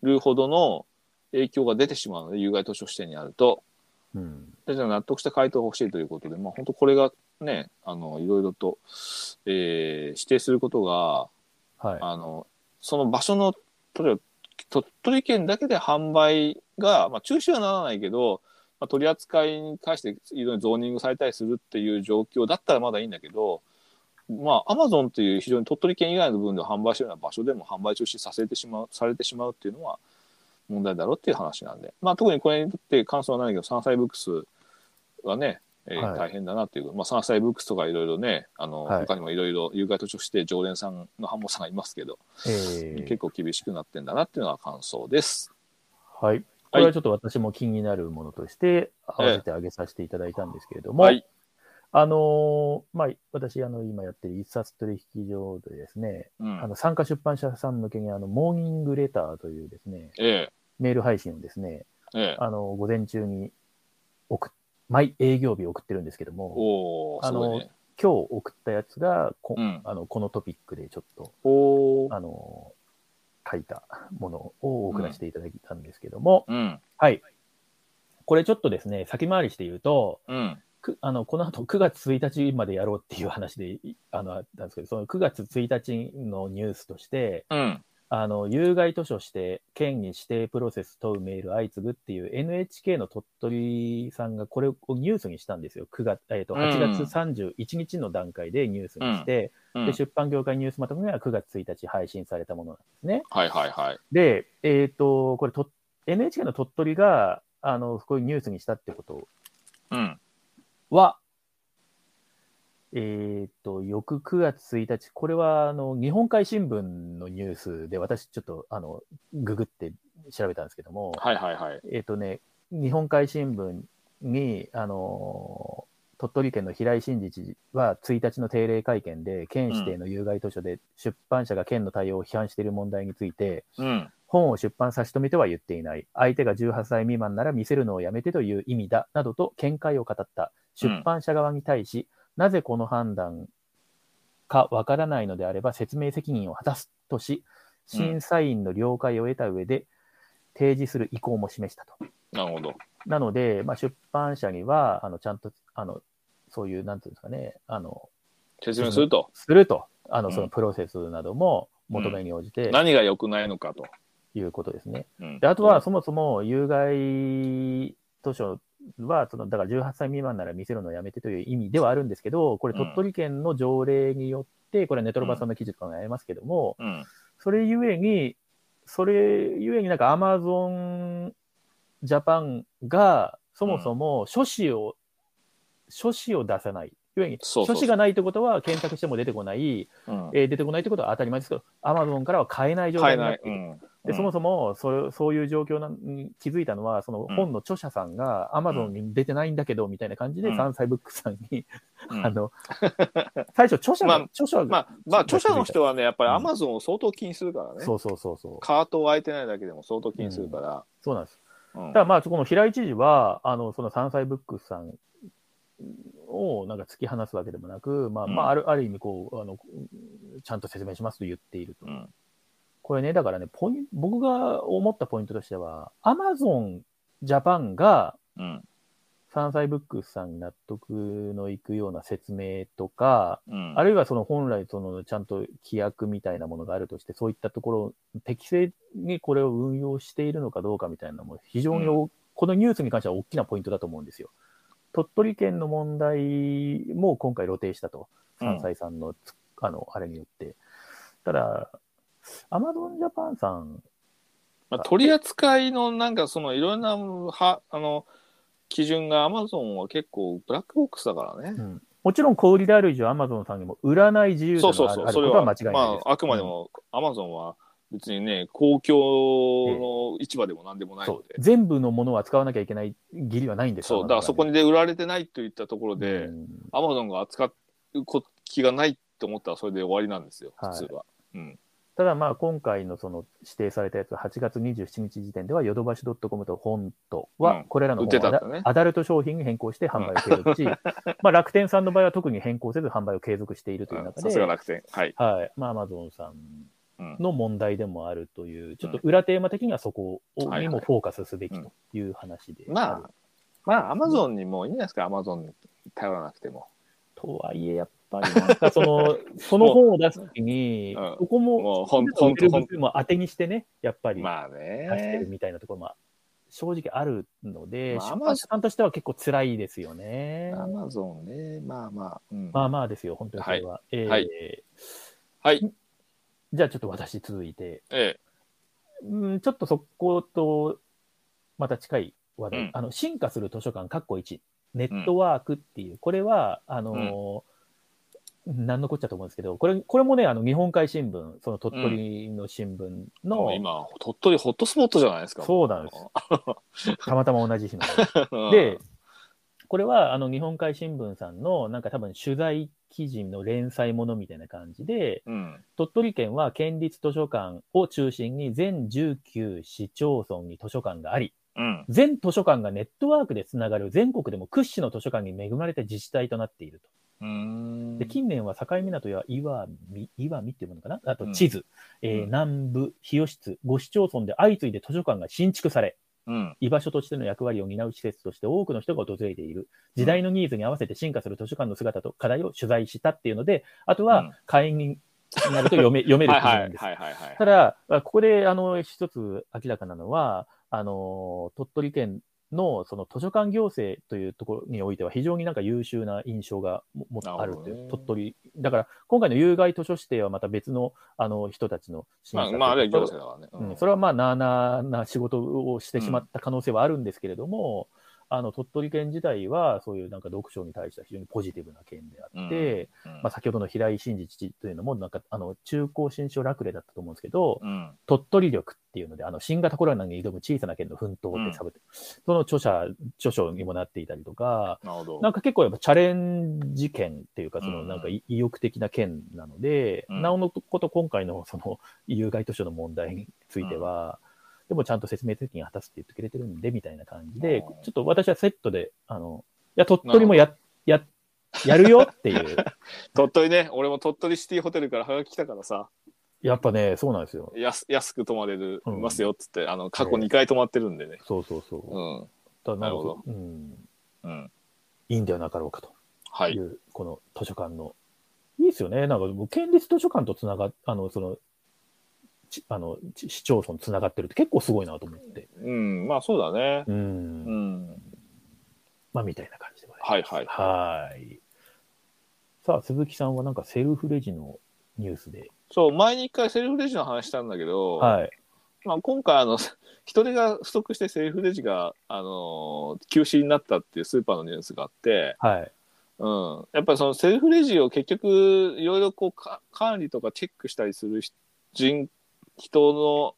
[SPEAKER 1] るほどの影響が出てしまうので、有害図書支店にあると。
[SPEAKER 2] うん。
[SPEAKER 1] でじゃあ納得した回答が欲しいということで、まあ本当これがね、あの、いろいろと、えー指定することが、
[SPEAKER 2] はい。
[SPEAKER 1] あの、その場所の、例えば、鳥取県だけで販売が、まあ、中止はならないけど、まあ、取り扱いに関していろいろゾーニングされたりするっていう状況だったらまだいいんだけど、まあ、アマゾンという非常に鳥取県以外の部分で販売してるような場所でも販売中止させてしまう、されてしまうっていうのは問題だろうっていう話なんで、まあ、特にこれにとって感想はないけど、山菜ブックスはね、えー
[SPEAKER 2] はい
[SPEAKER 1] 大変だなっていう、まあ、山菜ブックスとかいろいろね、あの、
[SPEAKER 2] はい
[SPEAKER 1] 他にもいろいろ有害図書して常連さんのハンモさんがいますけど、
[SPEAKER 2] えー
[SPEAKER 1] 結構厳しくなってんだなっていうのが感想です。
[SPEAKER 2] はい。これはちょっと私も気になるものとして合わせてあげさせていただいたんですけれども、
[SPEAKER 1] はい。
[SPEAKER 2] あのーまあ、私、あの、今やってる一冊取引所でですね、
[SPEAKER 1] うん
[SPEAKER 2] あの、参加出版社さん向けに、あの、モーニングレターというですね、
[SPEAKER 1] え
[SPEAKER 2] メール配信をですね、
[SPEAKER 1] え、ええ。
[SPEAKER 2] あの、午前中に送っ、毎営業日送ってるんですけども、
[SPEAKER 1] おお、すごいね。
[SPEAKER 2] 今日送ったやつがこ、
[SPEAKER 1] うん
[SPEAKER 2] あの、このトピックでちょっと、
[SPEAKER 1] おお。
[SPEAKER 2] あのー書いたものを送らせていただいたんですけども、
[SPEAKER 1] うん。
[SPEAKER 2] はい。これちょっとですね、先回りして言うと、
[SPEAKER 1] うん。
[SPEAKER 2] くあのこの後9月1日までやろうっていう話でい あのあったんですけど、その9月1日のニュースとして、
[SPEAKER 1] うん。
[SPEAKER 2] あの有害図書指定、県に指定プロセス問うメール相次ぐっていう NHK の鳥取さんがこれをニュースにしたんですよ、9月えー、と
[SPEAKER 1] うん
[SPEAKER 2] 8月31日の段階でニュースにして、
[SPEAKER 1] うん
[SPEAKER 2] で、出版業界ニュースまとめが9月1日配信されたものなんですね。
[SPEAKER 1] はいはいはい。
[SPEAKER 2] で、えっ、と、これと、NHK の鳥取が、あの、こういうニュースにしたってこと
[SPEAKER 1] うん。
[SPEAKER 2] は、えっ、と、翌9月1日、これは、あの、日本海新聞のニュースで、私、ちょっと、あの、ググって調べたんですけども、
[SPEAKER 1] はいはいはい。
[SPEAKER 2] えっ、とね、日本海新聞に、あの、鳥取県の平井真二知事は1日の定例会見で、県指定の有害図書で出版社が県の対応を批判している問題について、
[SPEAKER 1] うん。
[SPEAKER 2] 本を出版差し止めては言っていない。相手が18歳未満なら見せるのをやめてという意味だ。などと見解を語った。出版社側に対し、なぜこの判断かわからないのであれば説明責任を果たすとし、審査員の了解を得た上で提示する意向も示したと。
[SPEAKER 1] なるほど。
[SPEAKER 2] なので、まあ、出版社には、あの、ちゃんと、あの、そういう、なんていうんですかね、あの、
[SPEAKER 1] 説明すると。
[SPEAKER 2] すると、あ
[SPEAKER 1] う
[SPEAKER 2] の、
[SPEAKER 1] ん
[SPEAKER 2] そのプロセスなども求めに応じて、
[SPEAKER 1] 何が良くないのかと。
[SPEAKER 2] いうことですね。
[SPEAKER 1] うん
[SPEAKER 2] で、あとは、、そもそも有害図書は、その、だから18歳未満なら見せるのをやめてという意味ではあるんですけど、これ
[SPEAKER 1] うん
[SPEAKER 2] 鳥取県の条例によって、これはネトロバさんの記事とかもやりますけども、
[SPEAKER 1] うん。
[SPEAKER 2] それゆえに、それゆえになんか Amazon ジャパンが、そもそも書誌を、書誌を出さない。ゆえに、
[SPEAKER 1] そうそうそう
[SPEAKER 2] 書誌がないってことは検索しても出てこない、
[SPEAKER 1] うん。
[SPEAKER 2] えー出てこないってことは当たり前ですけど、Amazon からは買えない状
[SPEAKER 1] 買え
[SPEAKER 2] 態にな
[SPEAKER 1] な
[SPEAKER 2] っ
[SPEAKER 1] い
[SPEAKER 2] て。いる。
[SPEAKER 1] うん。
[SPEAKER 2] でそもそもそそういう状況なに気づいたのは、その本の著者さんが Amazon に出てないんだけどみたいな感じ
[SPEAKER 1] う
[SPEAKER 2] で、
[SPEAKER 1] ん
[SPEAKER 2] 山菜ブックスさんに、
[SPEAKER 1] うん
[SPEAKER 2] あ の最初、著者
[SPEAKER 1] まあ
[SPEAKER 2] が、著者
[SPEAKER 1] ま
[SPEAKER 2] が、
[SPEAKER 1] あ、まあ、著者の人はね、やっぱりアマゾンを相当気にするからね。
[SPEAKER 2] そうそうそうそう、
[SPEAKER 1] カートを開いてないだけでも相当気にするから。
[SPEAKER 2] そうなんです。
[SPEAKER 1] うん
[SPEAKER 2] ただまあ、そこの平井知事は、あのその山菜ブックスさんをなんか突き放すわけでもなく、まあ、
[SPEAKER 1] うん
[SPEAKER 2] まあ、あるある意味こうあの、ちゃんと説明しますと言っていると。
[SPEAKER 1] うん。
[SPEAKER 2] これね、だからね、ポイン僕が思ったポイントとしては、Amazon ジャパンが、
[SPEAKER 1] うん。
[SPEAKER 2] 山菜ブックスさんに納得のいくような説明とか、
[SPEAKER 1] うん。
[SPEAKER 2] あるいはその本来そのちゃんと規約みたいなものがあるとして、そういったところ、適正にこれを運用しているのかどうかみたいなのも非常にお、このニュースに関しては大きなポイントだと思うんですよ。鳥取県の問題も今回露呈したと。山菜さんのつ、あの、あれによって。ただ、アマゾンジャパンさん、
[SPEAKER 1] まあ、取り扱いのなんかそのいろんなはあの基準がアマゾンは結構ブラックボックスだからね。
[SPEAKER 2] うんもちろん小売りである以上、アマゾンさんにも売らない自由度
[SPEAKER 1] そう
[SPEAKER 2] が
[SPEAKER 1] そう
[SPEAKER 2] ある
[SPEAKER 1] そ
[SPEAKER 2] あ
[SPEAKER 1] う、
[SPEAKER 2] る
[SPEAKER 1] それ
[SPEAKER 2] ことは
[SPEAKER 1] は、
[SPEAKER 2] 間違いないです。
[SPEAKER 1] まあ、あくまでも、アマゾンは別にね、公共の市場でもなんでもない
[SPEAKER 2] そ
[SPEAKER 1] の
[SPEAKER 2] う
[SPEAKER 1] で、
[SPEAKER 2] 全部のものは使わなきゃいけない義理はないんです
[SPEAKER 1] そう、だからそこ
[SPEAKER 2] に
[SPEAKER 1] にで売られてないといったところで、アマゾンが扱う気がないと思ったら、それで終わりなんですよ、
[SPEAKER 2] はい
[SPEAKER 1] 普通は。うん。
[SPEAKER 2] ただまあ今回のその指定されたやつ8月27日時点ではヨドバシドットコムとホント
[SPEAKER 1] う
[SPEAKER 2] は
[SPEAKER 1] ん
[SPEAKER 2] これらの
[SPEAKER 1] 売って
[SPEAKER 2] 本
[SPEAKER 1] た
[SPEAKER 2] は
[SPEAKER 1] ん
[SPEAKER 2] ア
[SPEAKER 1] だ
[SPEAKER 2] ダ,、
[SPEAKER 1] ね
[SPEAKER 2] ルト商品に変更して販売を継続し、 まあ楽天さんの場合は特に変更せず販売を継続しているという中
[SPEAKER 1] さすが
[SPEAKER 2] で、
[SPEAKER 1] 楽天。はい。
[SPEAKER 2] はい、まあアマゾンさ
[SPEAKER 1] うん
[SPEAKER 2] んの問題でもあるという、ちょっと裏テーマ的にはそこを
[SPEAKER 1] はい
[SPEAKER 2] にもフォーカスすべき
[SPEAKER 1] うん
[SPEAKER 2] という話で、
[SPEAKER 1] まあ、まあ、アマゾンにもいいんじゃないですか、アマゾンに頼らなくても。
[SPEAKER 2] とはいえやっぱりなんかそ のその本を出すときに、
[SPEAKER 1] うん
[SPEAKER 2] そこも
[SPEAKER 1] もう、ほん
[SPEAKER 2] コ
[SPEAKER 1] ほ
[SPEAKER 2] ン
[SPEAKER 1] んと、
[SPEAKER 2] テン
[SPEAKER 1] ほん
[SPEAKER 2] ツも当てにしてね、やっぱり。
[SPEAKER 1] まあ
[SPEAKER 2] 出して
[SPEAKER 1] ね。
[SPEAKER 2] るみたいなところも正直あるので、
[SPEAKER 1] まあ
[SPEAKER 2] 出版社さんとしては結構辛いですよね。
[SPEAKER 1] アマゾンね、まあまあ。うん
[SPEAKER 2] まあまあですよ、本当にそれは。えー
[SPEAKER 1] はいはい。
[SPEAKER 2] じゃあちょっと私続いて、
[SPEAKER 1] ええ。
[SPEAKER 2] うん、ちょっとそことまた近い話題、
[SPEAKER 1] うん
[SPEAKER 2] あの進化する図書館、括弧1、ネットワークっていう、これは、あのーなんのこっちゃと思うんですけど、これこれもね、あの日本海新聞、その鳥取の新聞の、
[SPEAKER 1] もう今、鳥取ホットスポットじゃないですか。
[SPEAKER 2] そうなんです。たまたま同じ日の。
[SPEAKER 1] うん
[SPEAKER 2] で、、これはあの日本海新聞さんのなんか多分取材記事の連載ものみたいな感じで、
[SPEAKER 1] うん。
[SPEAKER 2] 鳥取県は県立図書館を中心に全19市町村に図書館があり、
[SPEAKER 1] うん。
[SPEAKER 2] 全図書館がネットワークでつながる全国でも屈指の図書館に恵まれた自治体となっていると。
[SPEAKER 1] うーん
[SPEAKER 2] で近年は境港や岩見、岩見っていうものかなあと
[SPEAKER 1] うん
[SPEAKER 2] 地図、えー
[SPEAKER 1] うん
[SPEAKER 2] 南部、日吉津、5市町村で相次いで図書館が新築され、
[SPEAKER 1] うん。
[SPEAKER 2] 居場所としての役割を担う施設として多くの人が訪れている。時代のニーズに合わせて進化する図書館の姿と課題を取材したっていうので、あと
[SPEAKER 1] うん
[SPEAKER 2] は会員になると読め読める
[SPEAKER 1] はい
[SPEAKER 2] 記事
[SPEAKER 1] は
[SPEAKER 2] ないんです。
[SPEAKER 1] はいはいはい
[SPEAKER 2] た。だ、あここであの一つ明らかなのは、あの鳥取県のその図書館行政というところにおいては非常になんか優秀な印象がもも
[SPEAKER 1] な
[SPEAKER 2] あ
[SPEAKER 1] る
[SPEAKER 2] る
[SPEAKER 1] ほ
[SPEAKER 2] と
[SPEAKER 1] ど
[SPEAKER 2] い
[SPEAKER 1] ね
[SPEAKER 2] う、鳥取。だから今回の有害図書指定はまた別のあの人たちの審
[SPEAKER 1] まあ、
[SPEAKER 2] 査という
[SPEAKER 1] まあ、あれは
[SPEAKER 2] こと
[SPEAKER 1] 行政だからね。
[SPEAKER 2] うん、それはまあ、なあなあな仕事をしてしまった可能性はあるんですけれども、あの鳥取県自体は、そういうなんか読書に対しては非常にポジティブな県であって、
[SPEAKER 1] うん
[SPEAKER 2] まあ、先ほどの平井真二知事というのも、なんかあの中高新書楽例だったと思うんですけど、
[SPEAKER 1] うん。
[SPEAKER 2] 鳥取力っていうので、あの新型コロナに挑む小さな県の奮闘ってサブ、その著者、著書にもなっていたりとか、
[SPEAKER 1] なるほど。
[SPEAKER 2] なんか結構やっぱチャレンジ県っていうか、その
[SPEAKER 1] うん
[SPEAKER 2] なんかい意欲的な県なので、
[SPEAKER 1] うん
[SPEAKER 2] なおのこと今回のその有害図書の問題については、でもちゃんと説明責任果たすって言ってくれてるんで、みたいな感じで、
[SPEAKER 1] うん
[SPEAKER 2] ちょっと私はセットで、あの、いや、鳥取もや、や、やるよっていう。
[SPEAKER 1] 鳥取ね、俺も鳥取シティホテルからハガキ来たからさ、
[SPEAKER 2] やっぱね、そうなんですよ。
[SPEAKER 1] 安安く泊まれる、
[SPEAKER 2] うん
[SPEAKER 1] ますよっつって、あの、過去2回泊まってるんでね。
[SPEAKER 2] そうそうそうう。
[SPEAKER 1] ん。
[SPEAKER 2] ただ
[SPEAKER 1] なるほど。
[SPEAKER 2] うん。
[SPEAKER 1] うん。
[SPEAKER 2] いいんではなかろうかと。
[SPEAKER 1] はいい。
[SPEAKER 2] う、この図書館の。いいですよね。なんか、もう県立図書館とつながっ、あの、その、ちあの、ち市町村つながってるって結構すごいなと思って。
[SPEAKER 1] うん。まあ、そうだね。
[SPEAKER 2] う。
[SPEAKER 1] うんん。
[SPEAKER 2] まあ、みたいな感じでございます。
[SPEAKER 1] はいはい。
[SPEAKER 2] はーい。さあ、鈴木さんはなんかセルフレジのニュースで。
[SPEAKER 1] そう、前に一回セルフレジの話したんだけど、
[SPEAKER 2] はい。
[SPEAKER 1] まあ、今回あの、 人手が不足してセルフレジが、あのー休止になったっていうスーパーのニュースがあって、
[SPEAKER 2] はい。
[SPEAKER 1] うん、やっぱりそのセルフレジを結局いろいろこうか管理とかチェックしたりする人人人の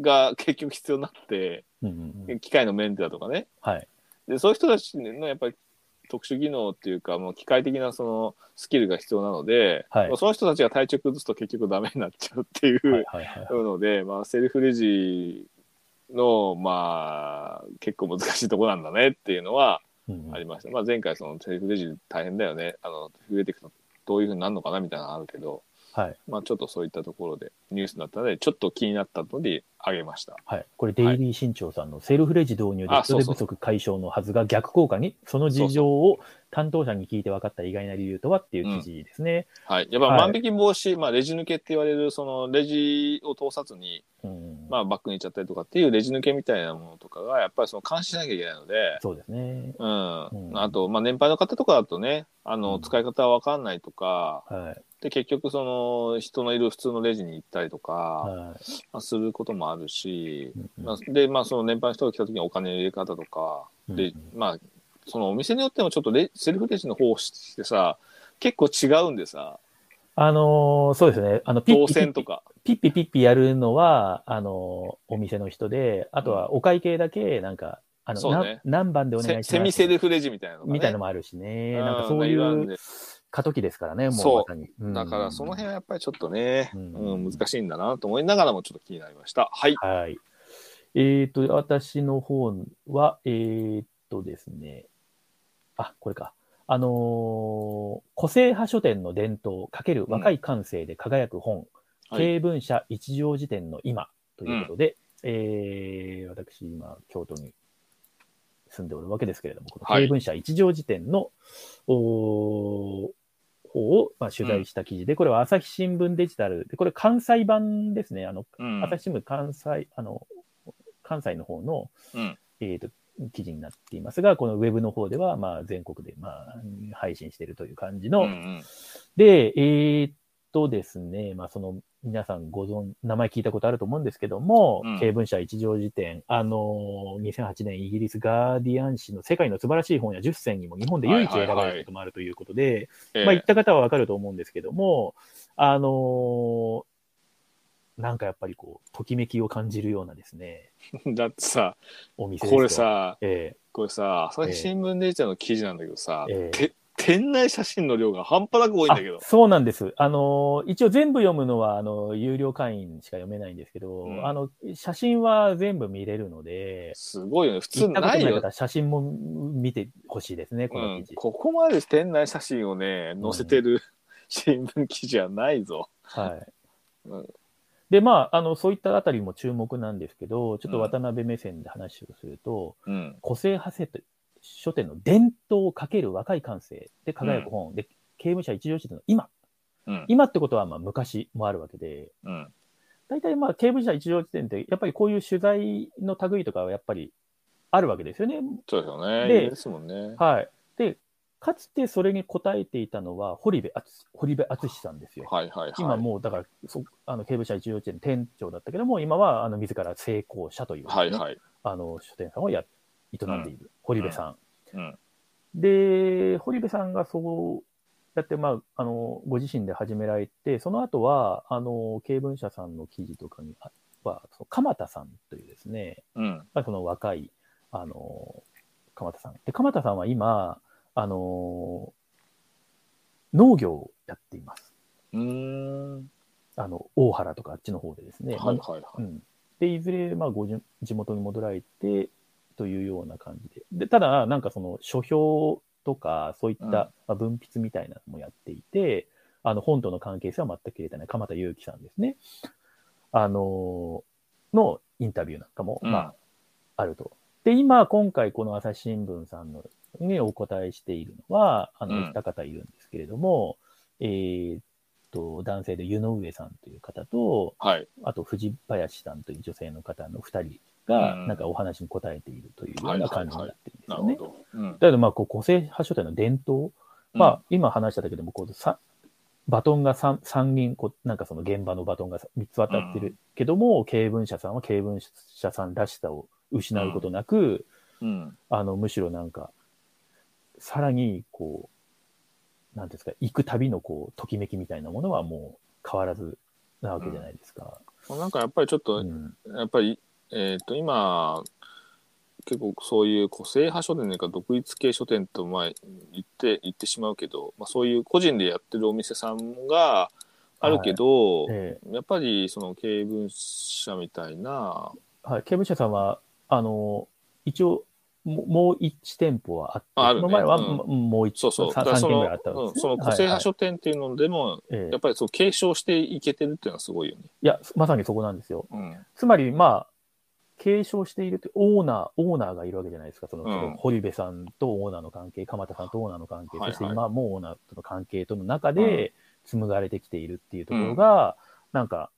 [SPEAKER 1] が結局必要になって
[SPEAKER 2] うんうんうん。
[SPEAKER 1] 機械のメンテだとかね
[SPEAKER 2] はい。
[SPEAKER 1] でそういう人たちのやっぱり特殊技能っていうかもう機械的なそのスキルが必要なので、
[SPEAKER 2] はい
[SPEAKER 1] まあその人たちが体調崩すと結局ダメになっちゃうっていう、
[SPEAKER 2] はいはいはい。
[SPEAKER 1] ので、まあ、セルフレジのまあ結構難しいとこなんだねっていうのは
[SPEAKER 2] うんうん
[SPEAKER 1] ありました。まあ、前回そのセルフレジ大変だよね。あの増えていくとどういうふうになるのかなみたいなのあるけど、
[SPEAKER 2] はい。
[SPEAKER 1] まあ、ちょっとそういったところでニュースになったので、ちょっと気になったのであげました。
[SPEAKER 2] はい。これ、デイリー新潮さんのセルフレジ導入で
[SPEAKER 1] あ
[SPEAKER 2] 人
[SPEAKER 1] そう
[SPEAKER 2] 手
[SPEAKER 1] そ
[SPEAKER 2] 不
[SPEAKER 1] う
[SPEAKER 2] 足解消のはずが逆効果に、その事情を担当者に聞いて分かった意外な理由とはっていう記事ですね。
[SPEAKER 1] はい。やっぱ
[SPEAKER 2] はい
[SPEAKER 1] 万引き防止、まあ、レジ抜けって言われる、そのレジを通さずに、
[SPEAKER 2] うん
[SPEAKER 1] まあ、バックに行っちゃったりとかっていうレジ抜けみたいなものとかが、やっぱりその監視しなきゃいけないので、
[SPEAKER 2] そうですね。
[SPEAKER 1] うん。
[SPEAKER 2] うん
[SPEAKER 1] あと、まあ、年配の方とかだとね、あの、
[SPEAKER 2] うん
[SPEAKER 1] 使い方わかんないとか、
[SPEAKER 2] はい。
[SPEAKER 1] で、結局、その、人のいる普通のレジに行ったりとか、
[SPEAKER 2] は
[SPEAKER 1] まあすることもあるし
[SPEAKER 2] い。、
[SPEAKER 1] まあ、で、まあ、その年配の人が来た時にお金の入れ方とか、
[SPEAKER 2] うん
[SPEAKER 1] で、まあ、そのお店によってもちょっとレセルフレジの方をしてさ、結構違うんで さ、
[SPEAKER 2] あのーそうですね。あの、ピッ
[SPEAKER 1] 当
[SPEAKER 2] ピピッ
[SPEAKER 1] 選
[SPEAKER 2] ピ
[SPEAKER 1] とか。
[SPEAKER 2] ピッピピッピやるのは、あのーお店の人で、あとはお会計だけ、なんか、あの、
[SPEAKER 1] そうね
[SPEAKER 2] な何番でお願いし
[SPEAKER 1] セ
[SPEAKER 2] ます
[SPEAKER 1] セミセルフレジみたいなのが、ね。
[SPEAKER 2] みたいのもあるしね。
[SPEAKER 1] うん
[SPEAKER 2] なんかそう
[SPEAKER 1] いろいろある
[SPEAKER 2] い
[SPEAKER 1] ん
[SPEAKER 2] う
[SPEAKER 1] で
[SPEAKER 2] 過渡期ですからね、もう
[SPEAKER 1] そう
[SPEAKER 2] まさに。うん
[SPEAKER 1] だからその辺はやっぱりちょっとね、
[SPEAKER 2] うん
[SPEAKER 1] うん、難しいんだなと思いながらもちょっと気になりました。はい。
[SPEAKER 2] はい。えっ、と、私の方は、えっ、とですね、あ、これか。あのー個性派書店の伝統×若い感性で輝く本、
[SPEAKER 1] はい
[SPEAKER 2] 経文社一条辞典の今ということで、えー私、今、京都に住んでおるわけですけれども、この
[SPEAKER 1] はい
[SPEAKER 2] 経文社一条辞典の、おー方を、まあ、取材した記事で、これは朝日新聞デジタルで、これ関西版ですね、あの、
[SPEAKER 1] うん
[SPEAKER 2] 朝日新聞関西、あの、関西の方の、
[SPEAKER 1] うん
[SPEAKER 2] えっ、と、記事になっていますが、このウェブの方では、まあ、全国で、まあ、配信しているという感じの、
[SPEAKER 1] うん
[SPEAKER 2] で、えーっとですね、まあ、その、皆さんご存、名前聞いたことあると思うんですけども、
[SPEAKER 1] うん
[SPEAKER 2] 経文社一条辞典、あのー2008年イギリスガーディアン紙の世界の素晴らしい本や10選にも日本で唯一選ばれたこともあるということで、
[SPEAKER 1] ええ
[SPEAKER 2] まあ、行った方はわかると思うんですけども、あのーなんかやっぱりこう、ときめきを感じるようなですね、
[SPEAKER 1] だってさ、
[SPEAKER 2] お店ですよ
[SPEAKER 1] これ、さ、
[SPEAKER 2] え
[SPEAKER 1] これさ、朝日新聞デジタルの記事なんだけどさ、
[SPEAKER 2] ええ
[SPEAKER 1] て店内写真の量が半端なく多い
[SPEAKER 2] え
[SPEAKER 1] んだけど
[SPEAKER 2] あ。そうなんです。あのー一応全部読むのは、あの、有料会員しか読めないんですけど、
[SPEAKER 1] うん
[SPEAKER 2] あの、写真は全部見れるので、
[SPEAKER 1] すごいよね。普通
[SPEAKER 2] 行ったこと
[SPEAKER 1] ない
[SPEAKER 2] ない
[SPEAKER 1] よ。
[SPEAKER 2] 方、写真も見てほしいですね、こ
[SPEAKER 1] う
[SPEAKER 2] の
[SPEAKER 1] ん
[SPEAKER 2] 記事。
[SPEAKER 1] ここまで店内写真をね、載せてる、 新聞記事はないぞ。
[SPEAKER 2] はい。
[SPEAKER 1] うん
[SPEAKER 2] で、まあ、あの、そういったあたりも注目なんですけど、ちょっ
[SPEAKER 1] う
[SPEAKER 2] と
[SPEAKER 1] ん
[SPEAKER 2] 渡辺目線で話をすると、
[SPEAKER 1] うん。
[SPEAKER 2] 個性派生と書店の伝統をかける若い感性で輝く本、で刑務者一条辞典の今
[SPEAKER 1] うん。
[SPEAKER 2] 今ってことはまあ昔もあるわけで
[SPEAKER 1] うん。
[SPEAKER 2] 大体まあ刑務者一条辞典ってやっぱりこういう取材の類とかはやっぱりあるわけですよね。
[SPEAKER 1] そうですよね。
[SPEAKER 2] で
[SPEAKER 1] 有名ですもんね。
[SPEAKER 2] はい、でかつてそれに応えていたのは堀部敦堀部敦さんですよ。
[SPEAKER 1] はいはいはい。
[SPEAKER 2] 今もうだからそあの刑務者一条辞典の店長だったけども今はあの自ら成功者という、
[SPEAKER 1] はいはい。
[SPEAKER 2] あの書店さんをや営んでいる堀部さん。
[SPEAKER 1] うん。
[SPEAKER 2] で、堀部さんがそうやって、まあ、あの、ご自身で始められて、その後は、あの、経文社さんの記事とかにあは、その鎌田さんというですね、
[SPEAKER 1] うん。
[SPEAKER 2] まあ、その若い、あの、鎌田さん。で、鎌田さんは今、あの、農業をやっています。
[SPEAKER 1] うーん。
[SPEAKER 2] あの、大原とかあっちの方でですね。
[SPEAKER 1] はい
[SPEAKER 2] まあ
[SPEAKER 1] はいは
[SPEAKER 2] う
[SPEAKER 1] い。
[SPEAKER 2] ん、で、いずれ、まあ、ごじゅ地元に戻られて、というような感じで。で、ただ、なんかその、書評とか、そういった、
[SPEAKER 1] うん
[SPEAKER 2] まあ、文筆みたいなのもやっていて、あの、本との関係性は全く切れてない、鎌田祐樹さんですね。あのーのインタビューなんかも、
[SPEAKER 1] うん
[SPEAKER 2] まあ、あると。で、今、今回、この朝日新聞さんのにお答えしているのは、あ
[SPEAKER 1] う
[SPEAKER 2] の、
[SPEAKER 1] ん
[SPEAKER 2] お二方いるんですけれども、えーっと、男性で湯の上さんという方と、
[SPEAKER 1] はい。
[SPEAKER 2] あと藤林さんという女性の方の2人が、
[SPEAKER 1] うん
[SPEAKER 2] なんかお話に答えているというような感じになってるんです
[SPEAKER 1] な
[SPEAKER 2] よ
[SPEAKER 1] る
[SPEAKER 2] ね。
[SPEAKER 1] ほど。うん。
[SPEAKER 2] だけど、まあ、こう個性派書店の伝統、まあ、今話しただけでもこうさ、バトンが 3, 三人こう、なんかその現場のバトンが3つ渡ってるけども、経文社さんは経文社さんらしさを失うことなく、
[SPEAKER 1] うん、うん。
[SPEAKER 2] あの、むしろなんか、さらに、こう、なんていうんですか、行くたびのこう、ときめきみたいなものはもう変わらずなわけじゃないですか。
[SPEAKER 1] なんかやっぱりちょっと、
[SPEAKER 2] うん
[SPEAKER 1] やっぱり、えっ、と、今、結構そういう個性派書店というか独立系書店とまあ言って言ってしまうけど、まあ、そういう個人でやってるお店さんがあるけど、
[SPEAKER 2] ええ
[SPEAKER 1] やっぱりその経営文社みたいな、
[SPEAKER 2] はい、刑務所さんは、あの、一応、ももう一店舗はあって、
[SPEAKER 1] ああるね
[SPEAKER 2] その前は、
[SPEAKER 1] うん
[SPEAKER 2] ももう一
[SPEAKER 1] そうそう、
[SPEAKER 2] さ
[SPEAKER 1] だから
[SPEAKER 2] ん三
[SPEAKER 1] そ
[SPEAKER 2] 店
[SPEAKER 1] の,、
[SPEAKER 2] ぐらいあったわ
[SPEAKER 1] う
[SPEAKER 2] け
[SPEAKER 1] ん、
[SPEAKER 2] です、
[SPEAKER 1] そ
[SPEAKER 2] ね
[SPEAKER 1] の個性派書店っていうのでも、
[SPEAKER 2] はいはいええ
[SPEAKER 1] やっぱりそう継承していけてるっていうのはすごいよね。
[SPEAKER 2] いや、まさにそこなんですよ。
[SPEAKER 1] うん、
[SPEAKER 2] つまり、まあ、継承しているって、オーナー、オーナーがいるわけじゃないですか。その、
[SPEAKER 1] うん
[SPEAKER 2] その堀部さんとオーナーの関係、鎌田さんとオーナーの関係、
[SPEAKER 1] はいはい
[SPEAKER 2] そして今もオーナーとの関係との中で紡がれてきているっていうところが、なんか、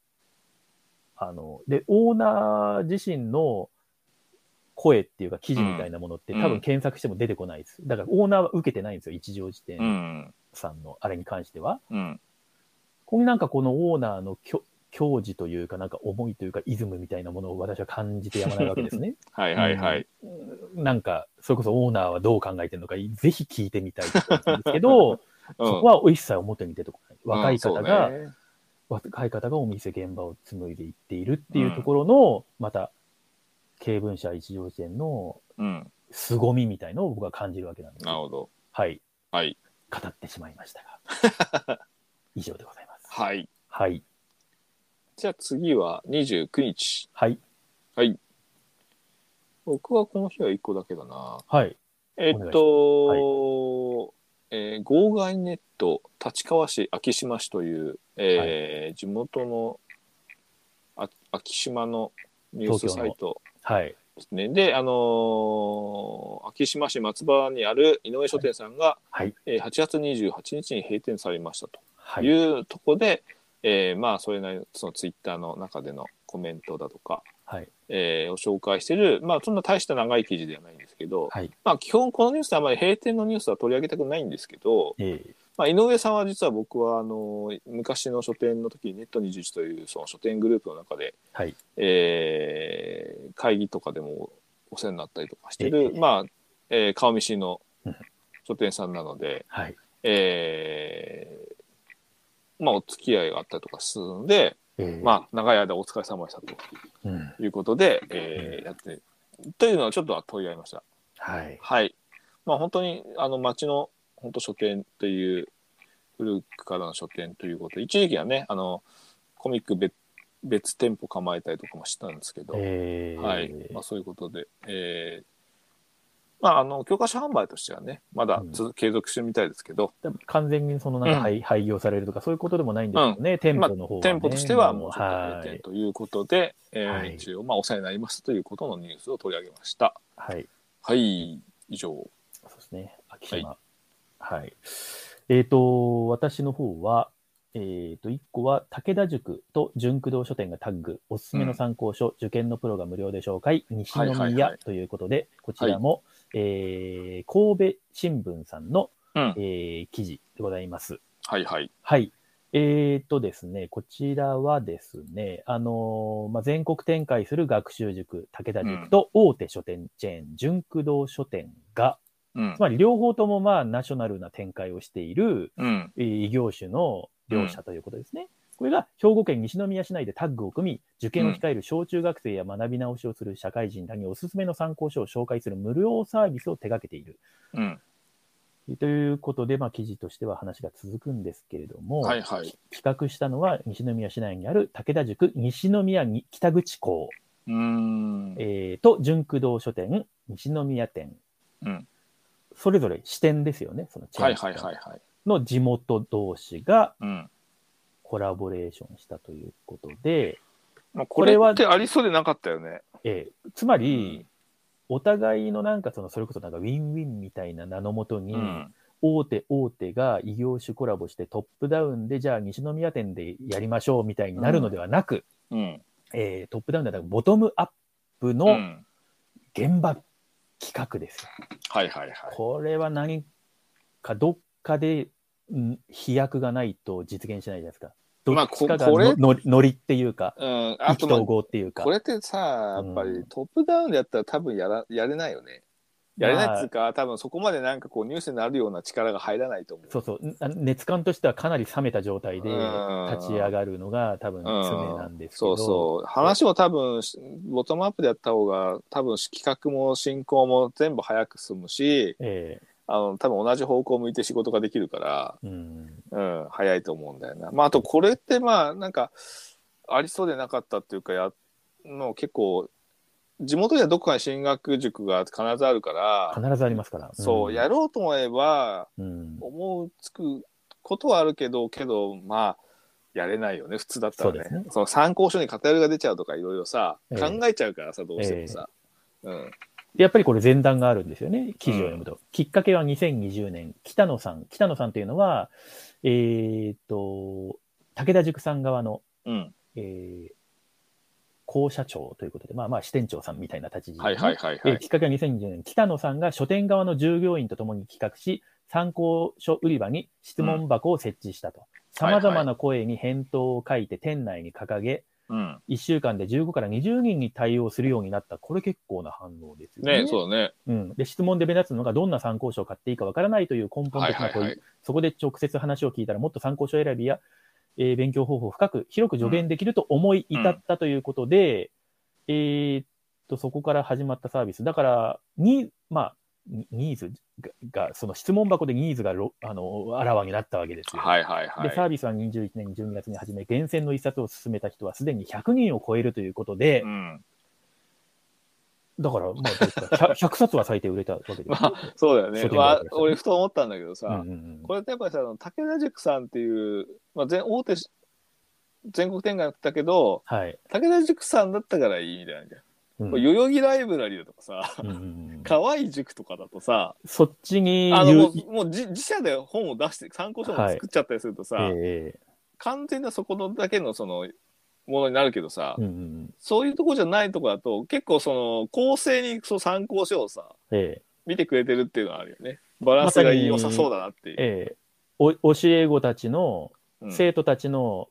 [SPEAKER 2] あの、で、オーナー自身の声っていうか記事みたいなものって、
[SPEAKER 1] うん
[SPEAKER 2] 多分検索しても出てこないです。だからオーナーは受けてないんですよ、一条辞
[SPEAKER 1] う
[SPEAKER 2] 典
[SPEAKER 1] ん、
[SPEAKER 2] さんのあれに関しては。
[SPEAKER 1] うん、
[SPEAKER 2] ここになんかこのオーナーのきょ矜持というか、なんか思いというか、イズムみたいなものを私は感じてやまないわけで すね。
[SPEAKER 1] はいはいはい。
[SPEAKER 2] なんか、それこそオーナーはどう考えてるのか、ぜひ聞いてみたいと思うんですけど、
[SPEAKER 1] うん
[SPEAKER 2] そこは一切表に出てこない。
[SPEAKER 1] うん
[SPEAKER 2] 若い方が、
[SPEAKER 1] そうね
[SPEAKER 2] 若い方がお店現場を紡いでいっているっていうところの、また、経文社一条線の
[SPEAKER 1] うん、
[SPEAKER 2] 凄みみたいのを僕は感じるわけなんです
[SPEAKER 1] なる
[SPEAKER 2] よ。
[SPEAKER 1] ほど。
[SPEAKER 2] はい。
[SPEAKER 1] はい。
[SPEAKER 2] 語ってしまいましたが。 以上でございます。
[SPEAKER 1] はい。
[SPEAKER 2] はい。
[SPEAKER 1] じゃあ次は29日。
[SPEAKER 2] はい。
[SPEAKER 1] 僕はこの日は1個だけだな。
[SPEAKER 2] はい。
[SPEAKER 1] えっと、えー号外ネット立川市昭島市という、えー地元のあ昭島のニュースサイト
[SPEAKER 2] はい。
[SPEAKER 1] ですね。で、あのー昭島市松葉にある井上書店さんが、
[SPEAKER 2] はい。
[SPEAKER 1] えー8月28日に閉店されました
[SPEAKER 2] は
[SPEAKER 1] と
[SPEAKER 2] い。
[SPEAKER 1] いうとこで、えーまあそれなりのそのツイッターの中でのコメントだとか、
[SPEAKER 2] はい。
[SPEAKER 1] えーを紹介してる、まあそんな大した長い記事ではないんですけど、
[SPEAKER 2] はい。
[SPEAKER 1] まあ、基本このニュースはあまり閉店のニュースは取り上げたくないんですけど、
[SPEAKER 2] えー
[SPEAKER 1] まあ、井上さんは実は僕はあの昔の書店の時にネット21というその書店グループの中で、
[SPEAKER 2] はい。
[SPEAKER 1] えー会議とかでもお世話になったりとかしてる、
[SPEAKER 2] ええ
[SPEAKER 1] まあえー顔見知りの
[SPEAKER 2] うん
[SPEAKER 1] 書店さんなので、
[SPEAKER 2] はい。
[SPEAKER 1] えーまあ、お付き合いがあったりとかするので、
[SPEAKER 2] えー
[SPEAKER 1] まあ、長い間お疲れ様でしたと
[SPEAKER 2] うん。
[SPEAKER 1] いうことで、えーやってというのはちょっとは取り上げました。
[SPEAKER 2] はい。
[SPEAKER 1] はい。まあ本当に、あの、町の、本当書店という、古くからの書店ということで、一時期はね、あの、コミック別別店舗構えたりとかもしたんですけど、
[SPEAKER 2] えー
[SPEAKER 1] はい。まあそういうことで、えーまああの、教科書販売としてはね、まだつ、継続してみたいですけど、
[SPEAKER 2] でも完全にそのなんか廃,、廃業されるとかそういうことでもないんですよね、店
[SPEAKER 1] まあ
[SPEAKER 2] 舗の方は、ね
[SPEAKER 1] 店舗としてはもうちょっと閉
[SPEAKER 2] は
[SPEAKER 1] 店
[SPEAKER 2] い、
[SPEAKER 1] ということで、えー
[SPEAKER 2] はい
[SPEAKER 1] 一応、まあお世話になりましたということのニュースを取り上げました。
[SPEAKER 2] はい、
[SPEAKER 1] はい。以上。
[SPEAKER 2] そうですね、秋島。はい。えっ、と、私の方は、えっ、と、1個は、武田塾と純駆動書店がタッグ、おすすめの参考書、受験のプロが無料で紹介、西
[SPEAKER 1] はいはいは
[SPEAKER 2] 宮
[SPEAKER 1] い
[SPEAKER 2] ということで、こちらも、えー神戸新聞さんの、
[SPEAKER 1] うん
[SPEAKER 2] えー記事でございます。
[SPEAKER 1] はいはい。
[SPEAKER 2] はい。えー、とですね、こちらはですね、あのーまあ、全国展開する学習塾、武田塾と大手書店チェーン、純駆動書店が、
[SPEAKER 1] うん
[SPEAKER 2] つ。まり両方ともまあナショナルな展開をしている
[SPEAKER 1] うん。
[SPEAKER 2] えー異業種の両者ということですね。これが兵庫県西宮市内でタッグを組み、受験を控える小中学生や学び直しをする社会人らにおすすめの参考書を紹介する無料サービスを手掛けている。
[SPEAKER 1] うん。
[SPEAKER 2] ということで、まあ、記事としては話が続くんですけれども、
[SPEAKER 1] はいはい。
[SPEAKER 2] 企画したのは西宮市内にある武田塾西宮に北口校、
[SPEAKER 1] うーん。
[SPEAKER 2] えーと純駆動書店西宮店、
[SPEAKER 1] うん
[SPEAKER 2] それぞれ支店ですよね、そのチェ
[SPEAKER 1] は
[SPEAKER 2] ー
[SPEAKER 1] い
[SPEAKER 2] ン
[SPEAKER 1] はい
[SPEAKER 2] 店
[SPEAKER 1] はいはい。
[SPEAKER 2] の地元同士が
[SPEAKER 1] うん。
[SPEAKER 2] コラボレーションしたということで、
[SPEAKER 1] まあ、
[SPEAKER 2] こ
[SPEAKER 1] こ
[SPEAKER 2] れ
[SPEAKER 1] れ
[SPEAKER 2] は
[SPEAKER 1] ってありそうでなかったよね。
[SPEAKER 2] えーつま
[SPEAKER 1] う
[SPEAKER 2] り、。お互いのなんかそのそれこそなんかウィンウィンみたいな名のもとに、
[SPEAKER 1] うん。
[SPEAKER 2] 大手大手が異業種コラボしてトップダウンでじゃあ西宮店でやりましょうみたいになるのではなく、
[SPEAKER 1] うん。
[SPEAKER 2] えートップダウンではなくボトムアップ
[SPEAKER 1] う
[SPEAKER 2] の
[SPEAKER 1] ん
[SPEAKER 2] 現場企画ですよ。
[SPEAKER 1] はいはいはい。
[SPEAKER 2] これは何かどっかでん飛躍がないと実現しないじゃないですか。ど
[SPEAKER 1] ま
[SPEAKER 2] っ
[SPEAKER 1] あ
[SPEAKER 2] ちかが
[SPEAKER 1] ここれ
[SPEAKER 2] ののノリっていうか、
[SPEAKER 1] うん。
[SPEAKER 2] 意
[SPEAKER 1] あと、
[SPEAKER 2] 気投
[SPEAKER 1] ま
[SPEAKER 2] 合っていう
[SPEAKER 1] あ、
[SPEAKER 2] か。
[SPEAKER 1] これってさ、やっぱりトップダウンでやったら多分やらやれないよね。やれないっつうか、多分そこまでなんかこうニュースになるような力が入らないと思う。
[SPEAKER 2] そうそう、んあ熱感としてはかなり冷めた状態で
[SPEAKER 1] うん
[SPEAKER 2] 立ち上がるのが多分常なんですけ
[SPEAKER 1] そ
[SPEAKER 2] ど、
[SPEAKER 1] うそう。話も多分、ボトムアップでやった方が、多分企画も進行も全部早く進むし、
[SPEAKER 2] え
[SPEAKER 1] あの、多分同じ方向を向いて仕事ができるから、
[SPEAKER 2] えうん、
[SPEAKER 1] うん、早いと思うんだよな。まあ、あとこれってまあなんかありそうでなかったっていうかやの結構地元ではどこかに進学塾が必ずあるから、
[SPEAKER 2] 必ずありますから。
[SPEAKER 1] そうや
[SPEAKER 2] る、
[SPEAKER 1] ろうと思えば
[SPEAKER 2] うん
[SPEAKER 1] 思うつくことはあるけどけどまあやれないよね普通だったらね
[SPEAKER 2] そうですね
[SPEAKER 1] その参考書に偏りが出ちゃうとかいろいろさ
[SPEAKER 2] ええ
[SPEAKER 1] 考えちゃうからさ、どうしてもさ、うん、
[SPEAKER 2] やっぱりこれ前段があるんですよね、記事を読むと。きっかけは2020年、北野さん。北野さんというのは、えーっと、武田塾さん側の、
[SPEAKER 1] うん、
[SPEAKER 2] えー、校社長ということで、まあまあ支店長さんみたいな立ち位置、
[SPEAKER 1] はいはいはいは
[SPEAKER 2] えー
[SPEAKER 1] い
[SPEAKER 2] きっかけは2020年、北野さんが書店側の従業員とともに企画し、参考書売り場に質問箱を設置したと。さまざまな声に返答を書いて店内に掲げ、
[SPEAKER 1] うん。
[SPEAKER 2] 1週間で15から20人に対応するようになった、これ結構な反応ですよね。
[SPEAKER 1] ねそうだね。
[SPEAKER 2] うん、で質問で目立つのが、どんな参考書を買っていいかわからないという根本
[SPEAKER 1] はい
[SPEAKER 2] 的な
[SPEAKER 1] はい
[SPEAKER 2] 問い、
[SPEAKER 1] はい。
[SPEAKER 2] そこで直接話を聞いたら、もっと参考書選びや、えー勉強方法を深く、広く助言できると思い至ったということで、えーっと、そこから始まったサービス。だから、に、まあ、ニニーズが、がその質問箱でニーズがろあのあらわになったわけですよ。
[SPEAKER 1] はいはいは
[SPEAKER 2] で、サ
[SPEAKER 1] い。
[SPEAKER 2] ービスは21年12月に始め、厳選の一冊を進めた人はすでに100人を超えるということで
[SPEAKER 1] う、ん。
[SPEAKER 2] だから、まあどうですか、100, 100冊は最低売れたわけですよ。
[SPEAKER 1] まあ、そうだよね。
[SPEAKER 2] 外に
[SPEAKER 1] まあ
[SPEAKER 2] 出て、ましたね
[SPEAKER 1] 俺、ふと思ったんだけどさ、
[SPEAKER 2] うんうんうん
[SPEAKER 1] これってやっぱりさ、あの武田塾さんっていう、まあ、全大手し、全国展開だったけど、
[SPEAKER 2] はい。
[SPEAKER 1] 武田塾さんだったからいいみたいなんじゃん。
[SPEAKER 2] うん
[SPEAKER 1] これ代々木ライブラリーだとかさ、
[SPEAKER 2] うんうんうん
[SPEAKER 1] 河合塾とかだとさ、
[SPEAKER 2] そっちに
[SPEAKER 1] あの
[SPEAKER 2] 言
[SPEAKER 1] も
[SPEAKER 2] う
[SPEAKER 1] うもう自自社で本を出して参考書も作っちゃったりするとさ、
[SPEAKER 2] え
[SPEAKER 1] 完全なそこのだけのそのものになるけどさ、
[SPEAKER 2] えうんうん
[SPEAKER 1] そういうとこじゃないとこだと結構その構成にそう参考書をさ
[SPEAKER 2] うんえ
[SPEAKER 1] 見てくれてるっていうのはあるよねバランスが良さそうだなってい
[SPEAKER 2] え
[SPEAKER 1] う、
[SPEAKER 2] ええお教え子たちの、
[SPEAKER 1] うん
[SPEAKER 2] 生徒たちの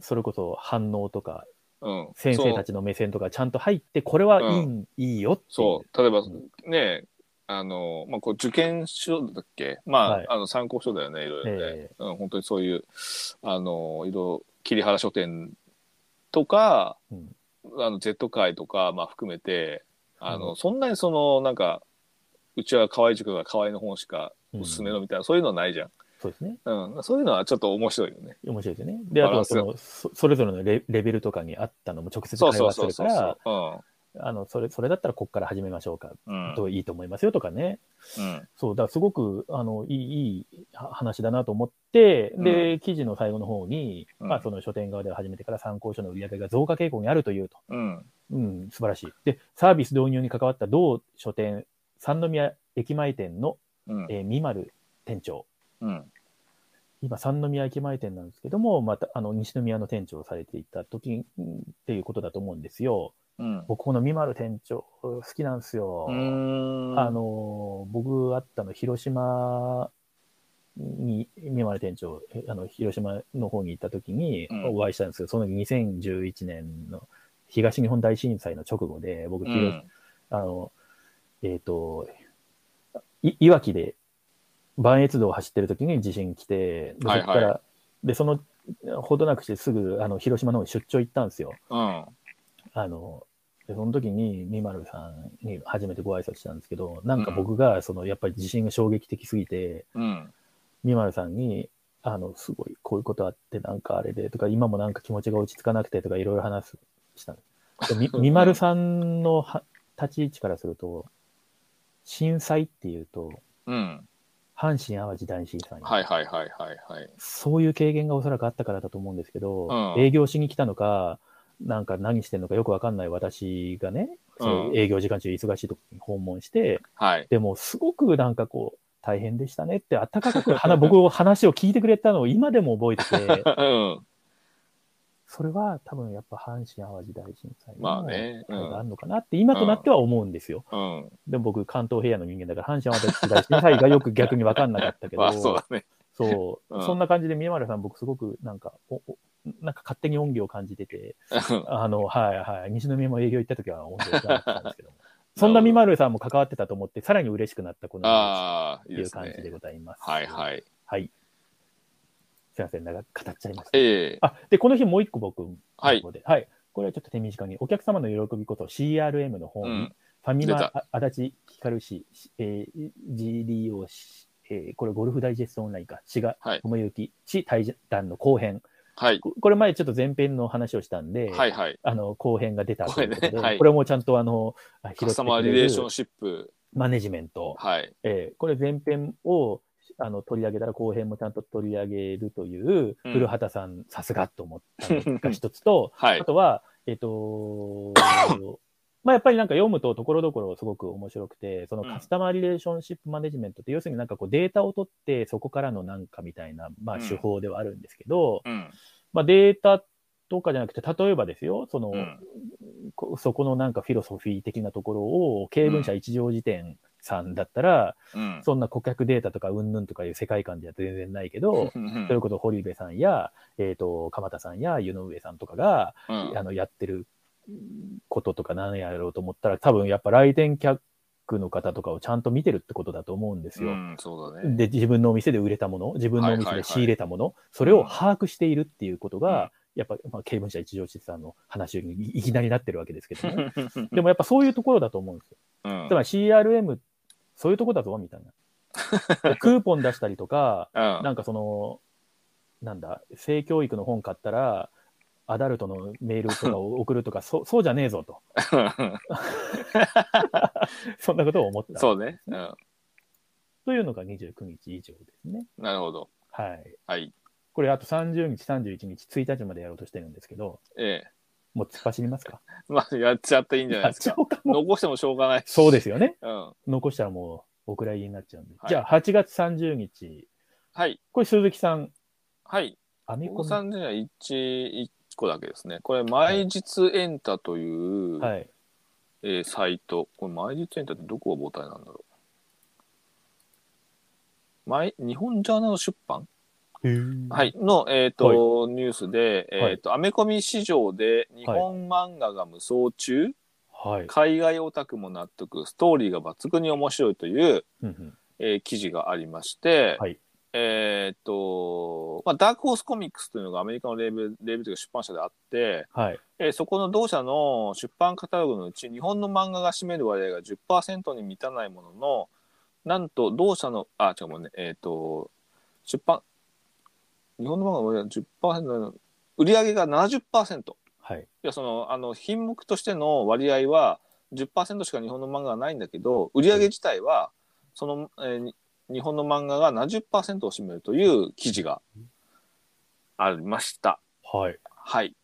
[SPEAKER 2] それこそ反応とか
[SPEAKER 1] うん、
[SPEAKER 2] 先生たちの目線とかちゃんと入ってこれはいい,、
[SPEAKER 1] う
[SPEAKER 2] いいよっていう
[SPEAKER 1] そうそう例えば、
[SPEAKER 2] うん
[SPEAKER 1] ねあの、まあ、こう受験書だっけまあ,、
[SPEAKER 2] はい
[SPEAKER 1] あの参考書だよねいろいろね、
[SPEAKER 2] え
[SPEAKER 1] うん、本当にそういうあのいろ桐原書店とか、
[SPEAKER 2] うん
[SPEAKER 1] あの Z 会とか、まあ、含めてあの、
[SPEAKER 2] うん
[SPEAKER 1] そんなにそのなんかうちは河合塾が河合の本しか
[SPEAKER 2] うん
[SPEAKER 1] おすすめのみたいな、そういうのはないじゃん、
[SPEAKER 2] そうですね
[SPEAKER 1] うん、そういうのはちょっと面白いよね
[SPEAKER 2] 面白いですよねであとはそのそそれぞれのレレベルとかにあったのも直接
[SPEAKER 1] そう
[SPEAKER 2] 会
[SPEAKER 1] そう
[SPEAKER 2] 話す
[SPEAKER 1] そう
[SPEAKER 2] るか
[SPEAKER 1] そう
[SPEAKER 2] ら
[SPEAKER 1] そ
[SPEAKER 2] あのそれそれだったらここから始めましょうか、
[SPEAKER 1] う、うんうん
[SPEAKER 2] といいと思いますよとかね、
[SPEAKER 1] うん、
[SPEAKER 2] そう、だからすごく、あの、いい、いいは話だなと思って、で、記事の最後の方に、
[SPEAKER 1] うん
[SPEAKER 2] まあ、その書店側では始めてから参考書の売り上げが増加傾向にあるというと。
[SPEAKER 1] うん、
[SPEAKER 2] うん、素晴らしい。で、サービス導入に関わった同書店、三宮駅前店の、
[SPEAKER 1] うん、
[SPEAKER 2] えー、三丸店長。
[SPEAKER 1] うん、
[SPEAKER 2] 今、三宮駅前店なんですけども、また、あの、西宮の店長をされていた時うんっていうことだと思うんですよ。
[SPEAKER 1] うん、
[SPEAKER 2] 僕、この三丸店長、好きなんですよ。
[SPEAKER 1] うん、
[SPEAKER 2] あの、僕あったの、広島に、三丸店長、えあの、広島の方に行った時に
[SPEAKER 1] うん
[SPEAKER 2] お会いしたんですけど、その2011年の東日本大震災の直後で、僕、
[SPEAKER 1] う
[SPEAKER 2] 広
[SPEAKER 1] ん、
[SPEAKER 2] あの、えっ、と、い、いわきで、磐越道を走ってる時に地震来て、でそこ
[SPEAKER 1] は
[SPEAKER 2] か
[SPEAKER 1] い
[SPEAKER 2] ら、
[SPEAKER 1] はい
[SPEAKER 2] で、その、ほどなくしてすぐ、あの、広島の方に出張行ったんですよ。
[SPEAKER 1] うん、
[SPEAKER 2] あの、でその時に、みまるさんに初めてご挨拶したんですけど、なんか僕が、その、やっぱり地震が衝撃的すぎて、
[SPEAKER 1] うん、
[SPEAKER 2] みまるさんに、あの、すごい、こういうことあって、なんかあれで、とか、今もなんか気持ちが落ち着かなくて、とか、いろいろ話す、したんで すでみみまるさんのは立ち位置からすると、震災っていうと、
[SPEAKER 1] うん、
[SPEAKER 2] 阪神・淡路大震災、
[SPEAKER 1] はいはいはいはいはい。
[SPEAKER 2] そういう経験がおそらくあったからだと思うんですけど、
[SPEAKER 1] うん
[SPEAKER 2] 営業しに来たのか、なんか何してんのかよくわかんない私がね、そううん営業時間中忙しい時に訪問して、
[SPEAKER 1] はい。
[SPEAKER 2] でもすごくなんかこう、大変でしたねって、あったかく話僕を話を聞いてくれたのを 今でも覚 えてて、
[SPEAKER 1] うん。
[SPEAKER 2] それは多分やっぱ阪神・淡路大震災の
[SPEAKER 1] まあねうん
[SPEAKER 2] があるのかなって今となっては思うんですよ。
[SPEAKER 1] うん。
[SPEAKER 2] でも僕関東平野の人間だから阪神・淡路大震災がよく逆にわかんなかったけ ど、
[SPEAKER 1] まあ、そうだね。
[SPEAKER 2] そう、
[SPEAKER 1] うん
[SPEAKER 2] そんな感じで、宮丸さん、僕、すごくなんか、おおなんか勝手に恩義を感じてて、あの、はいはい、西宮も営業行った時は恩義を知らなかったんですけ ども、そんな宮丸さんも関わってたと思って、さらに嬉しくなった、こ の話
[SPEAKER 1] ああ、い
[SPEAKER 2] と
[SPEAKER 1] い
[SPEAKER 2] い
[SPEAKER 1] で
[SPEAKER 2] う
[SPEAKER 1] す
[SPEAKER 2] 感じで
[SPEAKER 1] ね。
[SPEAKER 2] ございます。
[SPEAKER 1] はい
[SPEAKER 2] い。
[SPEAKER 1] はい。
[SPEAKER 2] はい。すいません、長く語っちゃいました。
[SPEAKER 1] ええ
[SPEAKER 2] あ、で、この日もう一個僕、
[SPEAKER 1] はい。
[SPEAKER 2] ここではい。これはちょっと手短に、お客様の喜びこと CRM の
[SPEAKER 1] う
[SPEAKER 2] 本、
[SPEAKER 1] ん。
[SPEAKER 2] ファミ
[SPEAKER 1] 出
[SPEAKER 2] マ
[SPEAKER 1] た、
[SPEAKER 2] あ足立光氏、えー、GDO 氏、えーこれゴルフダイジェストオンラインか、志賀
[SPEAKER 1] はい
[SPEAKER 2] 智之氏対談の後編。
[SPEAKER 1] はい。
[SPEAKER 2] ここれ前ちょっと前編の話をしたんで、
[SPEAKER 1] はいはい。
[SPEAKER 2] あの後編が出たということで、
[SPEAKER 1] これねはい
[SPEAKER 2] これもちゃんとあの、あ拾
[SPEAKER 1] カ
[SPEAKER 2] っ
[SPEAKER 1] ス
[SPEAKER 2] て
[SPEAKER 1] タマー
[SPEAKER 2] く
[SPEAKER 1] リ
[SPEAKER 2] れ
[SPEAKER 1] レー
[SPEAKER 2] る
[SPEAKER 1] ションシップ。
[SPEAKER 2] マネジメント。
[SPEAKER 1] はい。
[SPEAKER 2] えーこれ前編をあの取り上げたら後編もちゃんと取り上げるという、
[SPEAKER 1] うん
[SPEAKER 2] 古畑さんさすがと思ったのが一つと、
[SPEAKER 1] は
[SPEAKER 2] あ
[SPEAKER 1] い。
[SPEAKER 2] とは、えっ、とまあやっぱりなんか読むとところどころすごく面白くて、その
[SPEAKER 1] うん
[SPEAKER 2] カスタマーリレーションシップマネジメントって、要するになんかこうデータを取って、そこからのなんかみたいな、まあ
[SPEAKER 1] うん
[SPEAKER 2] 手法ではあるんですけど、
[SPEAKER 1] うん。
[SPEAKER 2] まあデータとかじゃなくて、例えばですよ、その、
[SPEAKER 1] うん。
[SPEAKER 2] こそこのなんかフィロソフィー的なところを、経文社一条辞典さんだったら、
[SPEAKER 1] うん。
[SPEAKER 2] そんな顧客データとかうんぬんとかいう世界観では全然ないけど、
[SPEAKER 1] うん
[SPEAKER 2] それこそ堀部さんや、えっ、と、鎌田さんや湯上さんとかが、
[SPEAKER 1] うん
[SPEAKER 2] あの、やってることとか何やろうと思ったら、多分やっぱ来店客の方とかをちゃんと見てるってことだと思うんです
[SPEAKER 1] う
[SPEAKER 2] よ。
[SPEAKER 1] ん、そうだね。
[SPEAKER 2] で、自分のお店で売れたもの、自分のお店で仕入れたもの、それ
[SPEAKER 1] う
[SPEAKER 2] を
[SPEAKER 1] ん
[SPEAKER 2] 把握しているっていうこと
[SPEAKER 1] うん
[SPEAKER 2] が、やっぱ、まあ、経営者一条地さんの話にいきなりなってるわけですけどね。でもやっぱそういうところだと思 うんですよ。
[SPEAKER 1] うん
[SPEAKER 2] つまり CRM、そういうとこだぞ、みたい な。でクーポン出したりとか、
[SPEAKER 1] うん
[SPEAKER 2] なんかその、なんだ、性教育の本買ったら、アダルトのメールとかを送るとか、そそうじゃねえぞと、そんなことを思った。
[SPEAKER 1] そうね。うん。
[SPEAKER 2] というのが29日以上ですね。
[SPEAKER 1] なるほど。
[SPEAKER 2] はい。
[SPEAKER 1] はい。
[SPEAKER 2] これ、あと30日、31日、1日までやろうとしてるんですけど、
[SPEAKER 1] ええ。
[SPEAKER 2] もう突っ走りますか
[SPEAKER 1] まあ、やっちゃっていいんじゃない
[SPEAKER 2] や
[SPEAKER 1] で
[SPEAKER 2] っ
[SPEAKER 1] す
[SPEAKER 2] ちゃ
[SPEAKER 1] か。
[SPEAKER 2] おうかもう。
[SPEAKER 1] 残してもしょうがないし。
[SPEAKER 2] そうですよね。
[SPEAKER 1] うん。
[SPEAKER 2] 残したらもう、お蔵入りになっちゃうんで。
[SPEAKER 1] はい
[SPEAKER 2] じゃあ、8月30日。
[SPEAKER 1] はい。
[SPEAKER 2] これ、鈴木さん、
[SPEAKER 1] はい。
[SPEAKER 2] アメ
[SPEAKER 1] お子
[SPEAKER 2] コミ。
[SPEAKER 1] さ
[SPEAKER 2] は
[SPEAKER 1] んでは1、一個だけですね。これ、毎日エンタという、
[SPEAKER 2] い。
[SPEAKER 1] えーサイト。これ、毎日エンタってどこが母体なんだろう。毎日本ジャーナル出版、は。い、の、えっとニュースで、えっとアメコミ市場で日本漫画が無双中、
[SPEAKER 2] はい。
[SPEAKER 1] 海外オタクも納得ストーリーが抜群に面白いという、
[SPEAKER 2] うんうん
[SPEAKER 1] えー記事がありまして、
[SPEAKER 2] はい
[SPEAKER 1] えーっと、まあ、ダークホースコミックスというのがアメリカのレーベルレーベルというか出版社であって、
[SPEAKER 2] はい。
[SPEAKER 1] えーそこの同社の出版カタログのうち日本の漫画が占める割合が10%に満たないもののなんと同社のあ違うもんねえーっと出版日本の漫画の割合が10%の売り上げが70%。
[SPEAKER 2] はい。
[SPEAKER 1] いやそのあの品目としての割合は10%しか日本の漫画がないんだけど売り上げ自体はその、えーに日本の漫画が70%を占めるという記事がありました。
[SPEAKER 2] はい。
[SPEAKER 1] はい、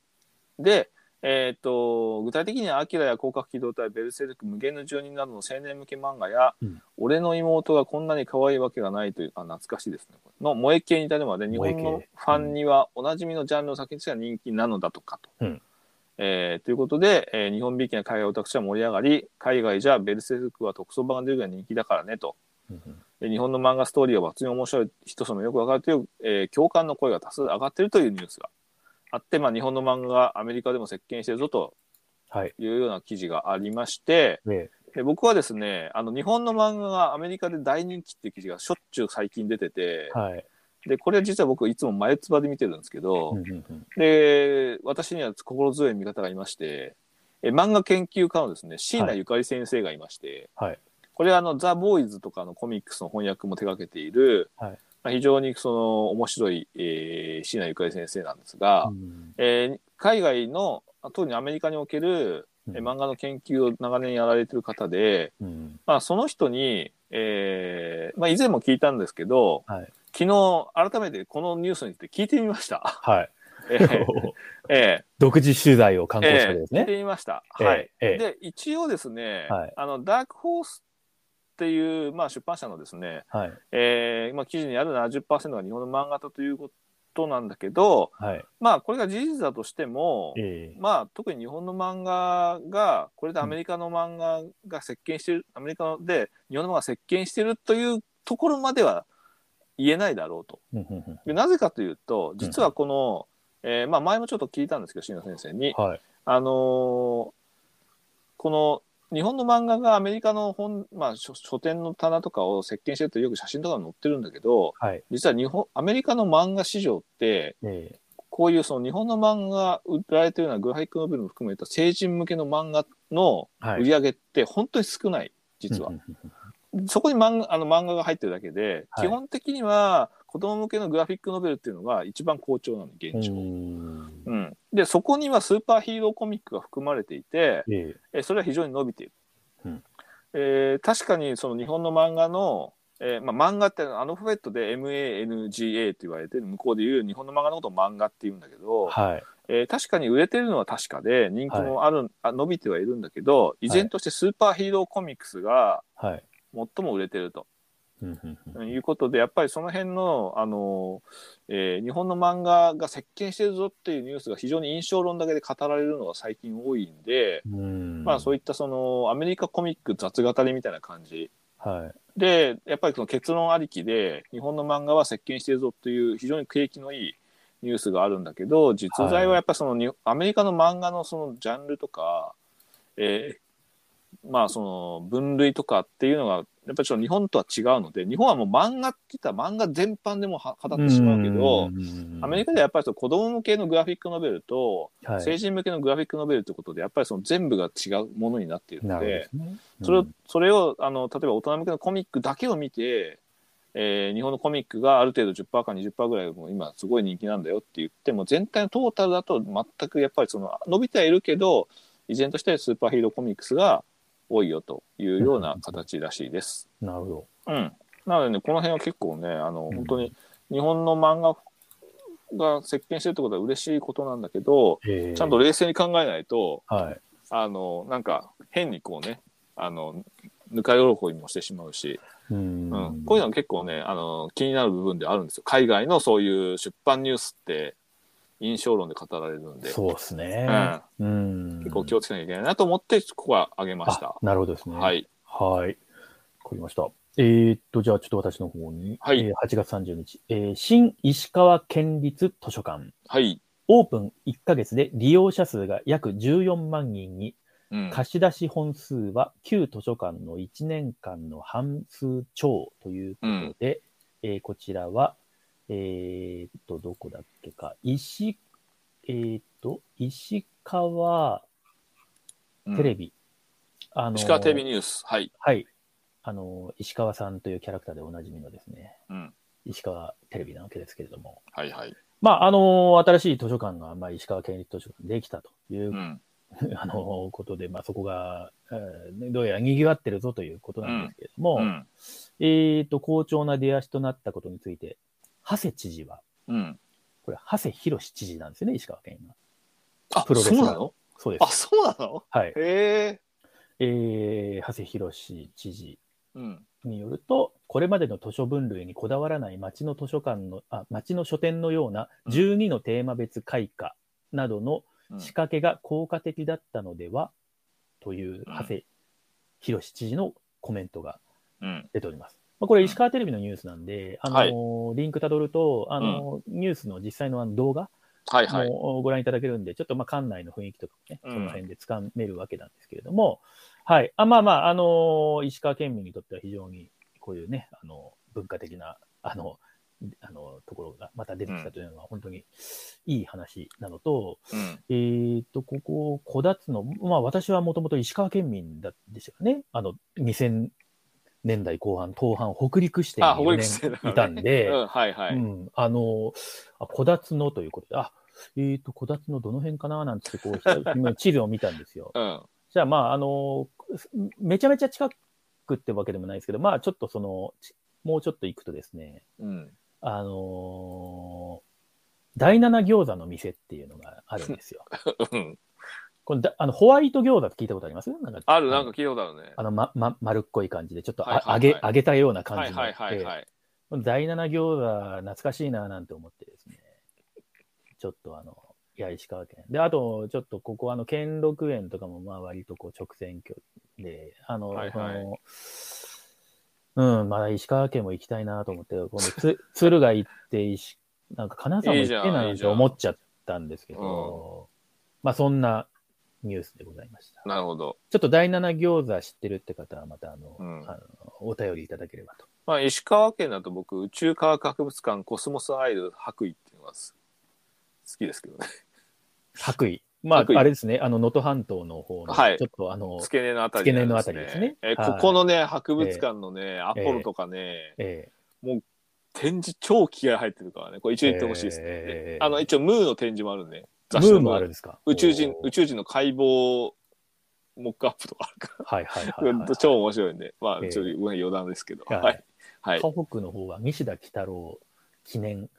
[SPEAKER 1] で、えー、と具体的には「アキラや広角機動隊ベルセルク無限の住人」などの青年向け漫画や、
[SPEAKER 2] うん
[SPEAKER 1] 俺の妹がこんなに可愛いわけがない」というあ懐かしいですねこれの萌え系に至るまで日
[SPEAKER 2] 萌え系
[SPEAKER 1] 本のファンにはおなじみのジャンルの先にしか人気なのだとかと。
[SPEAKER 2] うん
[SPEAKER 1] えーということで、えー日本美きな海外オタクは盛り上がり海外じゃベルセルクは特装版が出るぐらい人気だからねと。
[SPEAKER 2] うんうん
[SPEAKER 1] で日本の漫画ストーリーは抜群に面白い人様よくわかるという、えー共感の声が多数上がっているというニュースがあって、まあ、日本の漫画がアメリカでも席巻してるぞと
[SPEAKER 2] はい。
[SPEAKER 1] いうような記事がありまして
[SPEAKER 2] で、
[SPEAKER 1] で僕はですねあの日本の漫画がアメリカで大人気っていう記事がしょっちゅう最近出てて
[SPEAKER 2] はい。
[SPEAKER 1] でこれ実は僕いつも前つばで見てるんですけど、
[SPEAKER 2] うんうんうん
[SPEAKER 1] で私には心強い味方がいましてえ漫画研究家のですね椎名ゆかり先生がいまして、
[SPEAKER 2] はい
[SPEAKER 1] これはあのザ・ボーイズとかのコミックスの翻訳も手掛けている、
[SPEAKER 2] はい
[SPEAKER 1] まあ非常にその面白い、えー椎名ゆかり先生なんですが、
[SPEAKER 2] うん
[SPEAKER 1] えー海外の特にアメリカにおける、
[SPEAKER 2] うん
[SPEAKER 1] え漫画の研究を長年やられてる方で、
[SPEAKER 2] うん
[SPEAKER 1] まあ、その人に、えーまあ、以前も聞いたんですけど、
[SPEAKER 2] はい
[SPEAKER 1] 昨日改めてこのニュースについて聞いてみました。
[SPEAKER 2] はい。
[SPEAKER 1] えーえー
[SPEAKER 2] 独自取材を観光したわけです
[SPEAKER 1] ええ
[SPEAKER 2] ね。
[SPEAKER 1] 言ってみました。はい。
[SPEAKER 2] ええええ
[SPEAKER 1] で、一応ですね、
[SPEAKER 2] はい
[SPEAKER 1] あの、ダークホースっていう、まあ、出版社のですね、
[SPEAKER 2] はい。
[SPEAKER 1] えーまあ、記事にある70%が日本の漫画だということなんだけど、
[SPEAKER 2] はい。
[SPEAKER 1] まあ、これが事実だとしても、
[SPEAKER 2] ええ
[SPEAKER 1] まあ、特に日本の漫画が、これでアメリカの漫画が席巻してる、アメリカで日本の漫画が席巻してるというところまでは言えないだろうと。
[SPEAKER 2] うんうんうん
[SPEAKER 1] でなぜかというと、実はこの、えーまあ、前もちょっと聞いたんですけど、椎名先生に、
[SPEAKER 2] はい。
[SPEAKER 1] あのーこの日本の漫画がアメリカの本、まあ、書書店の棚とかを席巻してるとよく写真とかに載ってるんだけど
[SPEAKER 2] はい。
[SPEAKER 1] 実は日本アメリカの漫画市場って
[SPEAKER 2] ええ
[SPEAKER 1] こういうその日本の漫画売られてるようなグラフィックノベルも含めた成人向けの漫画の
[SPEAKER 2] は
[SPEAKER 1] 売
[SPEAKER 2] い。
[SPEAKER 1] り上げって本当に少ない、実は
[SPEAKER 2] うんう。んうん
[SPEAKER 1] そこに漫画あの漫画が入ってるだけで、
[SPEAKER 2] はい
[SPEAKER 1] 基本的には子供向けのグラフィックノベルっていうのが一番好調なの現状、
[SPEAKER 2] うん
[SPEAKER 1] うんでそこにはスーパーヒーローコミックが含まれていて、
[SPEAKER 2] ええ
[SPEAKER 1] えーそれは非常に伸びている、
[SPEAKER 2] うん
[SPEAKER 1] えー確かにその日本の漫画の、えーまあ、漫画ってアルファベットで MANGA って言われて向こうで言う日本の漫画のことを漫画って言うんだけど、
[SPEAKER 2] はい。
[SPEAKER 1] えー確かに売れてるのは確かで人気もある、あ伸びてはいるんだけど依然としてスーパーヒーローコミックスが
[SPEAKER 2] はい。
[SPEAKER 1] 最も売れてると
[SPEAKER 2] うんうんうん
[SPEAKER 1] いうことでやっぱりその辺の、あのーえー日本の漫画が席巻してるぞっていうニュースが非常に印象論だけで語られるのが最近多いんで、
[SPEAKER 2] うん
[SPEAKER 1] まあそういったそのアメリカコミック雑語りみたいな感じ
[SPEAKER 2] はい。
[SPEAKER 1] でやっぱりその結論ありきで日本の漫画は席巻してるぞという非常に景気のいいニュースがあるんだけど実在はやっぱりそのに、アメリカの漫画のそのジャンルとか、えーまあその分類とかっていうのがやっぱりちょっと日本とは違うので日本はもう漫画って言ったら漫画全般でもは語ってしまうけど
[SPEAKER 2] うんうんうんうん、
[SPEAKER 1] アメリカではやっぱりその子供向けのグラフィックノベルと
[SPEAKER 2] カ
[SPEAKER 1] 成人向けのグラフィックノベルってことでやっぱりその全部が違うものになっている
[SPEAKER 2] な
[SPEAKER 1] の
[SPEAKER 2] るほど
[SPEAKER 1] で
[SPEAKER 2] ですね。
[SPEAKER 1] それ
[SPEAKER 2] う
[SPEAKER 1] を
[SPEAKER 2] ん
[SPEAKER 1] それをあの例えば大人向けのコミックだけを見て、えー日本のコミックがある程度10%か20%ぐらいもう今すごい人気なんだよって言っても全体のトータルだと全くやっぱりその伸びてはいるけど依然としてスーパーヒーローコミックスが多いよというような形らしいです。
[SPEAKER 2] なるほ
[SPEAKER 1] う
[SPEAKER 2] ど。
[SPEAKER 1] ん、なので、ね、この辺は結構ねあの
[SPEAKER 2] うん
[SPEAKER 1] 本当に日本の漫画が席巻してるってことは嬉しいことなんだけど
[SPEAKER 2] えー
[SPEAKER 1] ちゃんと冷静に考えないと、
[SPEAKER 2] はい。
[SPEAKER 1] あの、なんか、変にこうね、あの、ぬか喜びもしてしまうし、
[SPEAKER 2] う
[SPEAKER 1] うんんこういうの結構ね、あの、気になる部分であるんですよ。海外のそういう出版ニュースって、印象論で語られるんで、
[SPEAKER 2] そうですね。うん
[SPEAKER 1] 結構気をつけなきゃいけないなと思って、ここは上げました
[SPEAKER 2] あ。なるほどですね。。
[SPEAKER 1] はいい。
[SPEAKER 2] はい。わかりました。えーっと、じゃあちょっと私の方に。
[SPEAKER 1] はい
[SPEAKER 2] えー8月30日、えー新石川県立図書館。
[SPEAKER 1] はい。
[SPEAKER 2] オープン1ヶ月で利用者数が約14万人に、
[SPEAKER 1] うん。
[SPEAKER 2] 貸し出し本数は旧図書館の1年間の半数超ということで、えーこちらは、えーっと、どこだっけか、石、えーっと、石川
[SPEAKER 1] うん
[SPEAKER 2] テレビ。あのー
[SPEAKER 1] 石川テレビニュース。はい。
[SPEAKER 2] はい。あの、石川さんというキャラクターでおなじみのですね、
[SPEAKER 1] うん。
[SPEAKER 2] 石川テレビなわけですけれども、
[SPEAKER 1] はいはい。
[SPEAKER 2] まあ、あの、新しい図書館が、まあ、石川県立図書館できたという、
[SPEAKER 1] うん。
[SPEAKER 2] あの、ことで、まあ、そこが、えーねどうやら賑わってるぞということなんですけれども、
[SPEAKER 1] うん。
[SPEAKER 2] えっ、と、好調な出足となったことについて、長谷知事は、
[SPEAKER 1] うん。
[SPEAKER 2] これ、長谷博知事なんですよね、石川県は。
[SPEAKER 1] あ、
[SPEAKER 2] プロレス
[SPEAKER 1] そうなの
[SPEAKER 2] そうで
[SPEAKER 1] あ、
[SPEAKER 2] す。
[SPEAKER 1] そうなの
[SPEAKER 2] はい。
[SPEAKER 1] へえ。
[SPEAKER 2] えー、長谷博知事
[SPEAKER 1] うん。
[SPEAKER 2] によると、これまでの図書分類にこだわらない町の図書館の、あ、町の書店のような12のテーマ別開花などの
[SPEAKER 1] うん
[SPEAKER 2] 仕掛けが効果的だったのでは、という長谷宏知事のコメントが
[SPEAKER 1] うん。
[SPEAKER 2] 出ております。まあ、これ石川テレビのニュースなんで、あのーリンクたどると、あのーニュースの実際のあの動画
[SPEAKER 1] はいはい。
[SPEAKER 2] もご覧いただけるんで、ちょっとまあ館内の雰囲気とかもね、
[SPEAKER 1] うん
[SPEAKER 2] その辺でつかめるわけなんですけれども、はい。あまあまあ、あのー石川県民にとっては非常にこういうね、あのー文化的な、あのあのところがまた出てきたというのは本当にいい話なのと、
[SPEAKER 1] うん。
[SPEAKER 2] えーっと、ここ、小立の、まあ私はもともと石川県民だでしたからね。あの、2000年代後半、東半、北陸支店
[SPEAKER 1] あ、
[SPEAKER 2] に
[SPEAKER 1] ほぐ
[SPEAKER 2] 4
[SPEAKER 1] りして
[SPEAKER 2] 年いたんで、
[SPEAKER 1] うん、はいはい。
[SPEAKER 2] うん、あの、あ小立のということで、あ、えーっと、小立のどの辺かななんつって、こう、今地図を見たんですよ。
[SPEAKER 1] うん。
[SPEAKER 2] じゃあ、まあ、あの、めちゃめちゃ近くってわけでもないですけど、まあ、ちょっとその、ちもうちょっと行くとですね、
[SPEAKER 1] うん。
[SPEAKER 2] あのー第七餃子の店っていうのがあるんですよ。
[SPEAKER 1] うん
[SPEAKER 2] このだあのホワイト餃子って聞いたことありますなんか
[SPEAKER 1] ある、なんか聞いたことあるね。
[SPEAKER 2] あの、ま、ま、丸っこい感じで、ちょっとあ、
[SPEAKER 1] はいはいはい
[SPEAKER 2] 揚げ、揚げたような感
[SPEAKER 1] は
[SPEAKER 2] じ
[SPEAKER 1] い
[SPEAKER 2] にな
[SPEAKER 1] は
[SPEAKER 2] っ
[SPEAKER 1] い
[SPEAKER 2] て、
[SPEAKER 1] はいはい。
[SPEAKER 2] この第七餃子、懐かしいななんて思ってですね、ちょっとあの、いや、石川県。で、あと、ちょっとここ、あの、兼六園とかも、まあ、割とこう、直線距離で、あの、
[SPEAKER 1] はいはい
[SPEAKER 2] このうん、まだ石川県も行きたいなと思って、今度つ、 敦賀行って、石、なんか金沢も行ってない
[SPEAKER 1] いい
[SPEAKER 2] な
[SPEAKER 1] じゃ
[SPEAKER 2] と
[SPEAKER 1] ん
[SPEAKER 2] 思っちゃったんですけど、まあ、そんなニュースでございました。
[SPEAKER 1] なるほど。
[SPEAKER 2] ちょっと第七餃子知ってるって方は、またあの、
[SPEAKER 1] うん
[SPEAKER 2] あの、お便りいただければと。
[SPEAKER 1] まあ、石川県だと僕、宇宙科学博物館コスモスアイル白衣っていうのが好きですけどね。
[SPEAKER 2] 白衣。まあ
[SPEAKER 1] 白、衣
[SPEAKER 2] あれですね、あの、能登半島の方の、
[SPEAKER 1] はい
[SPEAKER 2] ちょっとあの、
[SPEAKER 1] 付け根のあたりなん、
[SPEAKER 2] 付け根のあたりですね
[SPEAKER 1] え、
[SPEAKER 2] はい
[SPEAKER 1] ここのね、博物館のね、アポロとかね、
[SPEAKER 2] え
[SPEAKER 1] 展示超気合入ってるからね、これ一応言ってほしいですね。
[SPEAKER 2] えー
[SPEAKER 1] あの、一応ムーの展示もあるんで、
[SPEAKER 2] ー、ムーもあるんですか
[SPEAKER 1] 宇宙人、
[SPEAKER 2] おー
[SPEAKER 1] 宇宙人の解剖モックアップとかあるから。
[SPEAKER 2] はいはいはい はい、
[SPEAKER 1] 超面白いんで、まあ、
[SPEAKER 2] ええ
[SPEAKER 1] ちょっとごめん余談ですけど。
[SPEAKER 2] はい
[SPEAKER 1] はい。はい。
[SPEAKER 2] 河北の方は西田喜太郎記念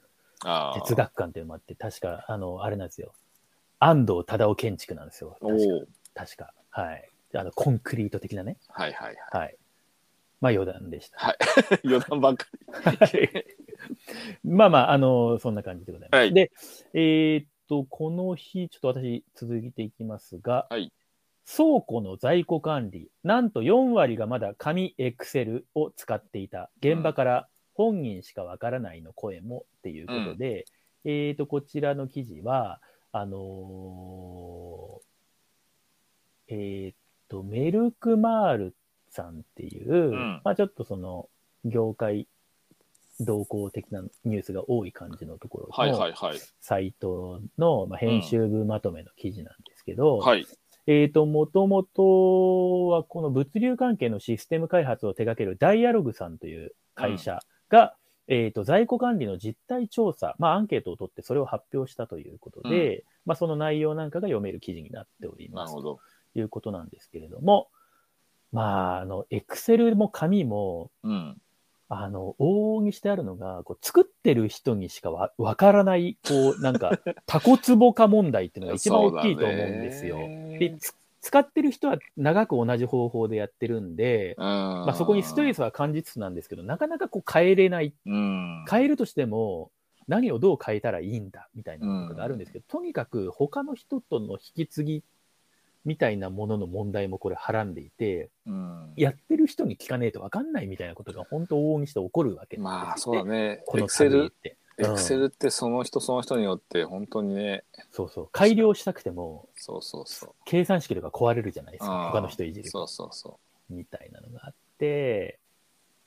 [SPEAKER 1] あ
[SPEAKER 2] 哲
[SPEAKER 1] ー
[SPEAKER 2] 学館っていうのもあって、確か、あの、あれなんですよ。安藤忠雄建築なんですよ。
[SPEAKER 1] お
[SPEAKER 2] 確か
[SPEAKER 1] ー。
[SPEAKER 2] 確か。はい。あの、コンクリート的なね。
[SPEAKER 1] はいはい はい。
[SPEAKER 2] はい。まあ、余談でした。
[SPEAKER 1] 余談ばっかり。
[SPEAKER 2] まあまあ、あの、そんな感じでございます。
[SPEAKER 1] はい
[SPEAKER 2] で、えーっと、この日、ちょっと私、続いていきますが、
[SPEAKER 1] はい
[SPEAKER 2] 倉庫の在庫管理、なんと4割がまだ紙、エクセルを使っていた、現場から本人しかわからないの声もっていうことで、えーと、こちらの記事は、あのーえーと、メルクマールさんっていう、
[SPEAKER 1] ん
[SPEAKER 2] まあちょっとその、業界同行的なニュースが多い感じのところの、
[SPEAKER 1] はいはいはい。
[SPEAKER 2] サイトの、まあ、編集部まとめの記事なんですけど、
[SPEAKER 1] はい。
[SPEAKER 2] えっ、と、もともとはこの物流関係のシステム開発を手掛けるダイアログさんという会社が、えっ、と、在庫管理の実態調査、まあ、アンケートを取ってそれを発表したということで、まあ、その内容なんかが読める記事になっており
[SPEAKER 1] な
[SPEAKER 2] ま
[SPEAKER 1] る
[SPEAKER 2] す。
[SPEAKER 1] ほど。
[SPEAKER 2] ということなんですけれども、まあ、あの、エクセルも紙も、
[SPEAKER 1] うん。
[SPEAKER 2] あの、往々にしてあるのが、こう作ってる人にしかわわからない、こう、なん か、タコツボ化問題っていうのが一番大きいと思うんですよ。
[SPEAKER 1] そうだ
[SPEAKER 2] で
[SPEAKER 1] ね
[SPEAKER 2] つ使ってる人は長く同じ方法でやってるんで、
[SPEAKER 1] ま
[SPEAKER 2] まあ、そこにストレスは感じつつなんですけど、なかなかこう変えれない。
[SPEAKER 1] うん。
[SPEAKER 2] 変えるとしても、何をどう変えたらいいんだみたいなことがあるんですけど、とにかく他の人との引き継ぎみたいなものの問題もこれ、はらんでいて、
[SPEAKER 1] うん
[SPEAKER 2] やってる人に聞かねえと分かんないみたいなことが本当、往々にして起こるわけな
[SPEAKER 1] ま
[SPEAKER 2] んです
[SPEAKER 1] あそうだね。
[SPEAKER 2] こ
[SPEAKER 1] エ
[SPEAKER 2] の
[SPEAKER 1] クセ
[SPEAKER 2] 旅っ
[SPEAKER 1] ル、
[SPEAKER 2] て。
[SPEAKER 1] エクセルってその人その人によって本当にね、
[SPEAKER 2] そうそう。改良したくても、
[SPEAKER 1] そうそうそ
[SPEAKER 2] 計算式とか壊れるじゃないです
[SPEAKER 1] う
[SPEAKER 2] か。
[SPEAKER 1] ん
[SPEAKER 2] 他の人いじ
[SPEAKER 1] う。
[SPEAKER 2] る
[SPEAKER 1] そう
[SPEAKER 2] と。
[SPEAKER 1] そうそ
[SPEAKER 2] みたいなのがあって、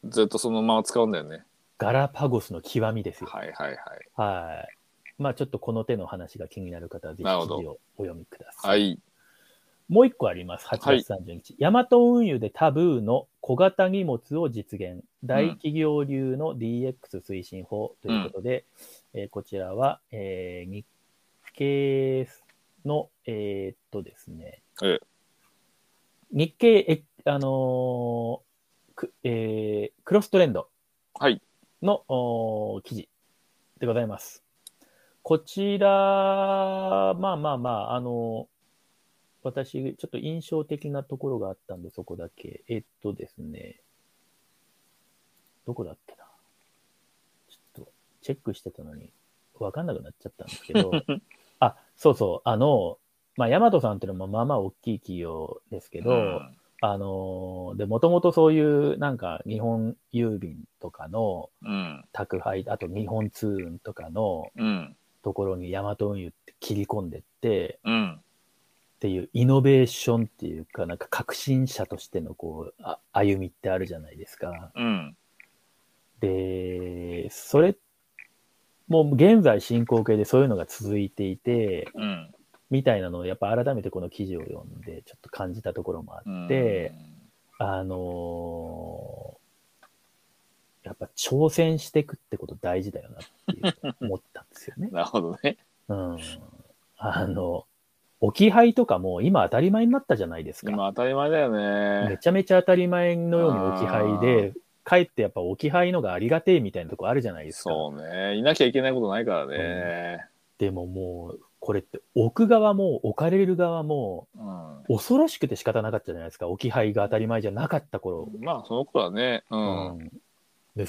[SPEAKER 1] う。ずっとそのまま使うんだよね。
[SPEAKER 2] ガラパゴスの極みですよ。
[SPEAKER 1] はいはいはい。
[SPEAKER 2] はい。まあちょっとこの手の話が気になる方は、ぜひ記
[SPEAKER 1] なるほ
[SPEAKER 2] 事
[SPEAKER 1] ど
[SPEAKER 2] をお読みください。
[SPEAKER 1] はい。
[SPEAKER 2] もう一個あります。
[SPEAKER 1] は
[SPEAKER 2] 8
[SPEAKER 1] い
[SPEAKER 2] 月30日。ヤマト運輸でタブーの小型荷物を実現。大企業流の DX 推進法ということで、えーこちらは、えー日経の、えーっとですね、
[SPEAKER 1] え
[SPEAKER 2] 日経、えあのーくえークロストレンド
[SPEAKER 1] はい。
[SPEAKER 2] のおー記事でございます。こちら、まあまあまあ、あの、私、ちょっと印象的なところがあったんで、そこだけ。えっとですね、どこだっけな。ちょっと、チェックしてたのに、わかんなくなっちゃったんですけ ど、あ、そうそう、あの、まあ、ヤマトさんっていうのもまあまあ大きい企業ですけど、
[SPEAKER 1] うん
[SPEAKER 2] あの、で、もともとそういう、なんか、日本郵便とかの、
[SPEAKER 1] うん。
[SPEAKER 2] 宅配、あと日本通運とかの
[SPEAKER 1] うん。
[SPEAKER 2] ところにヤマト運輸って切り込んでって、
[SPEAKER 1] うん。
[SPEAKER 2] っていうイノベーションっていうか、なんか革新者としてのこう、あ歩みってあるじゃないですか。
[SPEAKER 1] うん。
[SPEAKER 2] で、それ、もう現在進行形でそういうのが続いていて、
[SPEAKER 1] うん。
[SPEAKER 2] みたいなのをやっぱ改めてこの記事を読んで、ちょっと感じたところもあ
[SPEAKER 1] うん
[SPEAKER 2] って、、あのーやっぱ挑戦していくってこと大事だよなっていう思ったんですよ ね。
[SPEAKER 1] なるほどね。
[SPEAKER 2] うんあの、置き配とかも今当たり前になったじゃないですか。
[SPEAKER 1] 今当たり前だよ
[SPEAKER 2] め
[SPEAKER 1] ね。
[SPEAKER 2] ちゃめちゃ当たり前のように置き配で、かえってやっぱ置き配のがありがてえみたいなとこあるじゃないですか。
[SPEAKER 1] そうね。いなきゃいけないことないからね。
[SPEAKER 2] でももう、これって置く側も置かれる側も
[SPEAKER 1] うん。
[SPEAKER 2] 恐ろしくて仕方なかったじゃないですか。置き配が当たり前じゃなかった頃。
[SPEAKER 1] まあその頃はね、う。
[SPEAKER 2] うん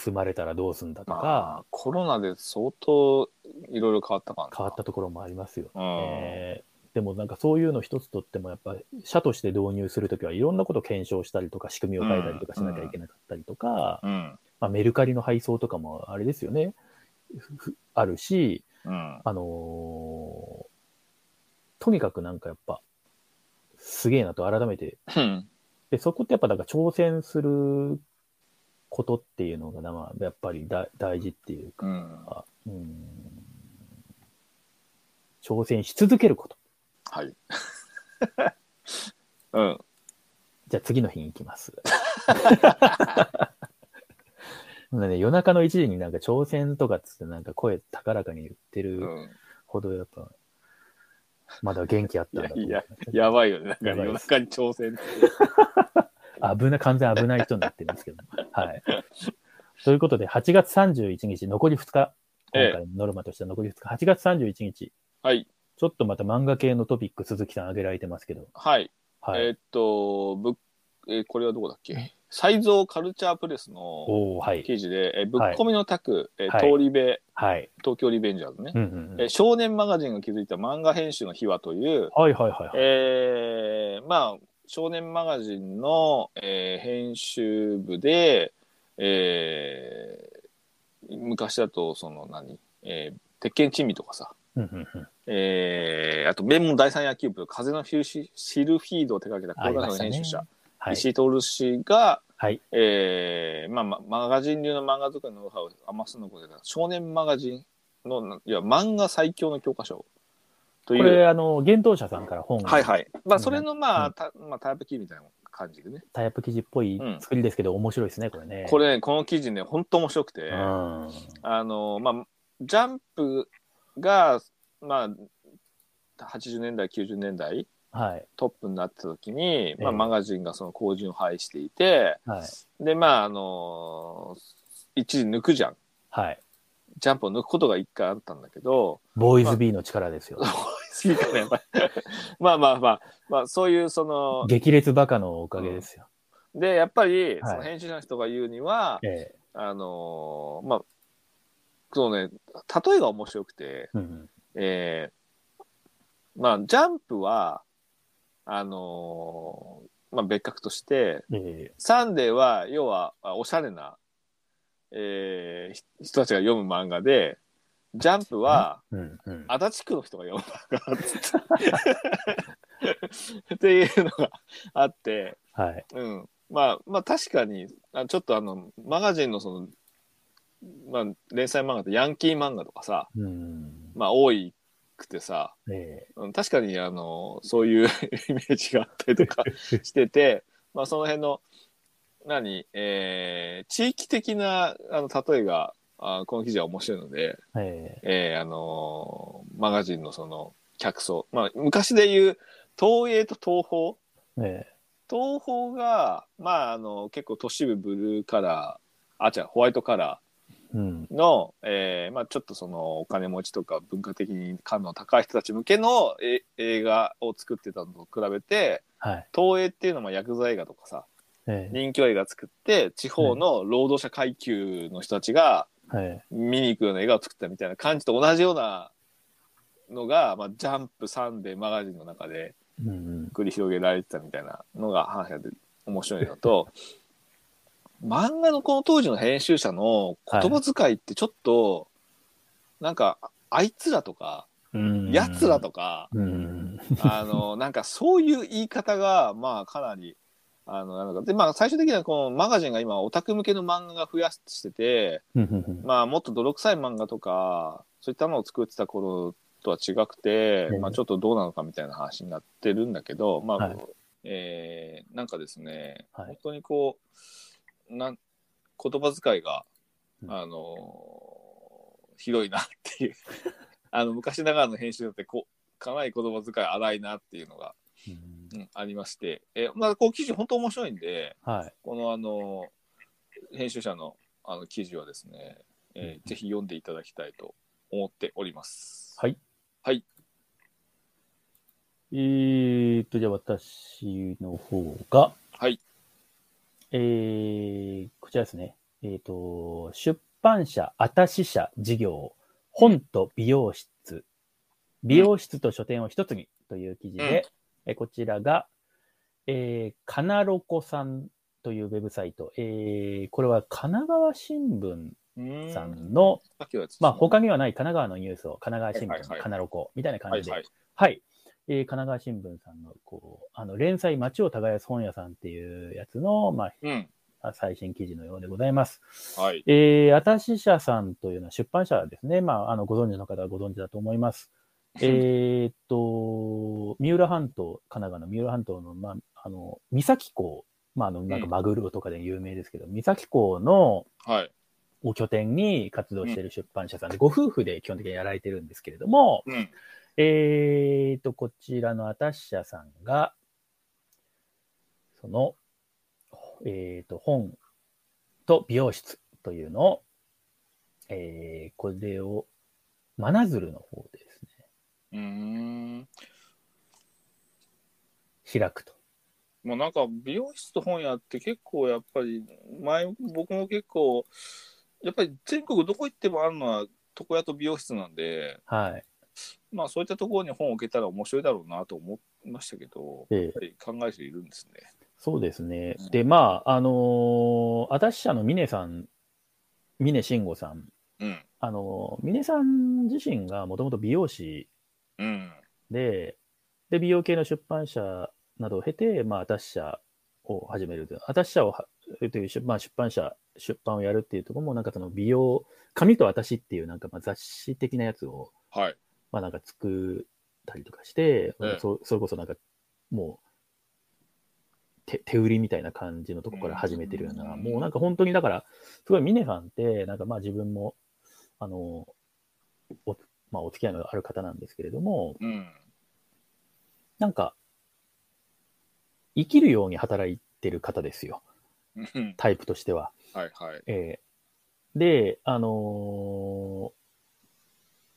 [SPEAKER 2] 盗まれたらどうすんだと
[SPEAKER 1] ま
[SPEAKER 2] か
[SPEAKER 1] あ、コロナで相当いろいろ変わったからな
[SPEAKER 2] 変わったところもありますよね。
[SPEAKER 1] うん
[SPEAKER 2] えーでもなんかそういうの一つとってもやっぱ社として導入するときはいろんなことを検証したりとか仕組みを変えたりとかしなきゃいけなかったりとか、
[SPEAKER 1] うん
[SPEAKER 2] まあ、メルカリの配送とかもあれですよねふふあるし、
[SPEAKER 1] うん
[SPEAKER 2] あのーとにかくなんかやっぱすげえなと改めて
[SPEAKER 1] うん
[SPEAKER 2] でそこってやっぱなんか挑戦することっていうのがなまあやっぱりだ大事っていうか、
[SPEAKER 1] うん
[SPEAKER 2] うん挑戦し続けること
[SPEAKER 1] はい。 うん。
[SPEAKER 2] じゃあ次の日に行きます。ほんでね、夜中の1時になんか挑戦とかっつってなんか声高らかに言って
[SPEAKER 1] う
[SPEAKER 2] る
[SPEAKER 1] ん。
[SPEAKER 2] ほどやっぱ、まだ元気あったんだと思いました
[SPEAKER 1] やばいよね。なんか
[SPEAKER 2] やばい
[SPEAKER 1] 夜
[SPEAKER 2] です
[SPEAKER 1] 中に挑戦って。
[SPEAKER 2] 危ない、完全危ない人になってるんですけども。はい。ということで、8月31日、残り2日、今回のノルマとしては残り2日、8月31日、
[SPEAKER 1] はい。
[SPEAKER 2] ちょっとまた漫画系のトピック、鈴木さん挙げられてますけど、
[SPEAKER 1] はい。
[SPEAKER 2] はい。
[SPEAKER 1] えーっと、ぶえーこれはどこだっけ才蔵カルチャープレスの
[SPEAKER 2] おおはい。
[SPEAKER 1] 記事で、えーぶっこみのタク、えー
[SPEAKER 2] はい
[SPEAKER 1] 通り部、
[SPEAKER 2] はい。
[SPEAKER 1] 東京リベンジャーズね、
[SPEAKER 2] うんうんうん
[SPEAKER 1] えー少年マガジンが築いた漫画編集の秘話という、
[SPEAKER 2] はいはいはいはい。
[SPEAKER 1] えーまあ、少年マガジンの、えー編集部で、えー昔だと、その何、えー鉄拳珍味とかさ、
[SPEAKER 2] うんうんうん
[SPEAKER 1] えーあと、名門第三野球部、風のフィルシシルフィードを手掛けた高田さんの編集者、
[SPEAKER 2] はい。
[SPEAKER 1] 石井徹氏が、
[SPEAKER 2] はい
[SPEAKER 1] えーまあまあ、マガジン流の漫画作りのノウハウを余すのことで、少年マガジンの、いや、漫画最強の教科書と
[SPEAKER 2] こ
[SPEAKER 1] いう。
[SPEAKER 2] れ、あの、幻冬舎さんから本が
[SPEAKER 1] はいはい。まあ、
[SPEAKER 2] うん
[SPEAKER 1] それの、まあ、たまあ、タイプキーみたいな感じでね。
[SPEAKER 2] タイアップ記事っぽい
[SPEAKER 1] うん
[SPEAKER 2] 作りですけど、面白いですね、これね。
[SPEAKER 1] これね、この記事ね、本当面白くて、
[SPEAKER 2] うん。
[SPEAKER 1] あの、まあ、ジャンプが、まあ、80年代、90年代、
[SPEAKER 2] はい。
[SPEAKER 1] トップになってた時に、まあ、
[SPEAKER 2] ええ
[SPEAKER 1] マガジンがその後陣を排していて、
[SPEAKER 2] はい。
[SPEAKER 1] で、まあ、あの一時抜くじゃん。
[SPEAKER 2] はい。
[SPEAKER 1] ジャンプを抜くことが一回あったんだけ ど、
[SPEAKER 2] ボーイズ B の力ですよ。
[SPEAKER 1] 次からやっぱり まあまあまあ、まあ、そういうその、
[SPEAKER 2] 激烈バカのおかげですよ。
[SPEAKER 1] で、やっぱり、
[SPEAKER 2] はい
[SPEAKER 1] その編集者の人が言うには、
[SPEAKER 2] ええ。
[SPEAKER 1] あのーまあ、そうね、例えが面白くて、
[SPEAKER 2] うんうん
[SPEAKER 1] えーまあ、ジャンプは、あのーまあ、別格として、
[SPEAKER 2] ええ
[SPEAKER 1] サンデーは、要は、あおしゃれな、えーひ人たちが読む漫画で、ジャンプは、
[SPEAKER 2] うんうん
[SPEAKER 1] 足立区の人が読む漫画っつって っていうのがあって、
[SPEAKER 2] はい。
[SPEAKER 1] うん、まあまあ確かにあちょっとあのマガジンのその、まあ、連載漫画ってヤンキー漫画とかさ、
[SPEAKER 2] うん。
[SPEAKER 1] まあ、多いくてさ、
[SPEAKER 2] ええ。
[SPEAKER 1] うん、確かにあのそういうイメージがあったりとかしてて、 まあ、その辺の何、えー地域的なあの例えがあこの記事は面白いので、
[SPEAKER 2] ええ。
[SPEAKER 1] えーあのマガジンのその客層、まあ、昔で言う東映と東宝
[SPEAKER 2] ええ。
[SPEAKER 1] 東宝が、まあ、あの結構都市部ブルーカラーあ違うホワイトカラ
[SPEAKER 2] うん。
[SPEAKER 1] ーの、えーまあ、ちょっとそのお金持ちとか文化的に感の高い人たち向けのえ映画を作ってたのと比べて
[SPEAKER 2] はい。
[SPEAKER 1] 東映っていうのは薬剤映画とかさ
[SPEAKER 2] ええ。
[SPEAKER 1] 人気映画作って地方の労働者階級の人たちが
[SPEAKER 2] え
[SPEAKER 1] 見に行くような映画を作ったみたいな感じと同じようなのが、まあ、ジャンプサンデーマガジンの中で
[SPEAKER 2] え。うんうん。
[SPEAKER 1] 繰り広げられてたみたいなのが話が出て面白いの と漫画のこの当時の編集者の言葉遣いってちょっと、なんかあいつらとか
[SPEAKER 2] うん
[SPEAKER 1] やつらとか、
[SPEAKER 2] うん。
[SPEAKER 1] あの なんかそういう言い方がまあかなりあのなんかでまあ最終的にはこのマガジンが今オタク向けの漫画が増やしてて
[SPEAKER 2] うんうんうん
[SPEAKER 1] まあもっと泥臭い漫画とかそういったのを作ってた頃とは違くて、
[SPEAKER 2] うん
[SPEAKER 1] まあちょっとどうなのかみたいな話になってるんだけど、まあ、
[SPEAKER 2] はい
[SPEAKER 1] えーなんかですね、
[SPEAKER 2] はい
[SPEAKER 1] 本当にこうなん言葉遣いが、
[SPEAKER 2] うん
[SPEAKER 1] あのー広いなっていう あの昔ながらの編集だってこうかなり言葉遣い荒いなっていうのが、
[SPEAKER 2] うん
[SPEAKER 1] うんありまして、えーまあ、こう記事本当面白いんで、
[SPEAKER 2] はい。
[SPEAKER 1] このあの編集者のあの記事はですね、えーぜひ読んでいただきたいと思っております。
[SPEAKER 2] はいえーっと、じゃあ私の方が、
[SPEAKER 1] はい。
[SPEAKER 2] えー、こちらですね。えーっと、出版社、あたし社事業、本と美容室、美容室と書店を一つにという記事で、えこちらが、えー、かなろこさんというウェブサイト、えー、これは神奈川新聞
[SPEAKER 1] うーん
[SPEAKER 2] さんの、
[SPEAKER 1] さっきのやつですね
[SPEAKER 2] まあ、他にはない神奈川のニュースを神奈川
[SPEAKER 1] はいはい
[SPEAKER 2] 新
[SPEAKER 1] は
[SPEAKER 2] 聞、
[SPEAKER 1] い
[SPEAKER 2] かなろこみたいな感じで
[SPEAKER 1] はいはい、
[SPEAKER 2] はい。えー神奈川新聞さんの、こう、あの、連載、町を耕す本屋さんっていうやつの、ま
[SPEAKER 1] うん。
[SPEAKER 2] あ、最新記事のようでございます。
[SPEAKER 1] はい。
[SPEAKER 2] えー、あたし社さんというのは出版社ですね。まあ、あの、ご存知の方はご存知だと思います。えーっと、三浦半島、神奈川の三浦半島の、まあ、あの、三崎港、まあ、あの、なんか
[SPEAKER 1] うん
[SPEAKER 2] マグロとかで有名ですけど、三崎港の、
[SPEAKER 1] はい。
[SPEAKER 2] を拠点に活動している出版社さんで、ご夫婦で基本的にやられてるんですけれども、
[SPEAKER 1] うん。
[SPEAKER 2] えーと、こちらのアタッシャさんが、その、えーと、本と美容室というのを、えー、これを、真鶴の方でです
[SPEAKER 1] うーん。
[SPEAKER 2] ね、開くと。
[SPEAKER 1] もうなんか美容室と本屋って結構やっぱり前僕も結構やっぱり全国どこ行ってもあるのは床屋と美容室なんで
[SPEAKER 2] はい。
[SPEAKER 1] まあそういったところに本を置けたら面白いだろうなと思いましたけど
[SPEAKER 2] ええ
[SPEAKER 1] やっぱり考える人いるんですね。
[SPEAKER 2] そうですね
[SPEAKER 1] うん。
[SPEAKER 2] で、まあ、あのー、私社の峰さん、峰慎吾さん、
[SPEAKER 1] うん
[SPEAKER 2] あのー、峰さん自身がもともと美容師
[SPEAKER 1] うん
[SPEAKER 2] で、で、美容系の出版社などを経て、まあ、私社を始めるという、私社をは、という出,、まあ、出版社、出版をやるっていうところも、なんかその美容、紙と私っていうなんかまあ雑誌的なやつを、
[SPEAKER 1] はい
[SPEAKER 2] まあなんか作ったりとかして、
[SPEAKER 1] ええ
[SPEAKER 2] そそれこそなんかもう手手売りみたいな感じのとこから始めてるような、
[SPEAKER 1] うん
[SPEAKER 2] もうなんか本当にだから、すごいミネファンって、なんかまあ自分も、あの、お,、まあ、お付き合いのある方なんですけれども、
[SPEAKER 1] うん
[SPEAKER 2] なんか、生きるように働いてる方ですよ、
[SPEAKER 1] うん
[SPEAKER 2] タイプとしては。
[SPEAKER 1] はいはい
[SPEAKER 2] ええで、あのー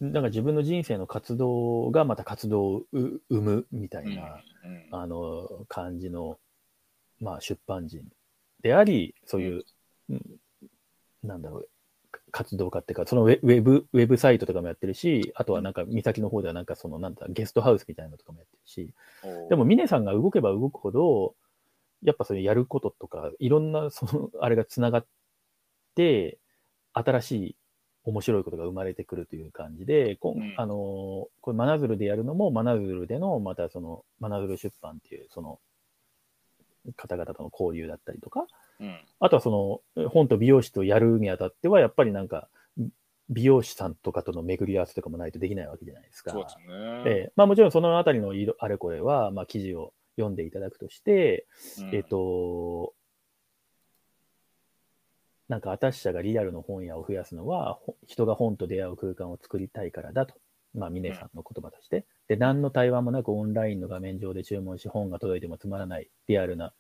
[SPEAKER 2] なんか自分の人生の活動がまた活動をう生むみた
[SPEAKER 1] う
[SPEAKER 2] い
[SPEAKER 1] ん
[SPEAKER 2] な、
[SPEAKER 1] うん
[SPEAKER 2] あのー感じの、まあ、出版人であり、そういう、うんなんだろう、か活動家っていうか、そのウェウェブウェブサイトとかもやってるし、あとはなんか、三崎の方ではなんか、その、なんだ、ゲストハウスみたいなのとかもやってるし、
[SPEAKER 1] おー
[SPEAKER 2] でも、峰さんが動けば動くほど、やっぱそれやることとか、いろんな、 その、あれがつながって、新しい、面白いことが生まれてくるという感じで、こ
[SPEAKER 1] うん
[SPEAKER 2] んあのーこれ、真鶴でやるのも、真鶴での、またその、真鶴出版っていう、その、方々との交流だったりとか、
[SPEAKER 1] うん
[SPEAKER 2] あとはその、本と美容師とやるにあたっては、やっぱりなんか、美容師さんとかとの巡り合わせとかもないとできないわけじゃないですか。
[SPEAKER 1] そうですね。
[SPEAKER 2] ええまあ、もちろんそのあたりのいろあれこれは、まあ、記事を読んでいただくとして、
[SPEAKER 1] うん
[SPEAKER 2] えっ、と、なんか私社がリアルの本屋を増やすのは、ほ人が本と出会う空間を作りたいからだと。まあ、峰さんの言葉として。で、何の対話もなくオンラインの画面上で注文し、本が届いてもつまらないリアルな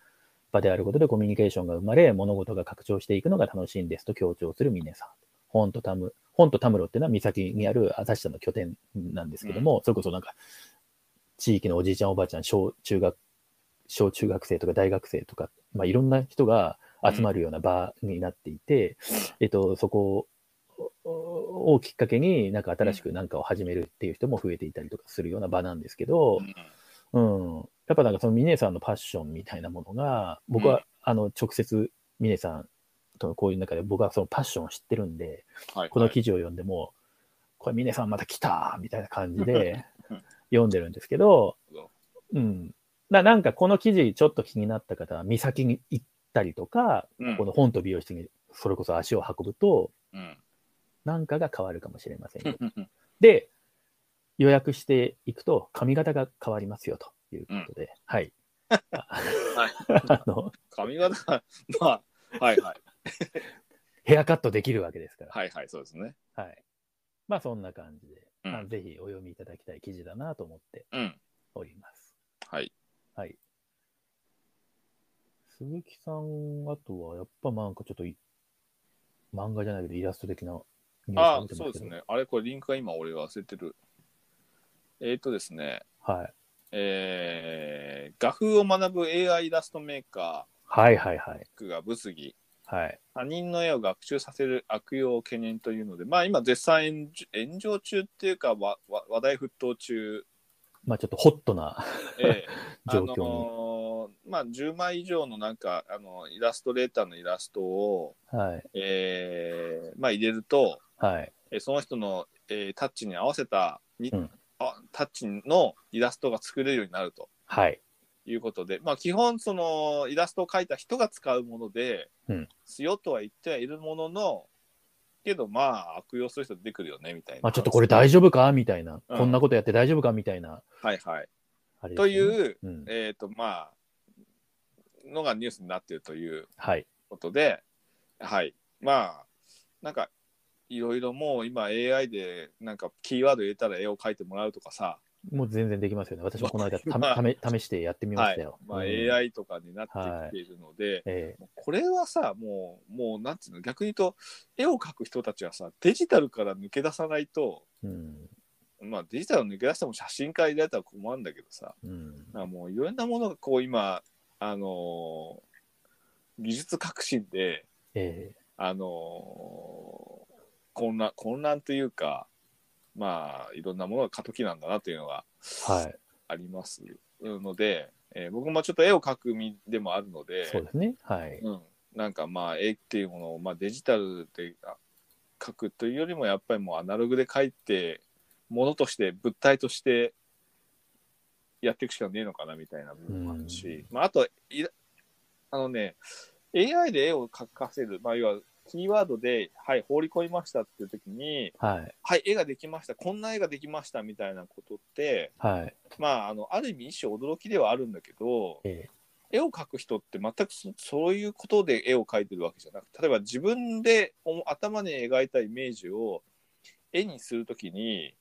[SPEAKER 2] 場であることでコミュニケーションが生まれ、物事が拡張していくのが楽しいんですと強調する峰さん。本とタム、本とタムロっていうのは三崎にある私社の拠点なんですけども、それこそなんか、地域のおじいちゃんおばあちゃん、小中学小中学生とか大学生とか、まあ、いろんな人が集まるような場になっていて、えっと、そこををきっかけに、なんか新しく何かを始めるっていう人も増えていたりとかするような場なんですけど
[SPEAKER 1] う、ん
[SPEAKER 2] うん。やっぱなんかそのミネさんのパッションみたいなものが、僕は、
[SPEAKER 1] うん
[SPEAKER 2] あの、直接ミネさんとの交流の中で僕はそのパッションを知ってるんで、
[SPEAKER 1] はい
[SPEAKER 2] この記事を読んでも、これ、峰さんまた来たみたいな感じ で読んでるんですけど
[SPEAKER 1] なるほ、
[SPEAKER 2] うん。ななんかこの記事ちょっと気になった方は、三崎に行ったりとか、
[SPEAKER 1] はい
[SPEAKER 2] この本と美容室にそれこそ足を運ぶと、
[SPEAKER 1] うん
[SPEAKER 2] なんかが変わるかもしれませんよ。
[SPEAKER 1] うん
[SPEAKER 2] で、予約していくと、髪型が変わりますよということで、 はい。
[SPEAKER 1] はい
[SPEAKER 2] あの、
[SPEAKER 1] 髪型、まあ、はいはい。
[SPEAKER 2] ヘアカットできるわけですから。
[SPEAKER 1] はいはい、そうですね。
[SPEAKER 2] はい。まあそんな感じで、
[SPEAKER 1] うん
[SPEAKER 2] あぜひお読みいただきたい記事だなと思って
[SPEAKER 1] うん。
[SPEAKER 2] おります。
[SPEAKER 1] はい。
[SPEAKER 2] はい。鈴木さん、あとはやっぱなんかちょっとい漫画じゃないけどイラスト的なニュース
[SPEAKER 1] あ
[SPEAKER 2] が出てま
[SPEAKER 1] そうで
[SPEAKER 2] すけ
[SPEAKER 1] す
[SPEAKER 2] ど。
[SPEAKER 1] ね。あれ、これ、リンクが今、俺忘れてる。えっ、ー、とですね、
[SPEAKER 2] はい。
[SPEAKER 1] えー、画風を学ぶ AI イラストメーカ
[SPEAKER 2] はいはいはい。
[SPEAKER 1] ーが物議、
[SPEAKER 2] はい。
[SPEAKER 1] 他人の絵を学習させる悪用を懸念というので、まあ、今、絶賛炎炎上中っていうか、わわ話題沸騰中、
[SPEAKER 2] まあちょっとホットな。
[SPEAKER 1] ええあ
[SPEAKER 2] 状況
[SPEAKER 1] の
[SPEAKER 2] に
[SPEAKER 1] ーまあ、10枚以上のなんかあのイラストレーターのイラストを、
[SPEAKER 2] はい。
[SPEAKER 1] えーまあ、入れると、
[SPEAKER 2] はい。
[SPEAKER 1] えーその人の、えータッチに合わせたに、
[SPEAKER 2] うん
[SPEAKER 1] あタッチのイラストが作れるようになると
[SPEAKER 2] はい。
[SPEAKER 1] いうことで、まあ、基本そのイラストを描いた人が使うもので、
[SPEAKER 2] うん
[SPEAKER 1] すよとは言ってはいるもののけどまあ悪用する人出てくるよねみたいな。
[SPEAKER 2] まあちょっとこれ大丈夫かみたいな、
[SPEAKER 1] うん
[SPEAKER 2] こんなことやって大丈夫かみたいな。
[SPEAKER 1] はいはい。
[SPEAKER 2] あれです
[SPEAKER 1] と
[SPEAKER 2] よ
[SPEAKER 1] い
[SPEAKER 2] ね、
[SPEAKER 1] う、
[SPEAKER 2] うん。
[SPEAKER 1] えっ、とまあのがニュースになっているという
[SPEAKER 2] はい。
[SPEAKER 1] ことで、はい。まあなんかいろいろもう今 AI でなんかキーワード入れたら絵を描いてもらうとかさ、
[SPEAKER 2] もう全然できますよね。私もこの間、た
[SPEAKER 1] まあ
[SPEAKER 2] め試試してやってみましたよ。
[SPEAKER 1] まあ、
[SPEAKER 2] うん
[SPEAKER 1] AI とかになってきているので、
[SPEAKER 2] ええ
[SPEAKER 1] もうこれはさもうもうなんていうの逆に言うと絵を描く人たちはさデジタルから抜け出さないと、
[SPEAKER 2] うん。
[SPEAKER 1] まあ、デジタルを抜け出しても写真家入れたら困るんだけどさ
[SPEAKER 2] うん。
[SPEAKER 1] なんかもういろんなものがこう今あのー技術革新で、
[SPEAKER 2] え
[SPEAKER 1] あのー混乱、混乱というか、まあ、いろんなものが過渡期なんだなというのが
[SPEAKER 2] ーはい。
[SPEAKER 1] ありますので、えー僕もちょっと絵を描く身でもあるので、
[SPEAKER 2] そうですね。はい。
[SPEAKER 1] うん、なんかまあ絵っていうものを、まあ、デジタルであ描くというよりもやっぱりもうアナログで描いてものとして物体としてやっていくしかねえのかなみたいな部分もあるし、まあ、あといあのね AI で絵を描かせる、まあ、要はキーワードで、はい、放り込みましたっていう時に、
[SPEAKER 2] はい。
[SPEAKER 1] はい、絵ができました、こんな絵ができましたみたいなことって、
[SPEAKER 2] はい。
[SPEAKER 1] まあ、あのある意味一種驚きではあるんだけど、
[SPEAKER 2] え
[SPEAKER 1] 絵を描く人って全くそそういうことで絵を描いてるわけじゃなくて例えば自分で思頭に描いたイメージを絵にするときに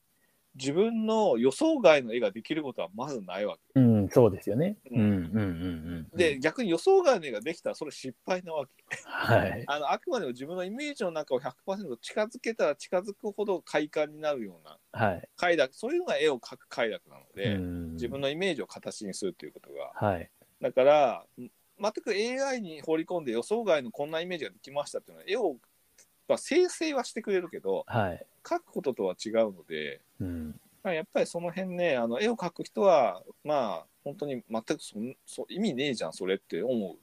[SPEAKER 1] 自分の予想外の絵ができることはまずないわけ。
[SPEAKER 2] ーうん、そうですよね。
[SPEAKER 1] う
[SPEAKER 2] うんん、うん、うん、うん。
[SPEAKER 1] で、逆に予想外の絵ができたらそれ失敗なわけ。
[SPEAKER 2] はい。
[SPEAKER 1] あのあくまでも自分のイメージの中を100%近づけたら近づくほど快感になるような
[SPEAKER 2] はい。
[SPEAKER 1] 快楽そういうのが絵を描く快楽なので、
[SPEAKER 2] 自
[SPEAKER 1] 自分のイメージを形にするということが
[SPEAKER 2] はい。
[SPEAKER 1] だから、ん全く AI に放り込んで予想外のこんなイメージができましたっていうのは、絵を、まあ、生成はしてくれるけど、
[SPEAKER 2] はい。
[SPEAKER 1] 描くこととは違うので、
[SPEAKER 2] うん。
[SPEAKER 1] まあやっぱりその辺ね、あの絵を描く人は、まあ、本当に全くそんそ意味ねえじゃん、それって思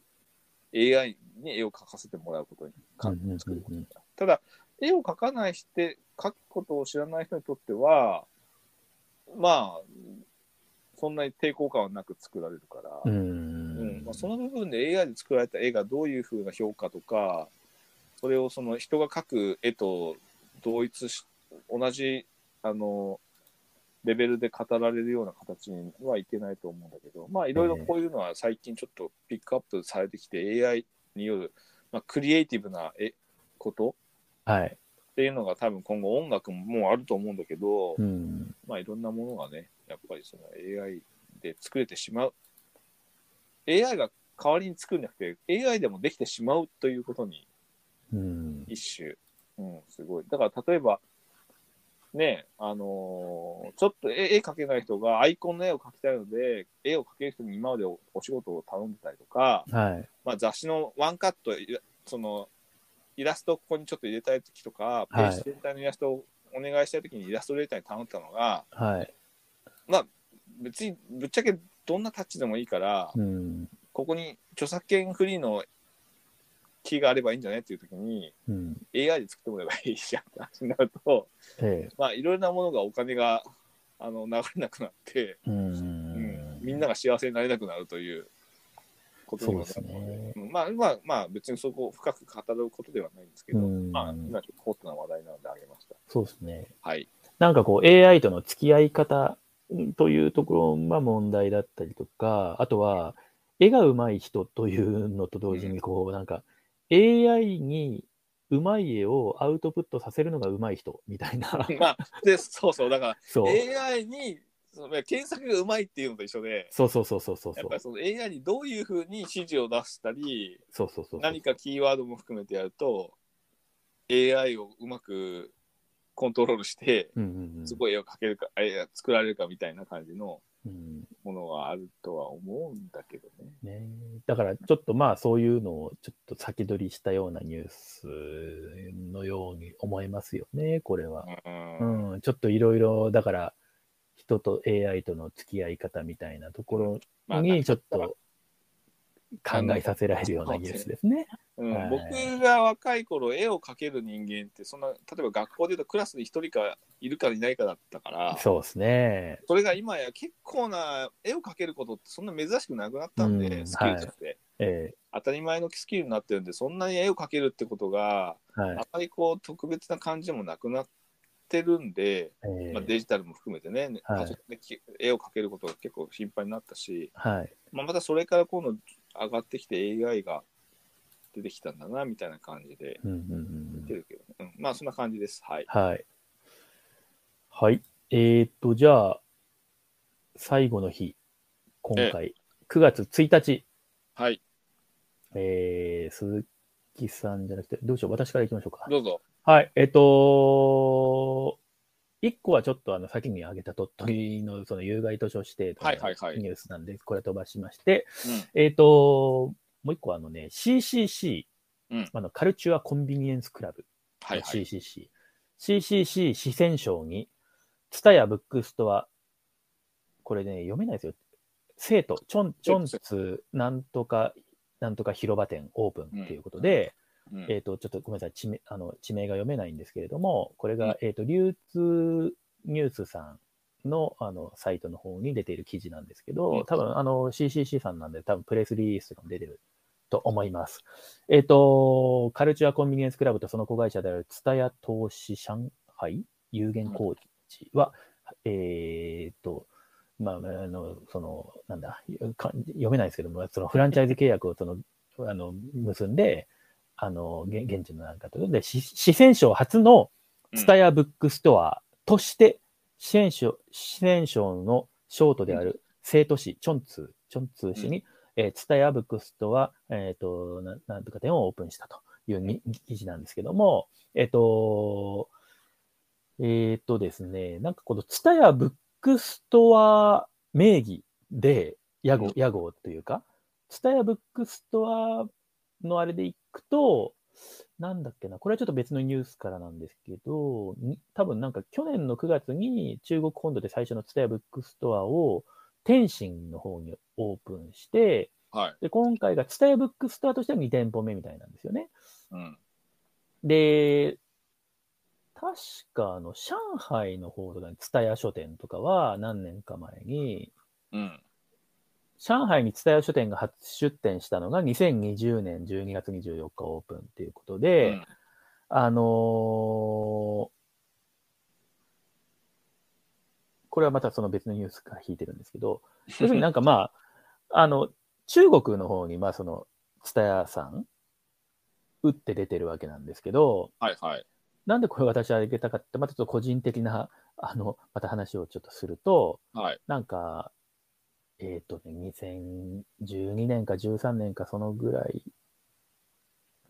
[SPEAKER 1] う。AI に絵を描かせてもらうことに。か
[SPEAKER 2] うんうんうんうん
[SPEAKER 1] 作ることにただ、絵を描かない人って、描くことを知らない人にとっては、まあ、そんなに抵抗感はなく作られるから。
[SPEAKER 2] う
[SPEAKER 1] うん
[SPEAKER 2] ん
[SPEAKER 1] まあ、その部分で AI で作られた絵がどういうふうな評価とかそれをその人が描く絵と同一し同じあのレベルで語られるような形にはいけないと思うんだけどまあいろいろこういうのは最近ちょっとピックアップされてきて AI による、まあ、クリエイティブな絵こと
[SPEAKER 2] はい。
[SPEAKER 1] っていうのが多分今後音楽ももうあると思うんだけど、
[SPEAKER 2] うん。
[SPEAKER 1] まあ、いろんなものがね、やっぱりその AI で作れてしまう。AI が代わりに作るんじゃなくて、AI でもできてしまうということに
[SPEAKER 2] うん。
[SPEAKER 1] 一種、うん、すごい。だから例えば、ねあのーちょっと絵絵描けない人がアイコンの絵を描きたいので、絵を描ける人に今までおお仕事を頼んでたりとか、
[SPEAKER 2] はい。
[SPEAKER 1] まあ、雑誌のワンカット、いやそのイラストをここにちょっと入れたい時とか、ページ全体のイラストをお願いしたい時にイラストレーターに頼んでたのが、
[SPEAKER 2] はい。
[SPEAKER 1] 別にぶっちゃけどんなタッチでもいいから、
[SPEAKER 2] うん。
[SPEAKER 1] ここに著作権フリーのキーがあればいいんじゃないっていう時に
[SPEAKER 2] うん。
[SPEAKER 1] AI で作ってもらえばいいじゃんって話になると
[SPEAKER 2] え
[SPEAKER 1] まあいろいろなものがお金があの流れなくなって、
[SPEAKER 2] え。
[SPEAKER 1] う
[SPEAKER 2] う
[SPEAKER 1] ん
[SPEAKER 2] ん。
[SPEAKER 1] みんなが幸せになれなくなるということにもなる
[SPEAKER 2] そうですね
[SPEAKER 1] うんまあまあまあ別にそこを深く語ることではないんですけど、
[SPEAKER 2] うん
[SPEAKER 1] まあ今ちょっとホットな話題なのであげました。
[SPEAKER 2] そうですね。
[SPEAKER 1] はい。。
[SPEAKER 2] なんかこう AI との付き合い方というところが問題だったりとか、あとは絵が上手い人というのと同時にこうなんか AI に上手い絵をアウトプットさせるのが上手い人みたいな
[SPEAKER 1] まあでそうそうだから
[SPEAKER 2] そう。
[SPEAKER 1] AI にその検索がうまいっていうのと一緒で。
[SPEAKER 2] そうそうそうそうそう
[SPEAKER 1] やっ
[SPEAKER 2] そう
[SPEAKER 1] ぱ。りその AI にどういうふうに指示を出したり、
[SPEAKER 2] そうそうそう。
[SPEAKER 1] 何かキーワードも含めてやると、AI をうまくコントロールして、
[SPEAKER 2] うんうんうん。
[SPEAKER 1] すごい絵を描けるか、えー作られるかみたいな感じの
[SPEAKER 2] うん
[SPEAKER 1] ものがあるとは思うんだけどね。
[SPEAKER 2] ね、だからちょっとまあそういうのをちょっと先取りしたようなニュースのように思いますよね、これは。
[SPEAKER 1] うん
[SPEAKER 2] うん、ちょっといろいろ、だから人と AI との付き合い方みたいなとこ
[SPEAKER 1] まあ
[SPEAKER 2] ろ
[SPEAKER 1] なん
[SPEAKER 2] に
[SPEAKER 1] か
[SPEAKER 2] ちょっと考えさせられるようなニュースですね。
[SPEAKER 1] うん
[SPEAKER 2] はい
[SPEAKER 1] 僕が若い頃、絵を描ける人間って、そんな、例えば学校で言うとクラスに一人かいるかいないかだったから、
[SPEAKER 2] そうですね。
[SPEAKER 1] それが今や結構な絵を描けることってそんな珍しくなくなったんで、
[SPEAKER 2] うん
[SPEAKER 1] スキルとして。
[SPEAKER 2] え
[SPEAKER 1] 当たり前のスキルになってるんでそんなに絵を描けるってことが
[SPEAKER 2] えは
[SPEAKER 1] あ
[SPEAKER 2] い。
[SPEAKER 1] まりこう特別な感じもなくなってるんで、
[SPEAKER 2] え
[SPEAKER 1] まあ、
[SPEAKER 2] え
[SPEAKER 1] デジタルも含めてね、
[SPEAKER 2] はい
[SPEAKER 1] パソコンでき絵を描けることが結構頻繁になったし、
[SPEAKER 2] はい。
[SPEAKER 1] まあ、またそれから今度上がってきて AI が出てきたんだなみたいな感じで
[SPEAKER 2] うんうんう
[SPEAKER 1] 見
[SPEAKER 2] ん
[SPEAKER 1] てるけど、ねうんまあそんな感じですはい
[SPEAKER 2] はい。はい。えーっと、じゃあ、最後の日、今回、9月1日、
[SPEAKER 1] はい
[SPEAKER 2] えー、鈴木さんじゃなくて、どうしよう、私から行きましょうか。
[SPEAKER 1] どうぞ
[SPEAKER 2] はい、えっと、一個はちょっとあの先に挙げた鳥取のその有害図書指定とか
[SPEAKER 1] はいはいはい
[SPEAKER 2] ニュースなんで、これ飛ばしまして、えっ、と、もう一個はあのね、CCC、
[SPEAKER 1] うん
[SPEAKER 2] あのカルチュア・コンビニエンス・クラブ、
[SPEAKER 1] はいはい。
[SPEAKER 2] CCC。CCC 四川省に、ツタヤブックストア、これね、読めないですよ。生徒、チョン、チョンツ、なんとか、なんとか広場店オープンっていうことで、
[SPEAKER 1] うん
[SPEAKER 2] えっ、と、ちょっとごめんなさい、地名あの地名が読めないんですけれども、これが、
[SPEAKER 1] うん
[SPEAKER 2] えっ、と、流通ニュースさんのあのサイトの方に出ている記事なんですけ
[SPEAKER 1] うん
[SPEAKER 2] ど、多分あの CCC さんなんで、多分プレスリリースとかも出てると思います。えっ、と、カルチュアコンビニエンスクラブとその子会社であるツタヤ投資上海有限工事は、えっ、と、まあ、あの、その、なんだ、か読めないですけども、そのフランチャイズ契約をその、あの、結んで、あの、げ現地のなんかということで、し四川省初の
[SPEAKER 1] うん
[SPEAKER 2] ツタヤブックストアとして、四川省、四川省の省都である成都市、チョンツー、チョンツー市に、えー、ツタヤブックストア、えっ、とな、なんとか店をオープンしたというに記事なんですけども、えっ、と、えっ、とですね、なんかこのツタヤブックストア名義で、屋号、屋号というか、ツタヤブックストアのあれでいくと、なんだっけな、これはちょっと別のニュースからなんですけど、に多分なんか去年の9月に中国本土で最初のツタヤブックストアを天津の方にオープンして、
[SPEAKER 1] はい。
[SPEAKER 2] で今回がツタヤブックストアとしては2店舗目みたいなんですよね。
[SPEAKER 1] うん。
[SPEAKER 2] で、確かあの、上海の方とかに、蔦屋書店とかは何年か前に、
[SPEAKER 1] うん。
[SPEAKER 2] 上海に蔦屋書店が初出店したのが2020年12月24日オープンっていうこと
[SPEAKER 1] う
[SPEAKER 2] で、
[SPEAKER 1] ん
[SPEAKER 2] あのーこれはまたその別のニュースから引いてるんです けど、要するになんかまあ、あの、中国の方に、まあその、蔦屋さん、打って出てるわけなんですけど、
[SPEAKER 1] はいはい。
[SPEAKER 2] なんでこれ私はあげたかって、またちょっと個人的な、あの、また話をちょっとすると、
[SPEAKER 1] はい。
[SPEAKER 2] なんか、えっ、とね、2012年か13年かそのぐらい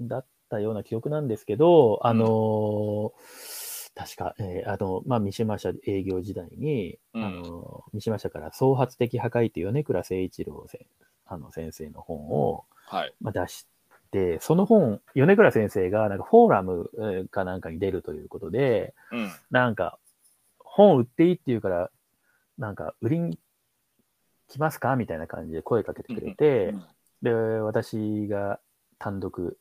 [SPEAKER 2] だったような記憶なんですけど、あのー確か、えーあの、まあ、三島社営業時代に、
[SPEAKER 1] うん
[SPEAKER 2] あの、三島社から創発的破壊という米倉誠一郎先あの先生の本を、
[SPEAKER 1] はい。
[SPEAKER 2] まあ、出して、その本、米倉先生がなんかフォーラムえーかなんかに出るということで、
[SPEAKER 1] うん。
[SPEAKER 2] なんか、本売っていいって言うから、なんか、売りに来ますかみたいな感じで声かけてくれて、で、私が単独、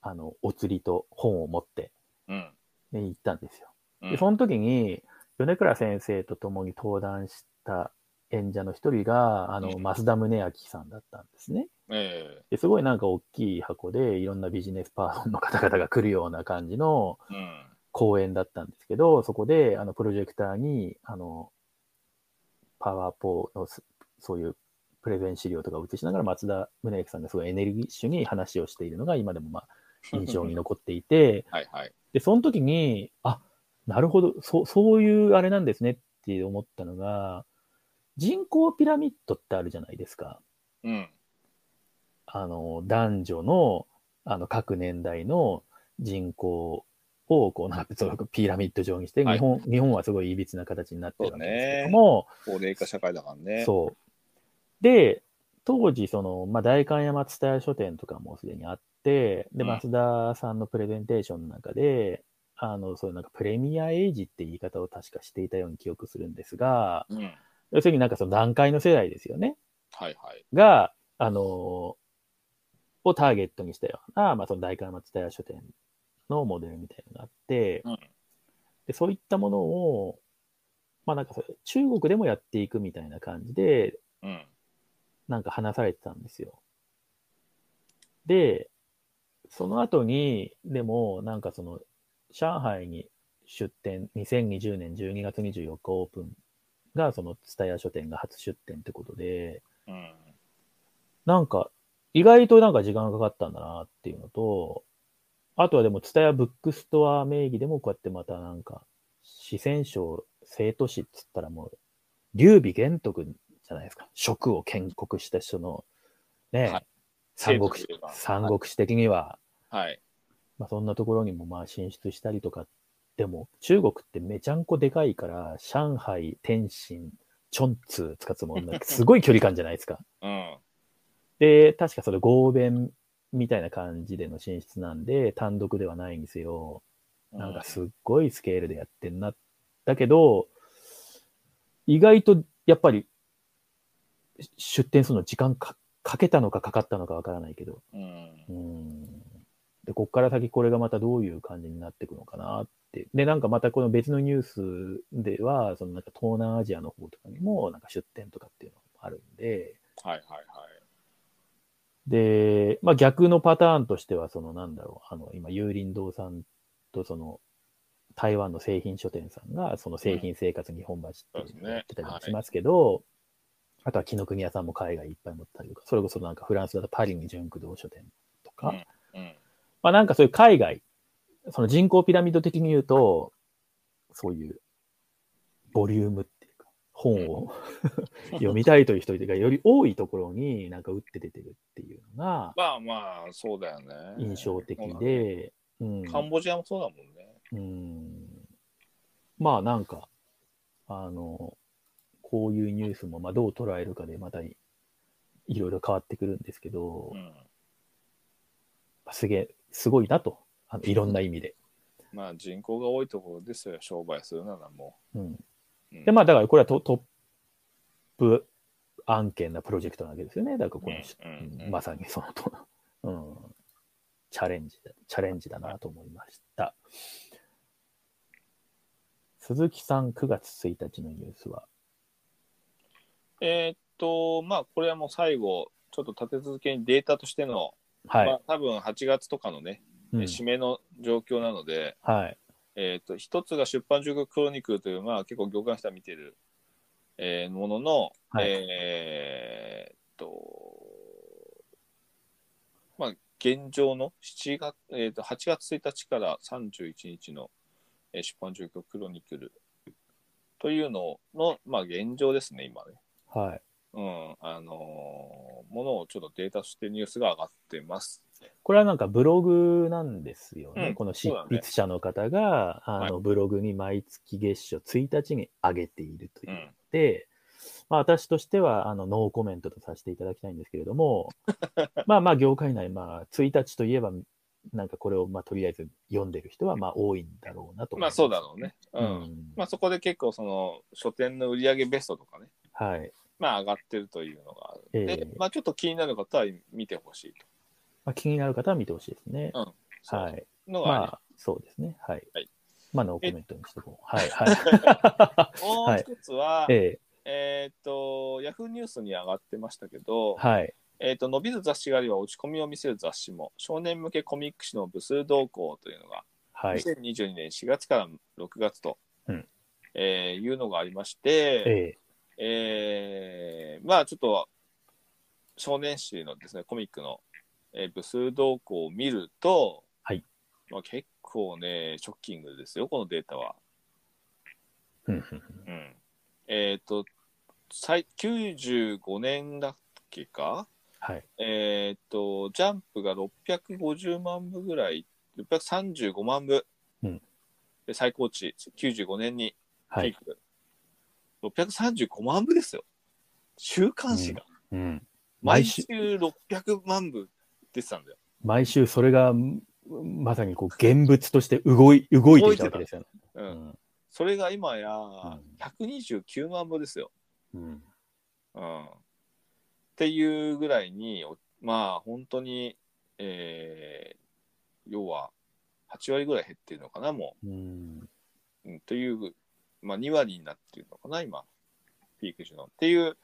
[SPEAKER 2] あの、お釣りと本を持って、
[SPEAKER 1] うん。
[SPEAKER 2] ね、行ったんですよ。
[SPEAKER 1] う
[SPEAKER 2] で、
[SPEAKER 1] ん。
[SPEAKER 2] その時に、米倉先生と共に登壇した演者の一人が、あの、
[SPEAKER 1] うん
[SPEAKER 2] 増田宗明さんだったんですね。
[SPEAKER 1] え
[SPEAKER 2] ですごいなんか大きい箱でいろんなビジネスパーソンの方々が来るような感じの
[SPEAKER 1] えうん。
[SPEAKER 2] 公演だったんですけど、そこであのプロジェクターにあのパワーポーのすそういうプレゼン資料とかを映しながら松田宗之さんがすごいエネルギッシュに話をしているのが今でもまあ印象に残っていて、
[SPEAKER 1] はいはい。
[SPEAKER 2] で、その時に、あ、なるほど、そう、そういうあれなんですねって思ったのが、人口ピラミッドってあるじゃないですか。
[SPEAKER 1] うん。
[SPEAKER 2] あの、男女の、あの、各年代の人口を、こう、なんか、そのピラミッド状にして、
[SPEAKER 1] はい
[SPEAKER 2] 日本、日本はすごい歪な形になってるわけですけども、
[SPEAKER 1] 高齢化社会だからね。
[SPEAKER 2] そう。で、当時、その、まあ、代官山蔦屋書店とかもすでにあって、で、
[SPEAKER 1] うん
[SPEAKER 2] 増田さんのプレゼンテーションの中で、あの、そういうなんか、プレミアエイジって言い方を確かしていたように記憶するんですが、
[SPEAKER 1] う。うん。
[SPEAKER 2] 要するになんかその段階の世代ですよね。
[SPEAKER 1] はいはい。
[SPEAKER 2] が、あのーをターゲットにしたような、まあ、その大官松田屋書店のモデルみたいなのがあって、
[SPEAKER 1] うん
[SPEAKER 2] でそういったものを、まあなんかそれ中国でもやっていくみたいな感じで、
[SPEAKER 1] うん。
[SPEAKER 2] なんか話されてたんですよ。で、その後に、でも、なんかその、上海に出店、2020年12月24日オープンが、その、蔦屋書店が初出店ってことで、
[SPEAKER 1] うん。
[SPEAKER 2] なんか、意外となんか時間がかかったんだなっていうのと、あとはでも、ツタヤブックストア名義でもこうやってまたなんか、四川省生徒市っつったらもう、劉備玄徳じゃないですか。食を建国した人の、ね、
[SPEAKER 1] はい
[SPEAKER 2] 三国
[SPEAKER 1] 生徒
[SPEAKER 2] 志
[SPEAKER 1] といえば、
[SPEAKER 2] 三国志的には、
[SPEAKER 1] はい。
[SPEAKER 2] まあそんなところにもまあ進出したりとかっでも、中国ってめちゃんこでかいから、上海、天津、チョンツー使つもんなんかすごい距離感じゃないですか。
[SPEAKER 1] うん。
[SPEAKER 2] で、確かそれ合弁みたいな感じでの進出なんで、単独ではないんですよ。なんかすっごいスケールでやってんな。だけど、意外とやっぱりし出店するの時間かかけたのかかかったのかわからないけど。
[SPEAKER 1] うん
[SPEAKER 2] う。ん。で、こっから先これがまたどういう感じになっていくのかなって。で、なんかまたこの別のニュースでは、そのなんか東南アジアの方とかにもなんか出店とかっていうのがあるんで、
[SPEAKER 1] はいはいはい。
[SPEAKER 2] で、まあ、逆のパターンとしては、そのなんだろう、あの、今、有林堂さんとその、台湾の製品書店さんが、その製品生活日本橋っていうのをやってたりもしますけど、あとは紀ノ国屋さんも海外いっぱい持ってたりとか、それこそなんかフランスだとパリに純駆動書店とか、
[SPEAKER 1] うんうん。
[SPEAKER 2] まあなんかそういう海外、その人口ピラミッド的に言うと、そういうボリュームっていうか、本を 読みたいという人がより多いところになんか打って出てるっていうのが
[SPEAKER 1] まあまあ、そうだよね。
[SPEAKER 2] 印象的で、うん
[SPEAKER 1] カンボジアもそうだもんね。
[SPEAKER 2] うん、まあなんか、あの、こういうニュースもまあどう捉えるかでまたいいろいろ変わってくるんですけど、
[SPEAKER 1] うん。
[SPEAKER 2] すげえ、すごいなと、あのいろんな意味で。
[SPEAKER 1] まあ人口が多いところですよ、商売するならも
[SPEAKER 2] うん
[SPEAKER 1] う。うん
[SPEAKER 2] で、まあ、だからこれはトトップ案件なプロジェクトなわけですよね。だからこの、
[SPEAKER 1] うんうん
[SPEAKER 2] うんまさにそのと、うん、チャレンジだ、チャレンジだなと思いました。鈴木さん、9月1日のニュースは、
[SPEAKER 1] えーっと、まあこれはもう最後、ちょっと立て続けにデータとしての、
[SPEAKER 2] はい。
[SPEAKER 1] まあ多分8月とかのね、
[SPEAKER 2] うん
[SPEAKER 1] 締めの状況なので、
[SPEAKER 2] はい。
[SPEAKER 1] えーっと、一つが出版塾クロニクルという、まあ結構業界の人は見てる、えーものの、
[SPEAKER 2] はい
[SPEAKER 1] えーっと、まあ現状の7月、えーっと8月1日から31日のえー出版状況クロニクルというのの、まあ、現状ですね、今ね。
[SPEAKER 2] はい。
[SPEAKER 1] うん、あのーものをちょっとデータとしてニュースが上がってます。
[SPEAKER 2] これはなんかブログなんですよね。
[SPEAKER 1] うん
[SPEAKER 2] この執
[SPEAKER 1] そうだね
[SPEAKER 2] 筆者の方が、あの、ブログに毎月月初1日に上げているというう。
[SPEAKER 1] ん、
[SPEAKER 2] で、まあ、私としてはあのノーコメントとさせていただきたいんですけれども、まあまあ業界内、まあ、1日といえば、なんかこれをまあとりあえず読んでる人はまあ多いんだろうなと思い
[SPEAKER 1] まあ
[SPEAKER 2] ます
[SPEAKER 1] そうだろうね。うん。
[SPEAKER 2] うん
[SPEAKER 1] まあそこで結構その書店の売り上げベストとかね、
[SPEAKER 2] はい。
[SPEAKER 1] まあ上がってるというのがあるんで、
[SPEAKER 2] ええ
[SPEAKER 1] まあちょっと気になる方は見てほしい
[SPEAKER 2] まあ、気になる方は見てほしいですね。
[SPEAKER 1] と。。
[SPEAKER 2] はいい。
[SPEAKER 1] のがあり
[SPEAKER 2] ま
[SPEAKER 1] ます
[SPEAKER 2] あ、そうですね。はい。
[SPEAKER 1] はい
[SPEAKER 2] まあ、ノーコメントにしてこう。はい、は
[SPEAKER 1] もう一つは、
[SPEAKER 2] い。ええ
[SPEAKER 1] えーっと、ヤフーニュースに上がってましたけど、
[SPEAKER 2] はい。
[SPEAKER 1] えーっと、伸びる雑誌があれば落ち込みを見せる雑誌も、少年向けコミック誌の部数動向というのが、
[SPEAKER 2] はい。
[SPEAKER 1] 2022年4月から6月と、
[SPEAKER 2] うん
[SPEAKER 1] えーいうのがありまして、
[SPEAKER 2] ええ
[SPEAKER 1] えーまあちょっと少年誌のですねコミックの、えー部数動向を見ると、
[SPEAKER 2] はい
[SPEAKER 1] まあ、結構ねショッキングですよこのデータは。
[SPEAKER 2] うんうん
[SPEAKER 1] うん、えっ、と最95年だっけか
[SPEAKER 2] はい。
[SPEAKER 1] えっ、とジャンプが650万部ぐらい635万部、
[SPEAKER 2] うん
[SPEAKER 1] で最高値95年にピ
[SPEAKER 2] は
[SPEAKER 1] ー
[SPEAKER 2] い。
[SPEAKER 1] ク、635万部ですよ週刊誌が、
[SPEAKER 2] うん。
[SPEAKER 1] 毎
[SPEAKER 2] 毎
[SPEAKER 1] 週
[SPEAKER 2] 週
[SPEAKER 1] 600万部出てたんだよ
[SPEAKER 2] 毎週それが、うんまさにこう、現物として動い、動いていたわけですよね。
[SPEAKER 1] う、
[SPEAKER 2] うんん。
[SPEAKER 1] それが今や
[SPEAKER 2] ん
[SPEAKER 1] 129万部ですよ、
[SPEAKER 2] うん
[SPEAKER 1] うん、っていうぐらいにおまあ本当にえー要は8割ぐらい減ってるのかなも
[SPEAKER 2] うん
[SPEAKER 1] う、うん、というまあ2割になってるのかな今ピーク時のっていう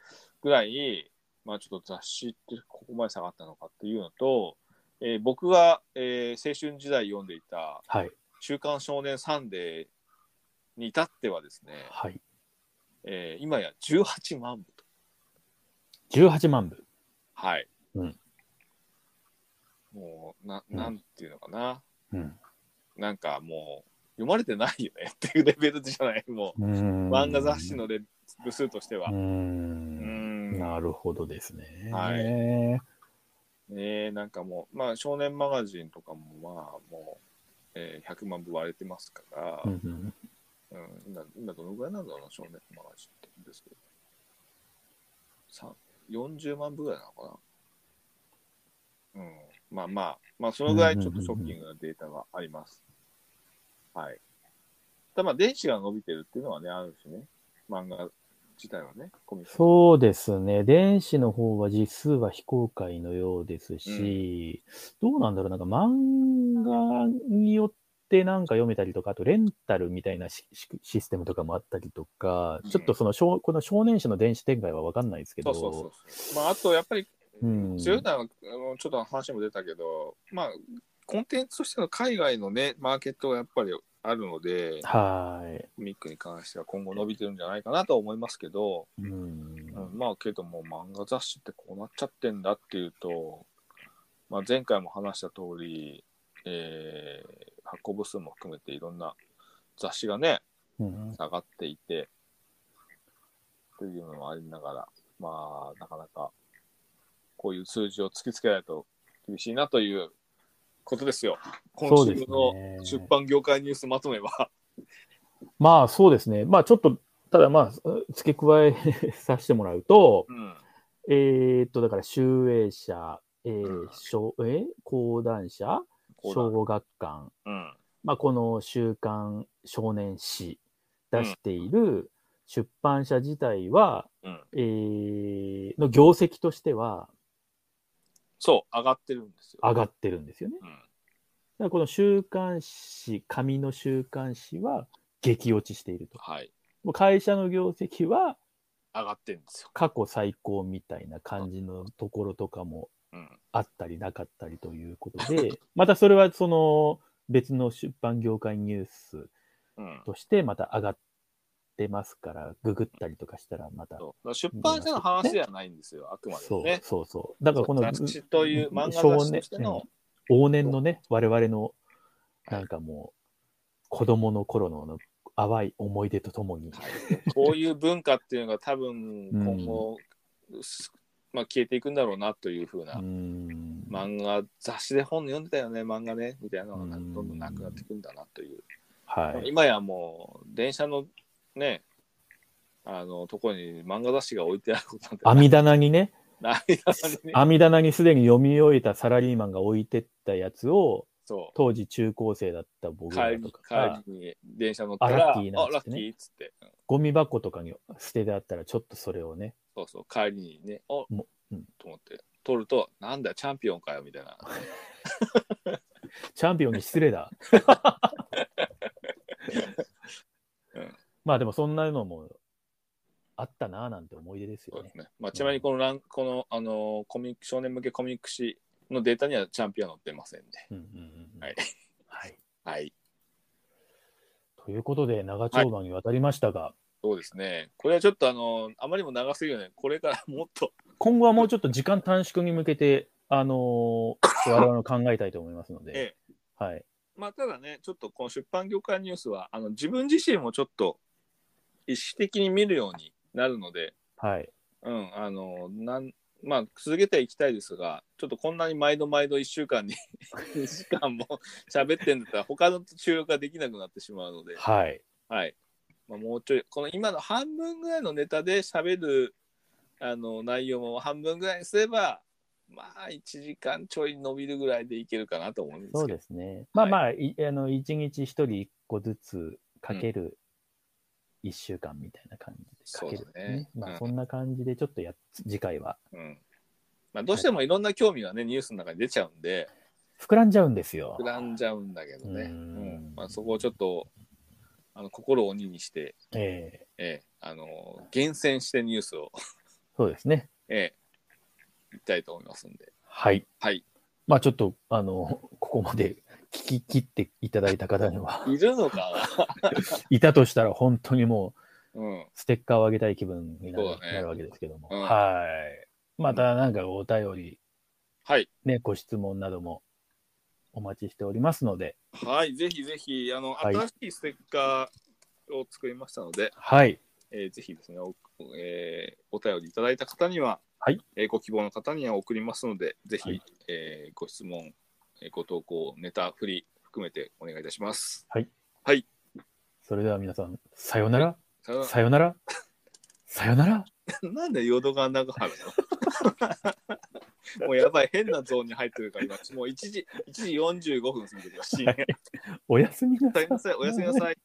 [SPEAKER 1] ぐらいまあちょっと雑誌ってここまで下がったのかっていうのと、えー僕が、えー青春時代読んでいた
[SPEAKER 2] はい。
[SPEAKER 1] 「週刊少年サンデー」に至ってはですね、
[SPEAKER 2] はい。
[SPEAKER 1] えー今や18万部と。
[SPEAKER 2] 18万部。
[SPEAKER 1] はい。
[SPEAKER 2] うん
[SPEAKER 1] もう、な、
[SPEAKER 2] うん
[SPEAKER 1] なんていうのかな。
[SPEAKER 2] うん。
[SPEAKER 1] なんかもう、読まれてないよねっていうレベルじゃない、もう、漫画雑誌のレ部数としては
[SPEAKER 2] う。。
[SPEAKER 1] うんん。ね
[SPEAKER 2] なるほどですね。。
[SPEAKER 1] はいえ、なんかもう、まあ、少年マガジンとかも、まあ、もえー100万部割れてますから、
[SPEAKER 2] うんうん
[SPEAKER 1] うん今今どのぐらいなんだろうな、少年漫画誌ってんですけど。さ40万部ぐらいなのかな。うん。まあまあ、まあそのぐらいちょっとショッキングなデータがあります。はい。ただまあ電子が伸びてるっていうのはね、あるしね。漫画自体はね、コミック。
[SPEAKER 2] そうですね。電子の方は実数は非公開のようですし、どうなんだろう。なんか漫画によってなんか読めたりとか、あとレンタルみたいなシシシステムとかもあったりとか
[SPEAKER 1] うん、
[SPEAKER 2] ちょっとその少、この少年誌の電子展開はわかんないですけ
[SPEAKER 1] そ
[SPEAKER 2] ど、
[SPEAKER 1] うそうそうそう。まああとやっぱり、
[SPEAKER 2] うん
[SPEAKER 1] 強いのは、あのちょっと話も出たけど、まあ、コンテンツとしては海外のね、マーケットがやっぱりあるので、
[SPEAKER 2] は
[SPEAKER 1] コミックに関しては今後伸びてるんじゃないかなとは思いますけど、
[SPEAKER 2] い。うん。
[SPEAKER 1] うんまあけどもう漫画雑誌ってこうなっちゃってんだっていうと、まあ、前回も話した通り、えー発行部数も含めていろんな雑誌がね
[SPEAKER 2] うん
[SPEAKER 1] 下がっていてというのもありながらまあなかなかこういう数字を突きつけないと厳しいなということですよ今
[SPEAKER 2] そうで
[SPEAKER 1] 週
[SPEAKER 2] す
[SPEAKER 1] の
[SPEAKER 2] ね。
[SPEAKER 1] 出版業界ニュースまとめは。
[SPEAKER 2] まあそうですね。まあちょっと、ただまあ、付け加え させてもらうと、
[SPEAKER 1] うん
[SPEAKER 2] えーっと、だから、集英社、え
[SPEAKER 1] うん
[SPEAKER 2] ー、小、え講談社、
[SPEAKER 1] こうだ
[SPEAKER 2] 小学館、
[SPEAKER 1] うん
[SPEAKER 2] まあ、この週刊少年誌出している出版社自体は、
[SPEAKER 1] うん
[SPEAKER 2] えーの業績としては
[SPEAKER 1] そう、上がってるんですよ。
[SPEAKER 2] 上がってるんですよね。だ
[SPEAKER 1] うん
[SPEAKER 2] からこの週刊誌、紙の週刊誌は激落ちしていると。
[SPEAKER 1] はい。
[SPEAKER 2] もう会社の業績は
[SPEAKER 1] 上がってるんですよ。
[SPEAKER 2] 過去最高みたいな感じのところとかも
[SPEAKER 1] うん。
[SPEAKER 2] あったりなかったりということで、 またそれはその別の出版業界ニュース
[SPEAKER 1] うん。
[SPEAKER 2] としてまた上がってますから、ググったりとかしたらまた。
[SPEAKER 1] そうだから出版社の話ではないんですよ、あくまで
[SPEAKER 2] そ
[SPEAKER 1] も
[SPEAKER 2] う
[SPEAKER 1] ね。
[SPEAKER 2] そうそう。だからこの
[SPEAKER 1] 雑誌という漫画雑誌としての、
[SPEAKER 2] うん往年のね、我々のなんかもう子供の頃のあの淡い思い出とともに、
[SPEAKER 1] こういう文化っていうのが多分今後、すまあ、消えていくんだろうなというふうな、
[SPEAKER 2] うん
[SPEAKER 1] 漫画、雑誌で本読んでたよね、漫画ね、みたいなのがど
[SPEAKER 2] うん
[SPEAKER 1] んどんなくなっていくんだなという。
[SPEAKER 2] はい。
[SPEAKER 1] 今やもう、電車のね、あの、ところに漫画雑誌が置いてあることなんて
[SPEAKER 2] 網棚に ね、
[SPEAKER 1] ないないなのにね。
[SPEAKER 2] 網棚にすでに読み終えたサラリーマンが置いてったやつを、
[SPEAKER 1] そう。
[SPEAKER 2] 当時中高生だった僕ら
[SPEAKER 1] 帰
[SPEAKER 2] と
[SPEAKER 1] り
[SPEAKER 2] かが
[SPEAKER 1] 帰りに電車乗ったら、あ、ラッ
[SPEAKER 2] あラッ
[SPEAKER 1] キ
[SPEAKER 2] キ
[SPEAKER 1] ー
[SPEAKER 2] ーなんつってね
[SPEAKER 1] っつって、うん
[SPEAKER 2] ゴミ箱とかに捨ててあったら、ちょっとそれをね、
[SPEAKER 1] そうそう、帰りにね、お
[SPEAKER 2] もうん
[SPEAKER 1] と思って、取ると、なんだよ、チャンピオンかよ、みたいな。
[SPEAKER 2] チャンピオンに失礼だ。
[SPEAKER 1] うん
[SPEAKER 2] まあでもそんなのもあったなぁなんて思い出です
[SPEAKER 1] そう
[SPEAKER 2] よ
[SPEAKER 1] で
[SPEAKER 2] ね
[SPEAKER 1] す。ねまあ、ちなみにこのラン、この、あのーコミック、少年向けコミック誌のデータにはチャンピオンは載ってませんね。
[SPEAKER 2] うんうんうんうん
[SPEAKER 1] はい
[SPEAKER 2] はい
[SPEAKER 1] はい。
[SPEAKER 2] ということで長丁場に渡りましたが、
[SPEAKER 1] そうですね。これはちょっと、あのーあまりにも長すぎるね。これからもっと、
[SPEAKER 2] 今後はもうちょっと時間短縮に向けて、あのー我々の考えたいと思いますので、
[SPEAKER 1] え
[SPEAKER 2] はい、
[SPEAKER 1] まあ、ただね、ちょっとこの出版業界ニュースは、あの、自分自身もちょっと、意識的に見るようになるので、
[SPEAKER 2] はい、
[SPEAKER 1] うん、あの、なん、まあ、続けてはいきたいですが、ちょっとこんなに毎度毎度1週間に 2時間も喋ってんだったら、他の収録ができなくなってしまうので、
[SPEAKER 2] はい、
[SPEAKER 1] はい。まあ、もうちょい、この今の半分ぐらいのネタで喋る、あの、内容も半分ぐらいにすれば、まあ、1時間ちょい伸びるぐらいでいけるかなと思うんです
[SPEAKER 2] そう
[SPEAKER 1] けど、
[SPEAKER 2] ですね。まあまあ、いあの1日1人1個ずつかける1週間みたいな感じで、かける
[SPEAKER 1] そうだね
[SPEAKER 2] ま
[SPEAKER 1] うん
[SPEAKER 2] あそんな感じでちょっとやっ次回は
[SPEAKER 1] うん。まあ、どうしてもいろんな興味がね、ニュースの中に出ちゃうんで、
[SPEAKER 2] 膨らんじゃうんですよ
[SPEAKER 1] 膨。らんじゃうんだけどね、う
[SPEAKER 2] うん
[SPEAKER 1] んまあ、そこをちょっとあの心を鬼にして、
[SPEAKER 2] ええ
[SPEAKER 1] ええ、あの厳選してニュースを、
[SPEAKER 2] そうですね。
[SPEAKER 1] ええ、いきたいと思いますんで、
[SPEAKER 2] はい。
[SPEAKER 1] はい、
[SPEAKER 2] まあちょっと、あの、ここまで聞き切っていただいた方には、
[SPEAKER 1] いるのかな、
[SPEAKER 2] いたとしたら本当にもう
[SPEAKER 1] うん、
[SPEAKER 2] ステッカーをあげたい気分になる,、
[SPEAKER 1] そうだね
[SPEAKER 2] わけですけども。
[SPEAKER 1] うん
[SPEAKER 2] はい。またなんかお便り、
[SPEAKER 1] はい、
[SPEAKER 2] ね、ご質問などもお待ちしておりますので、
[SPEAKER 1] はい、ぜひぜひあの、
[SPEAKER 2] はい
[SPEAKER 1] 新しいステッカーを作りましたので、
[SPEAKER 2] はい。
[SPEAKER 1] ええぜひですねお,、ええお便りいただいた方には、
[SPEAKER 2] はい
[SPEAKER 1] ええご希望の方には送りますので、ぜひ、
[SPEAKER 2] はい
[SPEAKER 1] ええご質問、ええご投稿、ネタ振り含めてお願いいたします。
[SPEAKER 2] それでは皆さん、さよなら、
[SPEAKER 1] さよなら
[SPEAKER 2] さよなら、さよなら。
[SPEAKER 1] なんで淀川長原の もうやばい、変なゾーンに入ってるから、今、もう1時 ,1 時45分過ぎてるし、ね。
[SPEAKER 2] おやすみな
[SPEAKER 1] ご
[SPEAKER 2] さ
[SPEAKER 1] め
[SPEAKER 2] い
[SPEAKER 1] ん。なさい、おやすみなさい。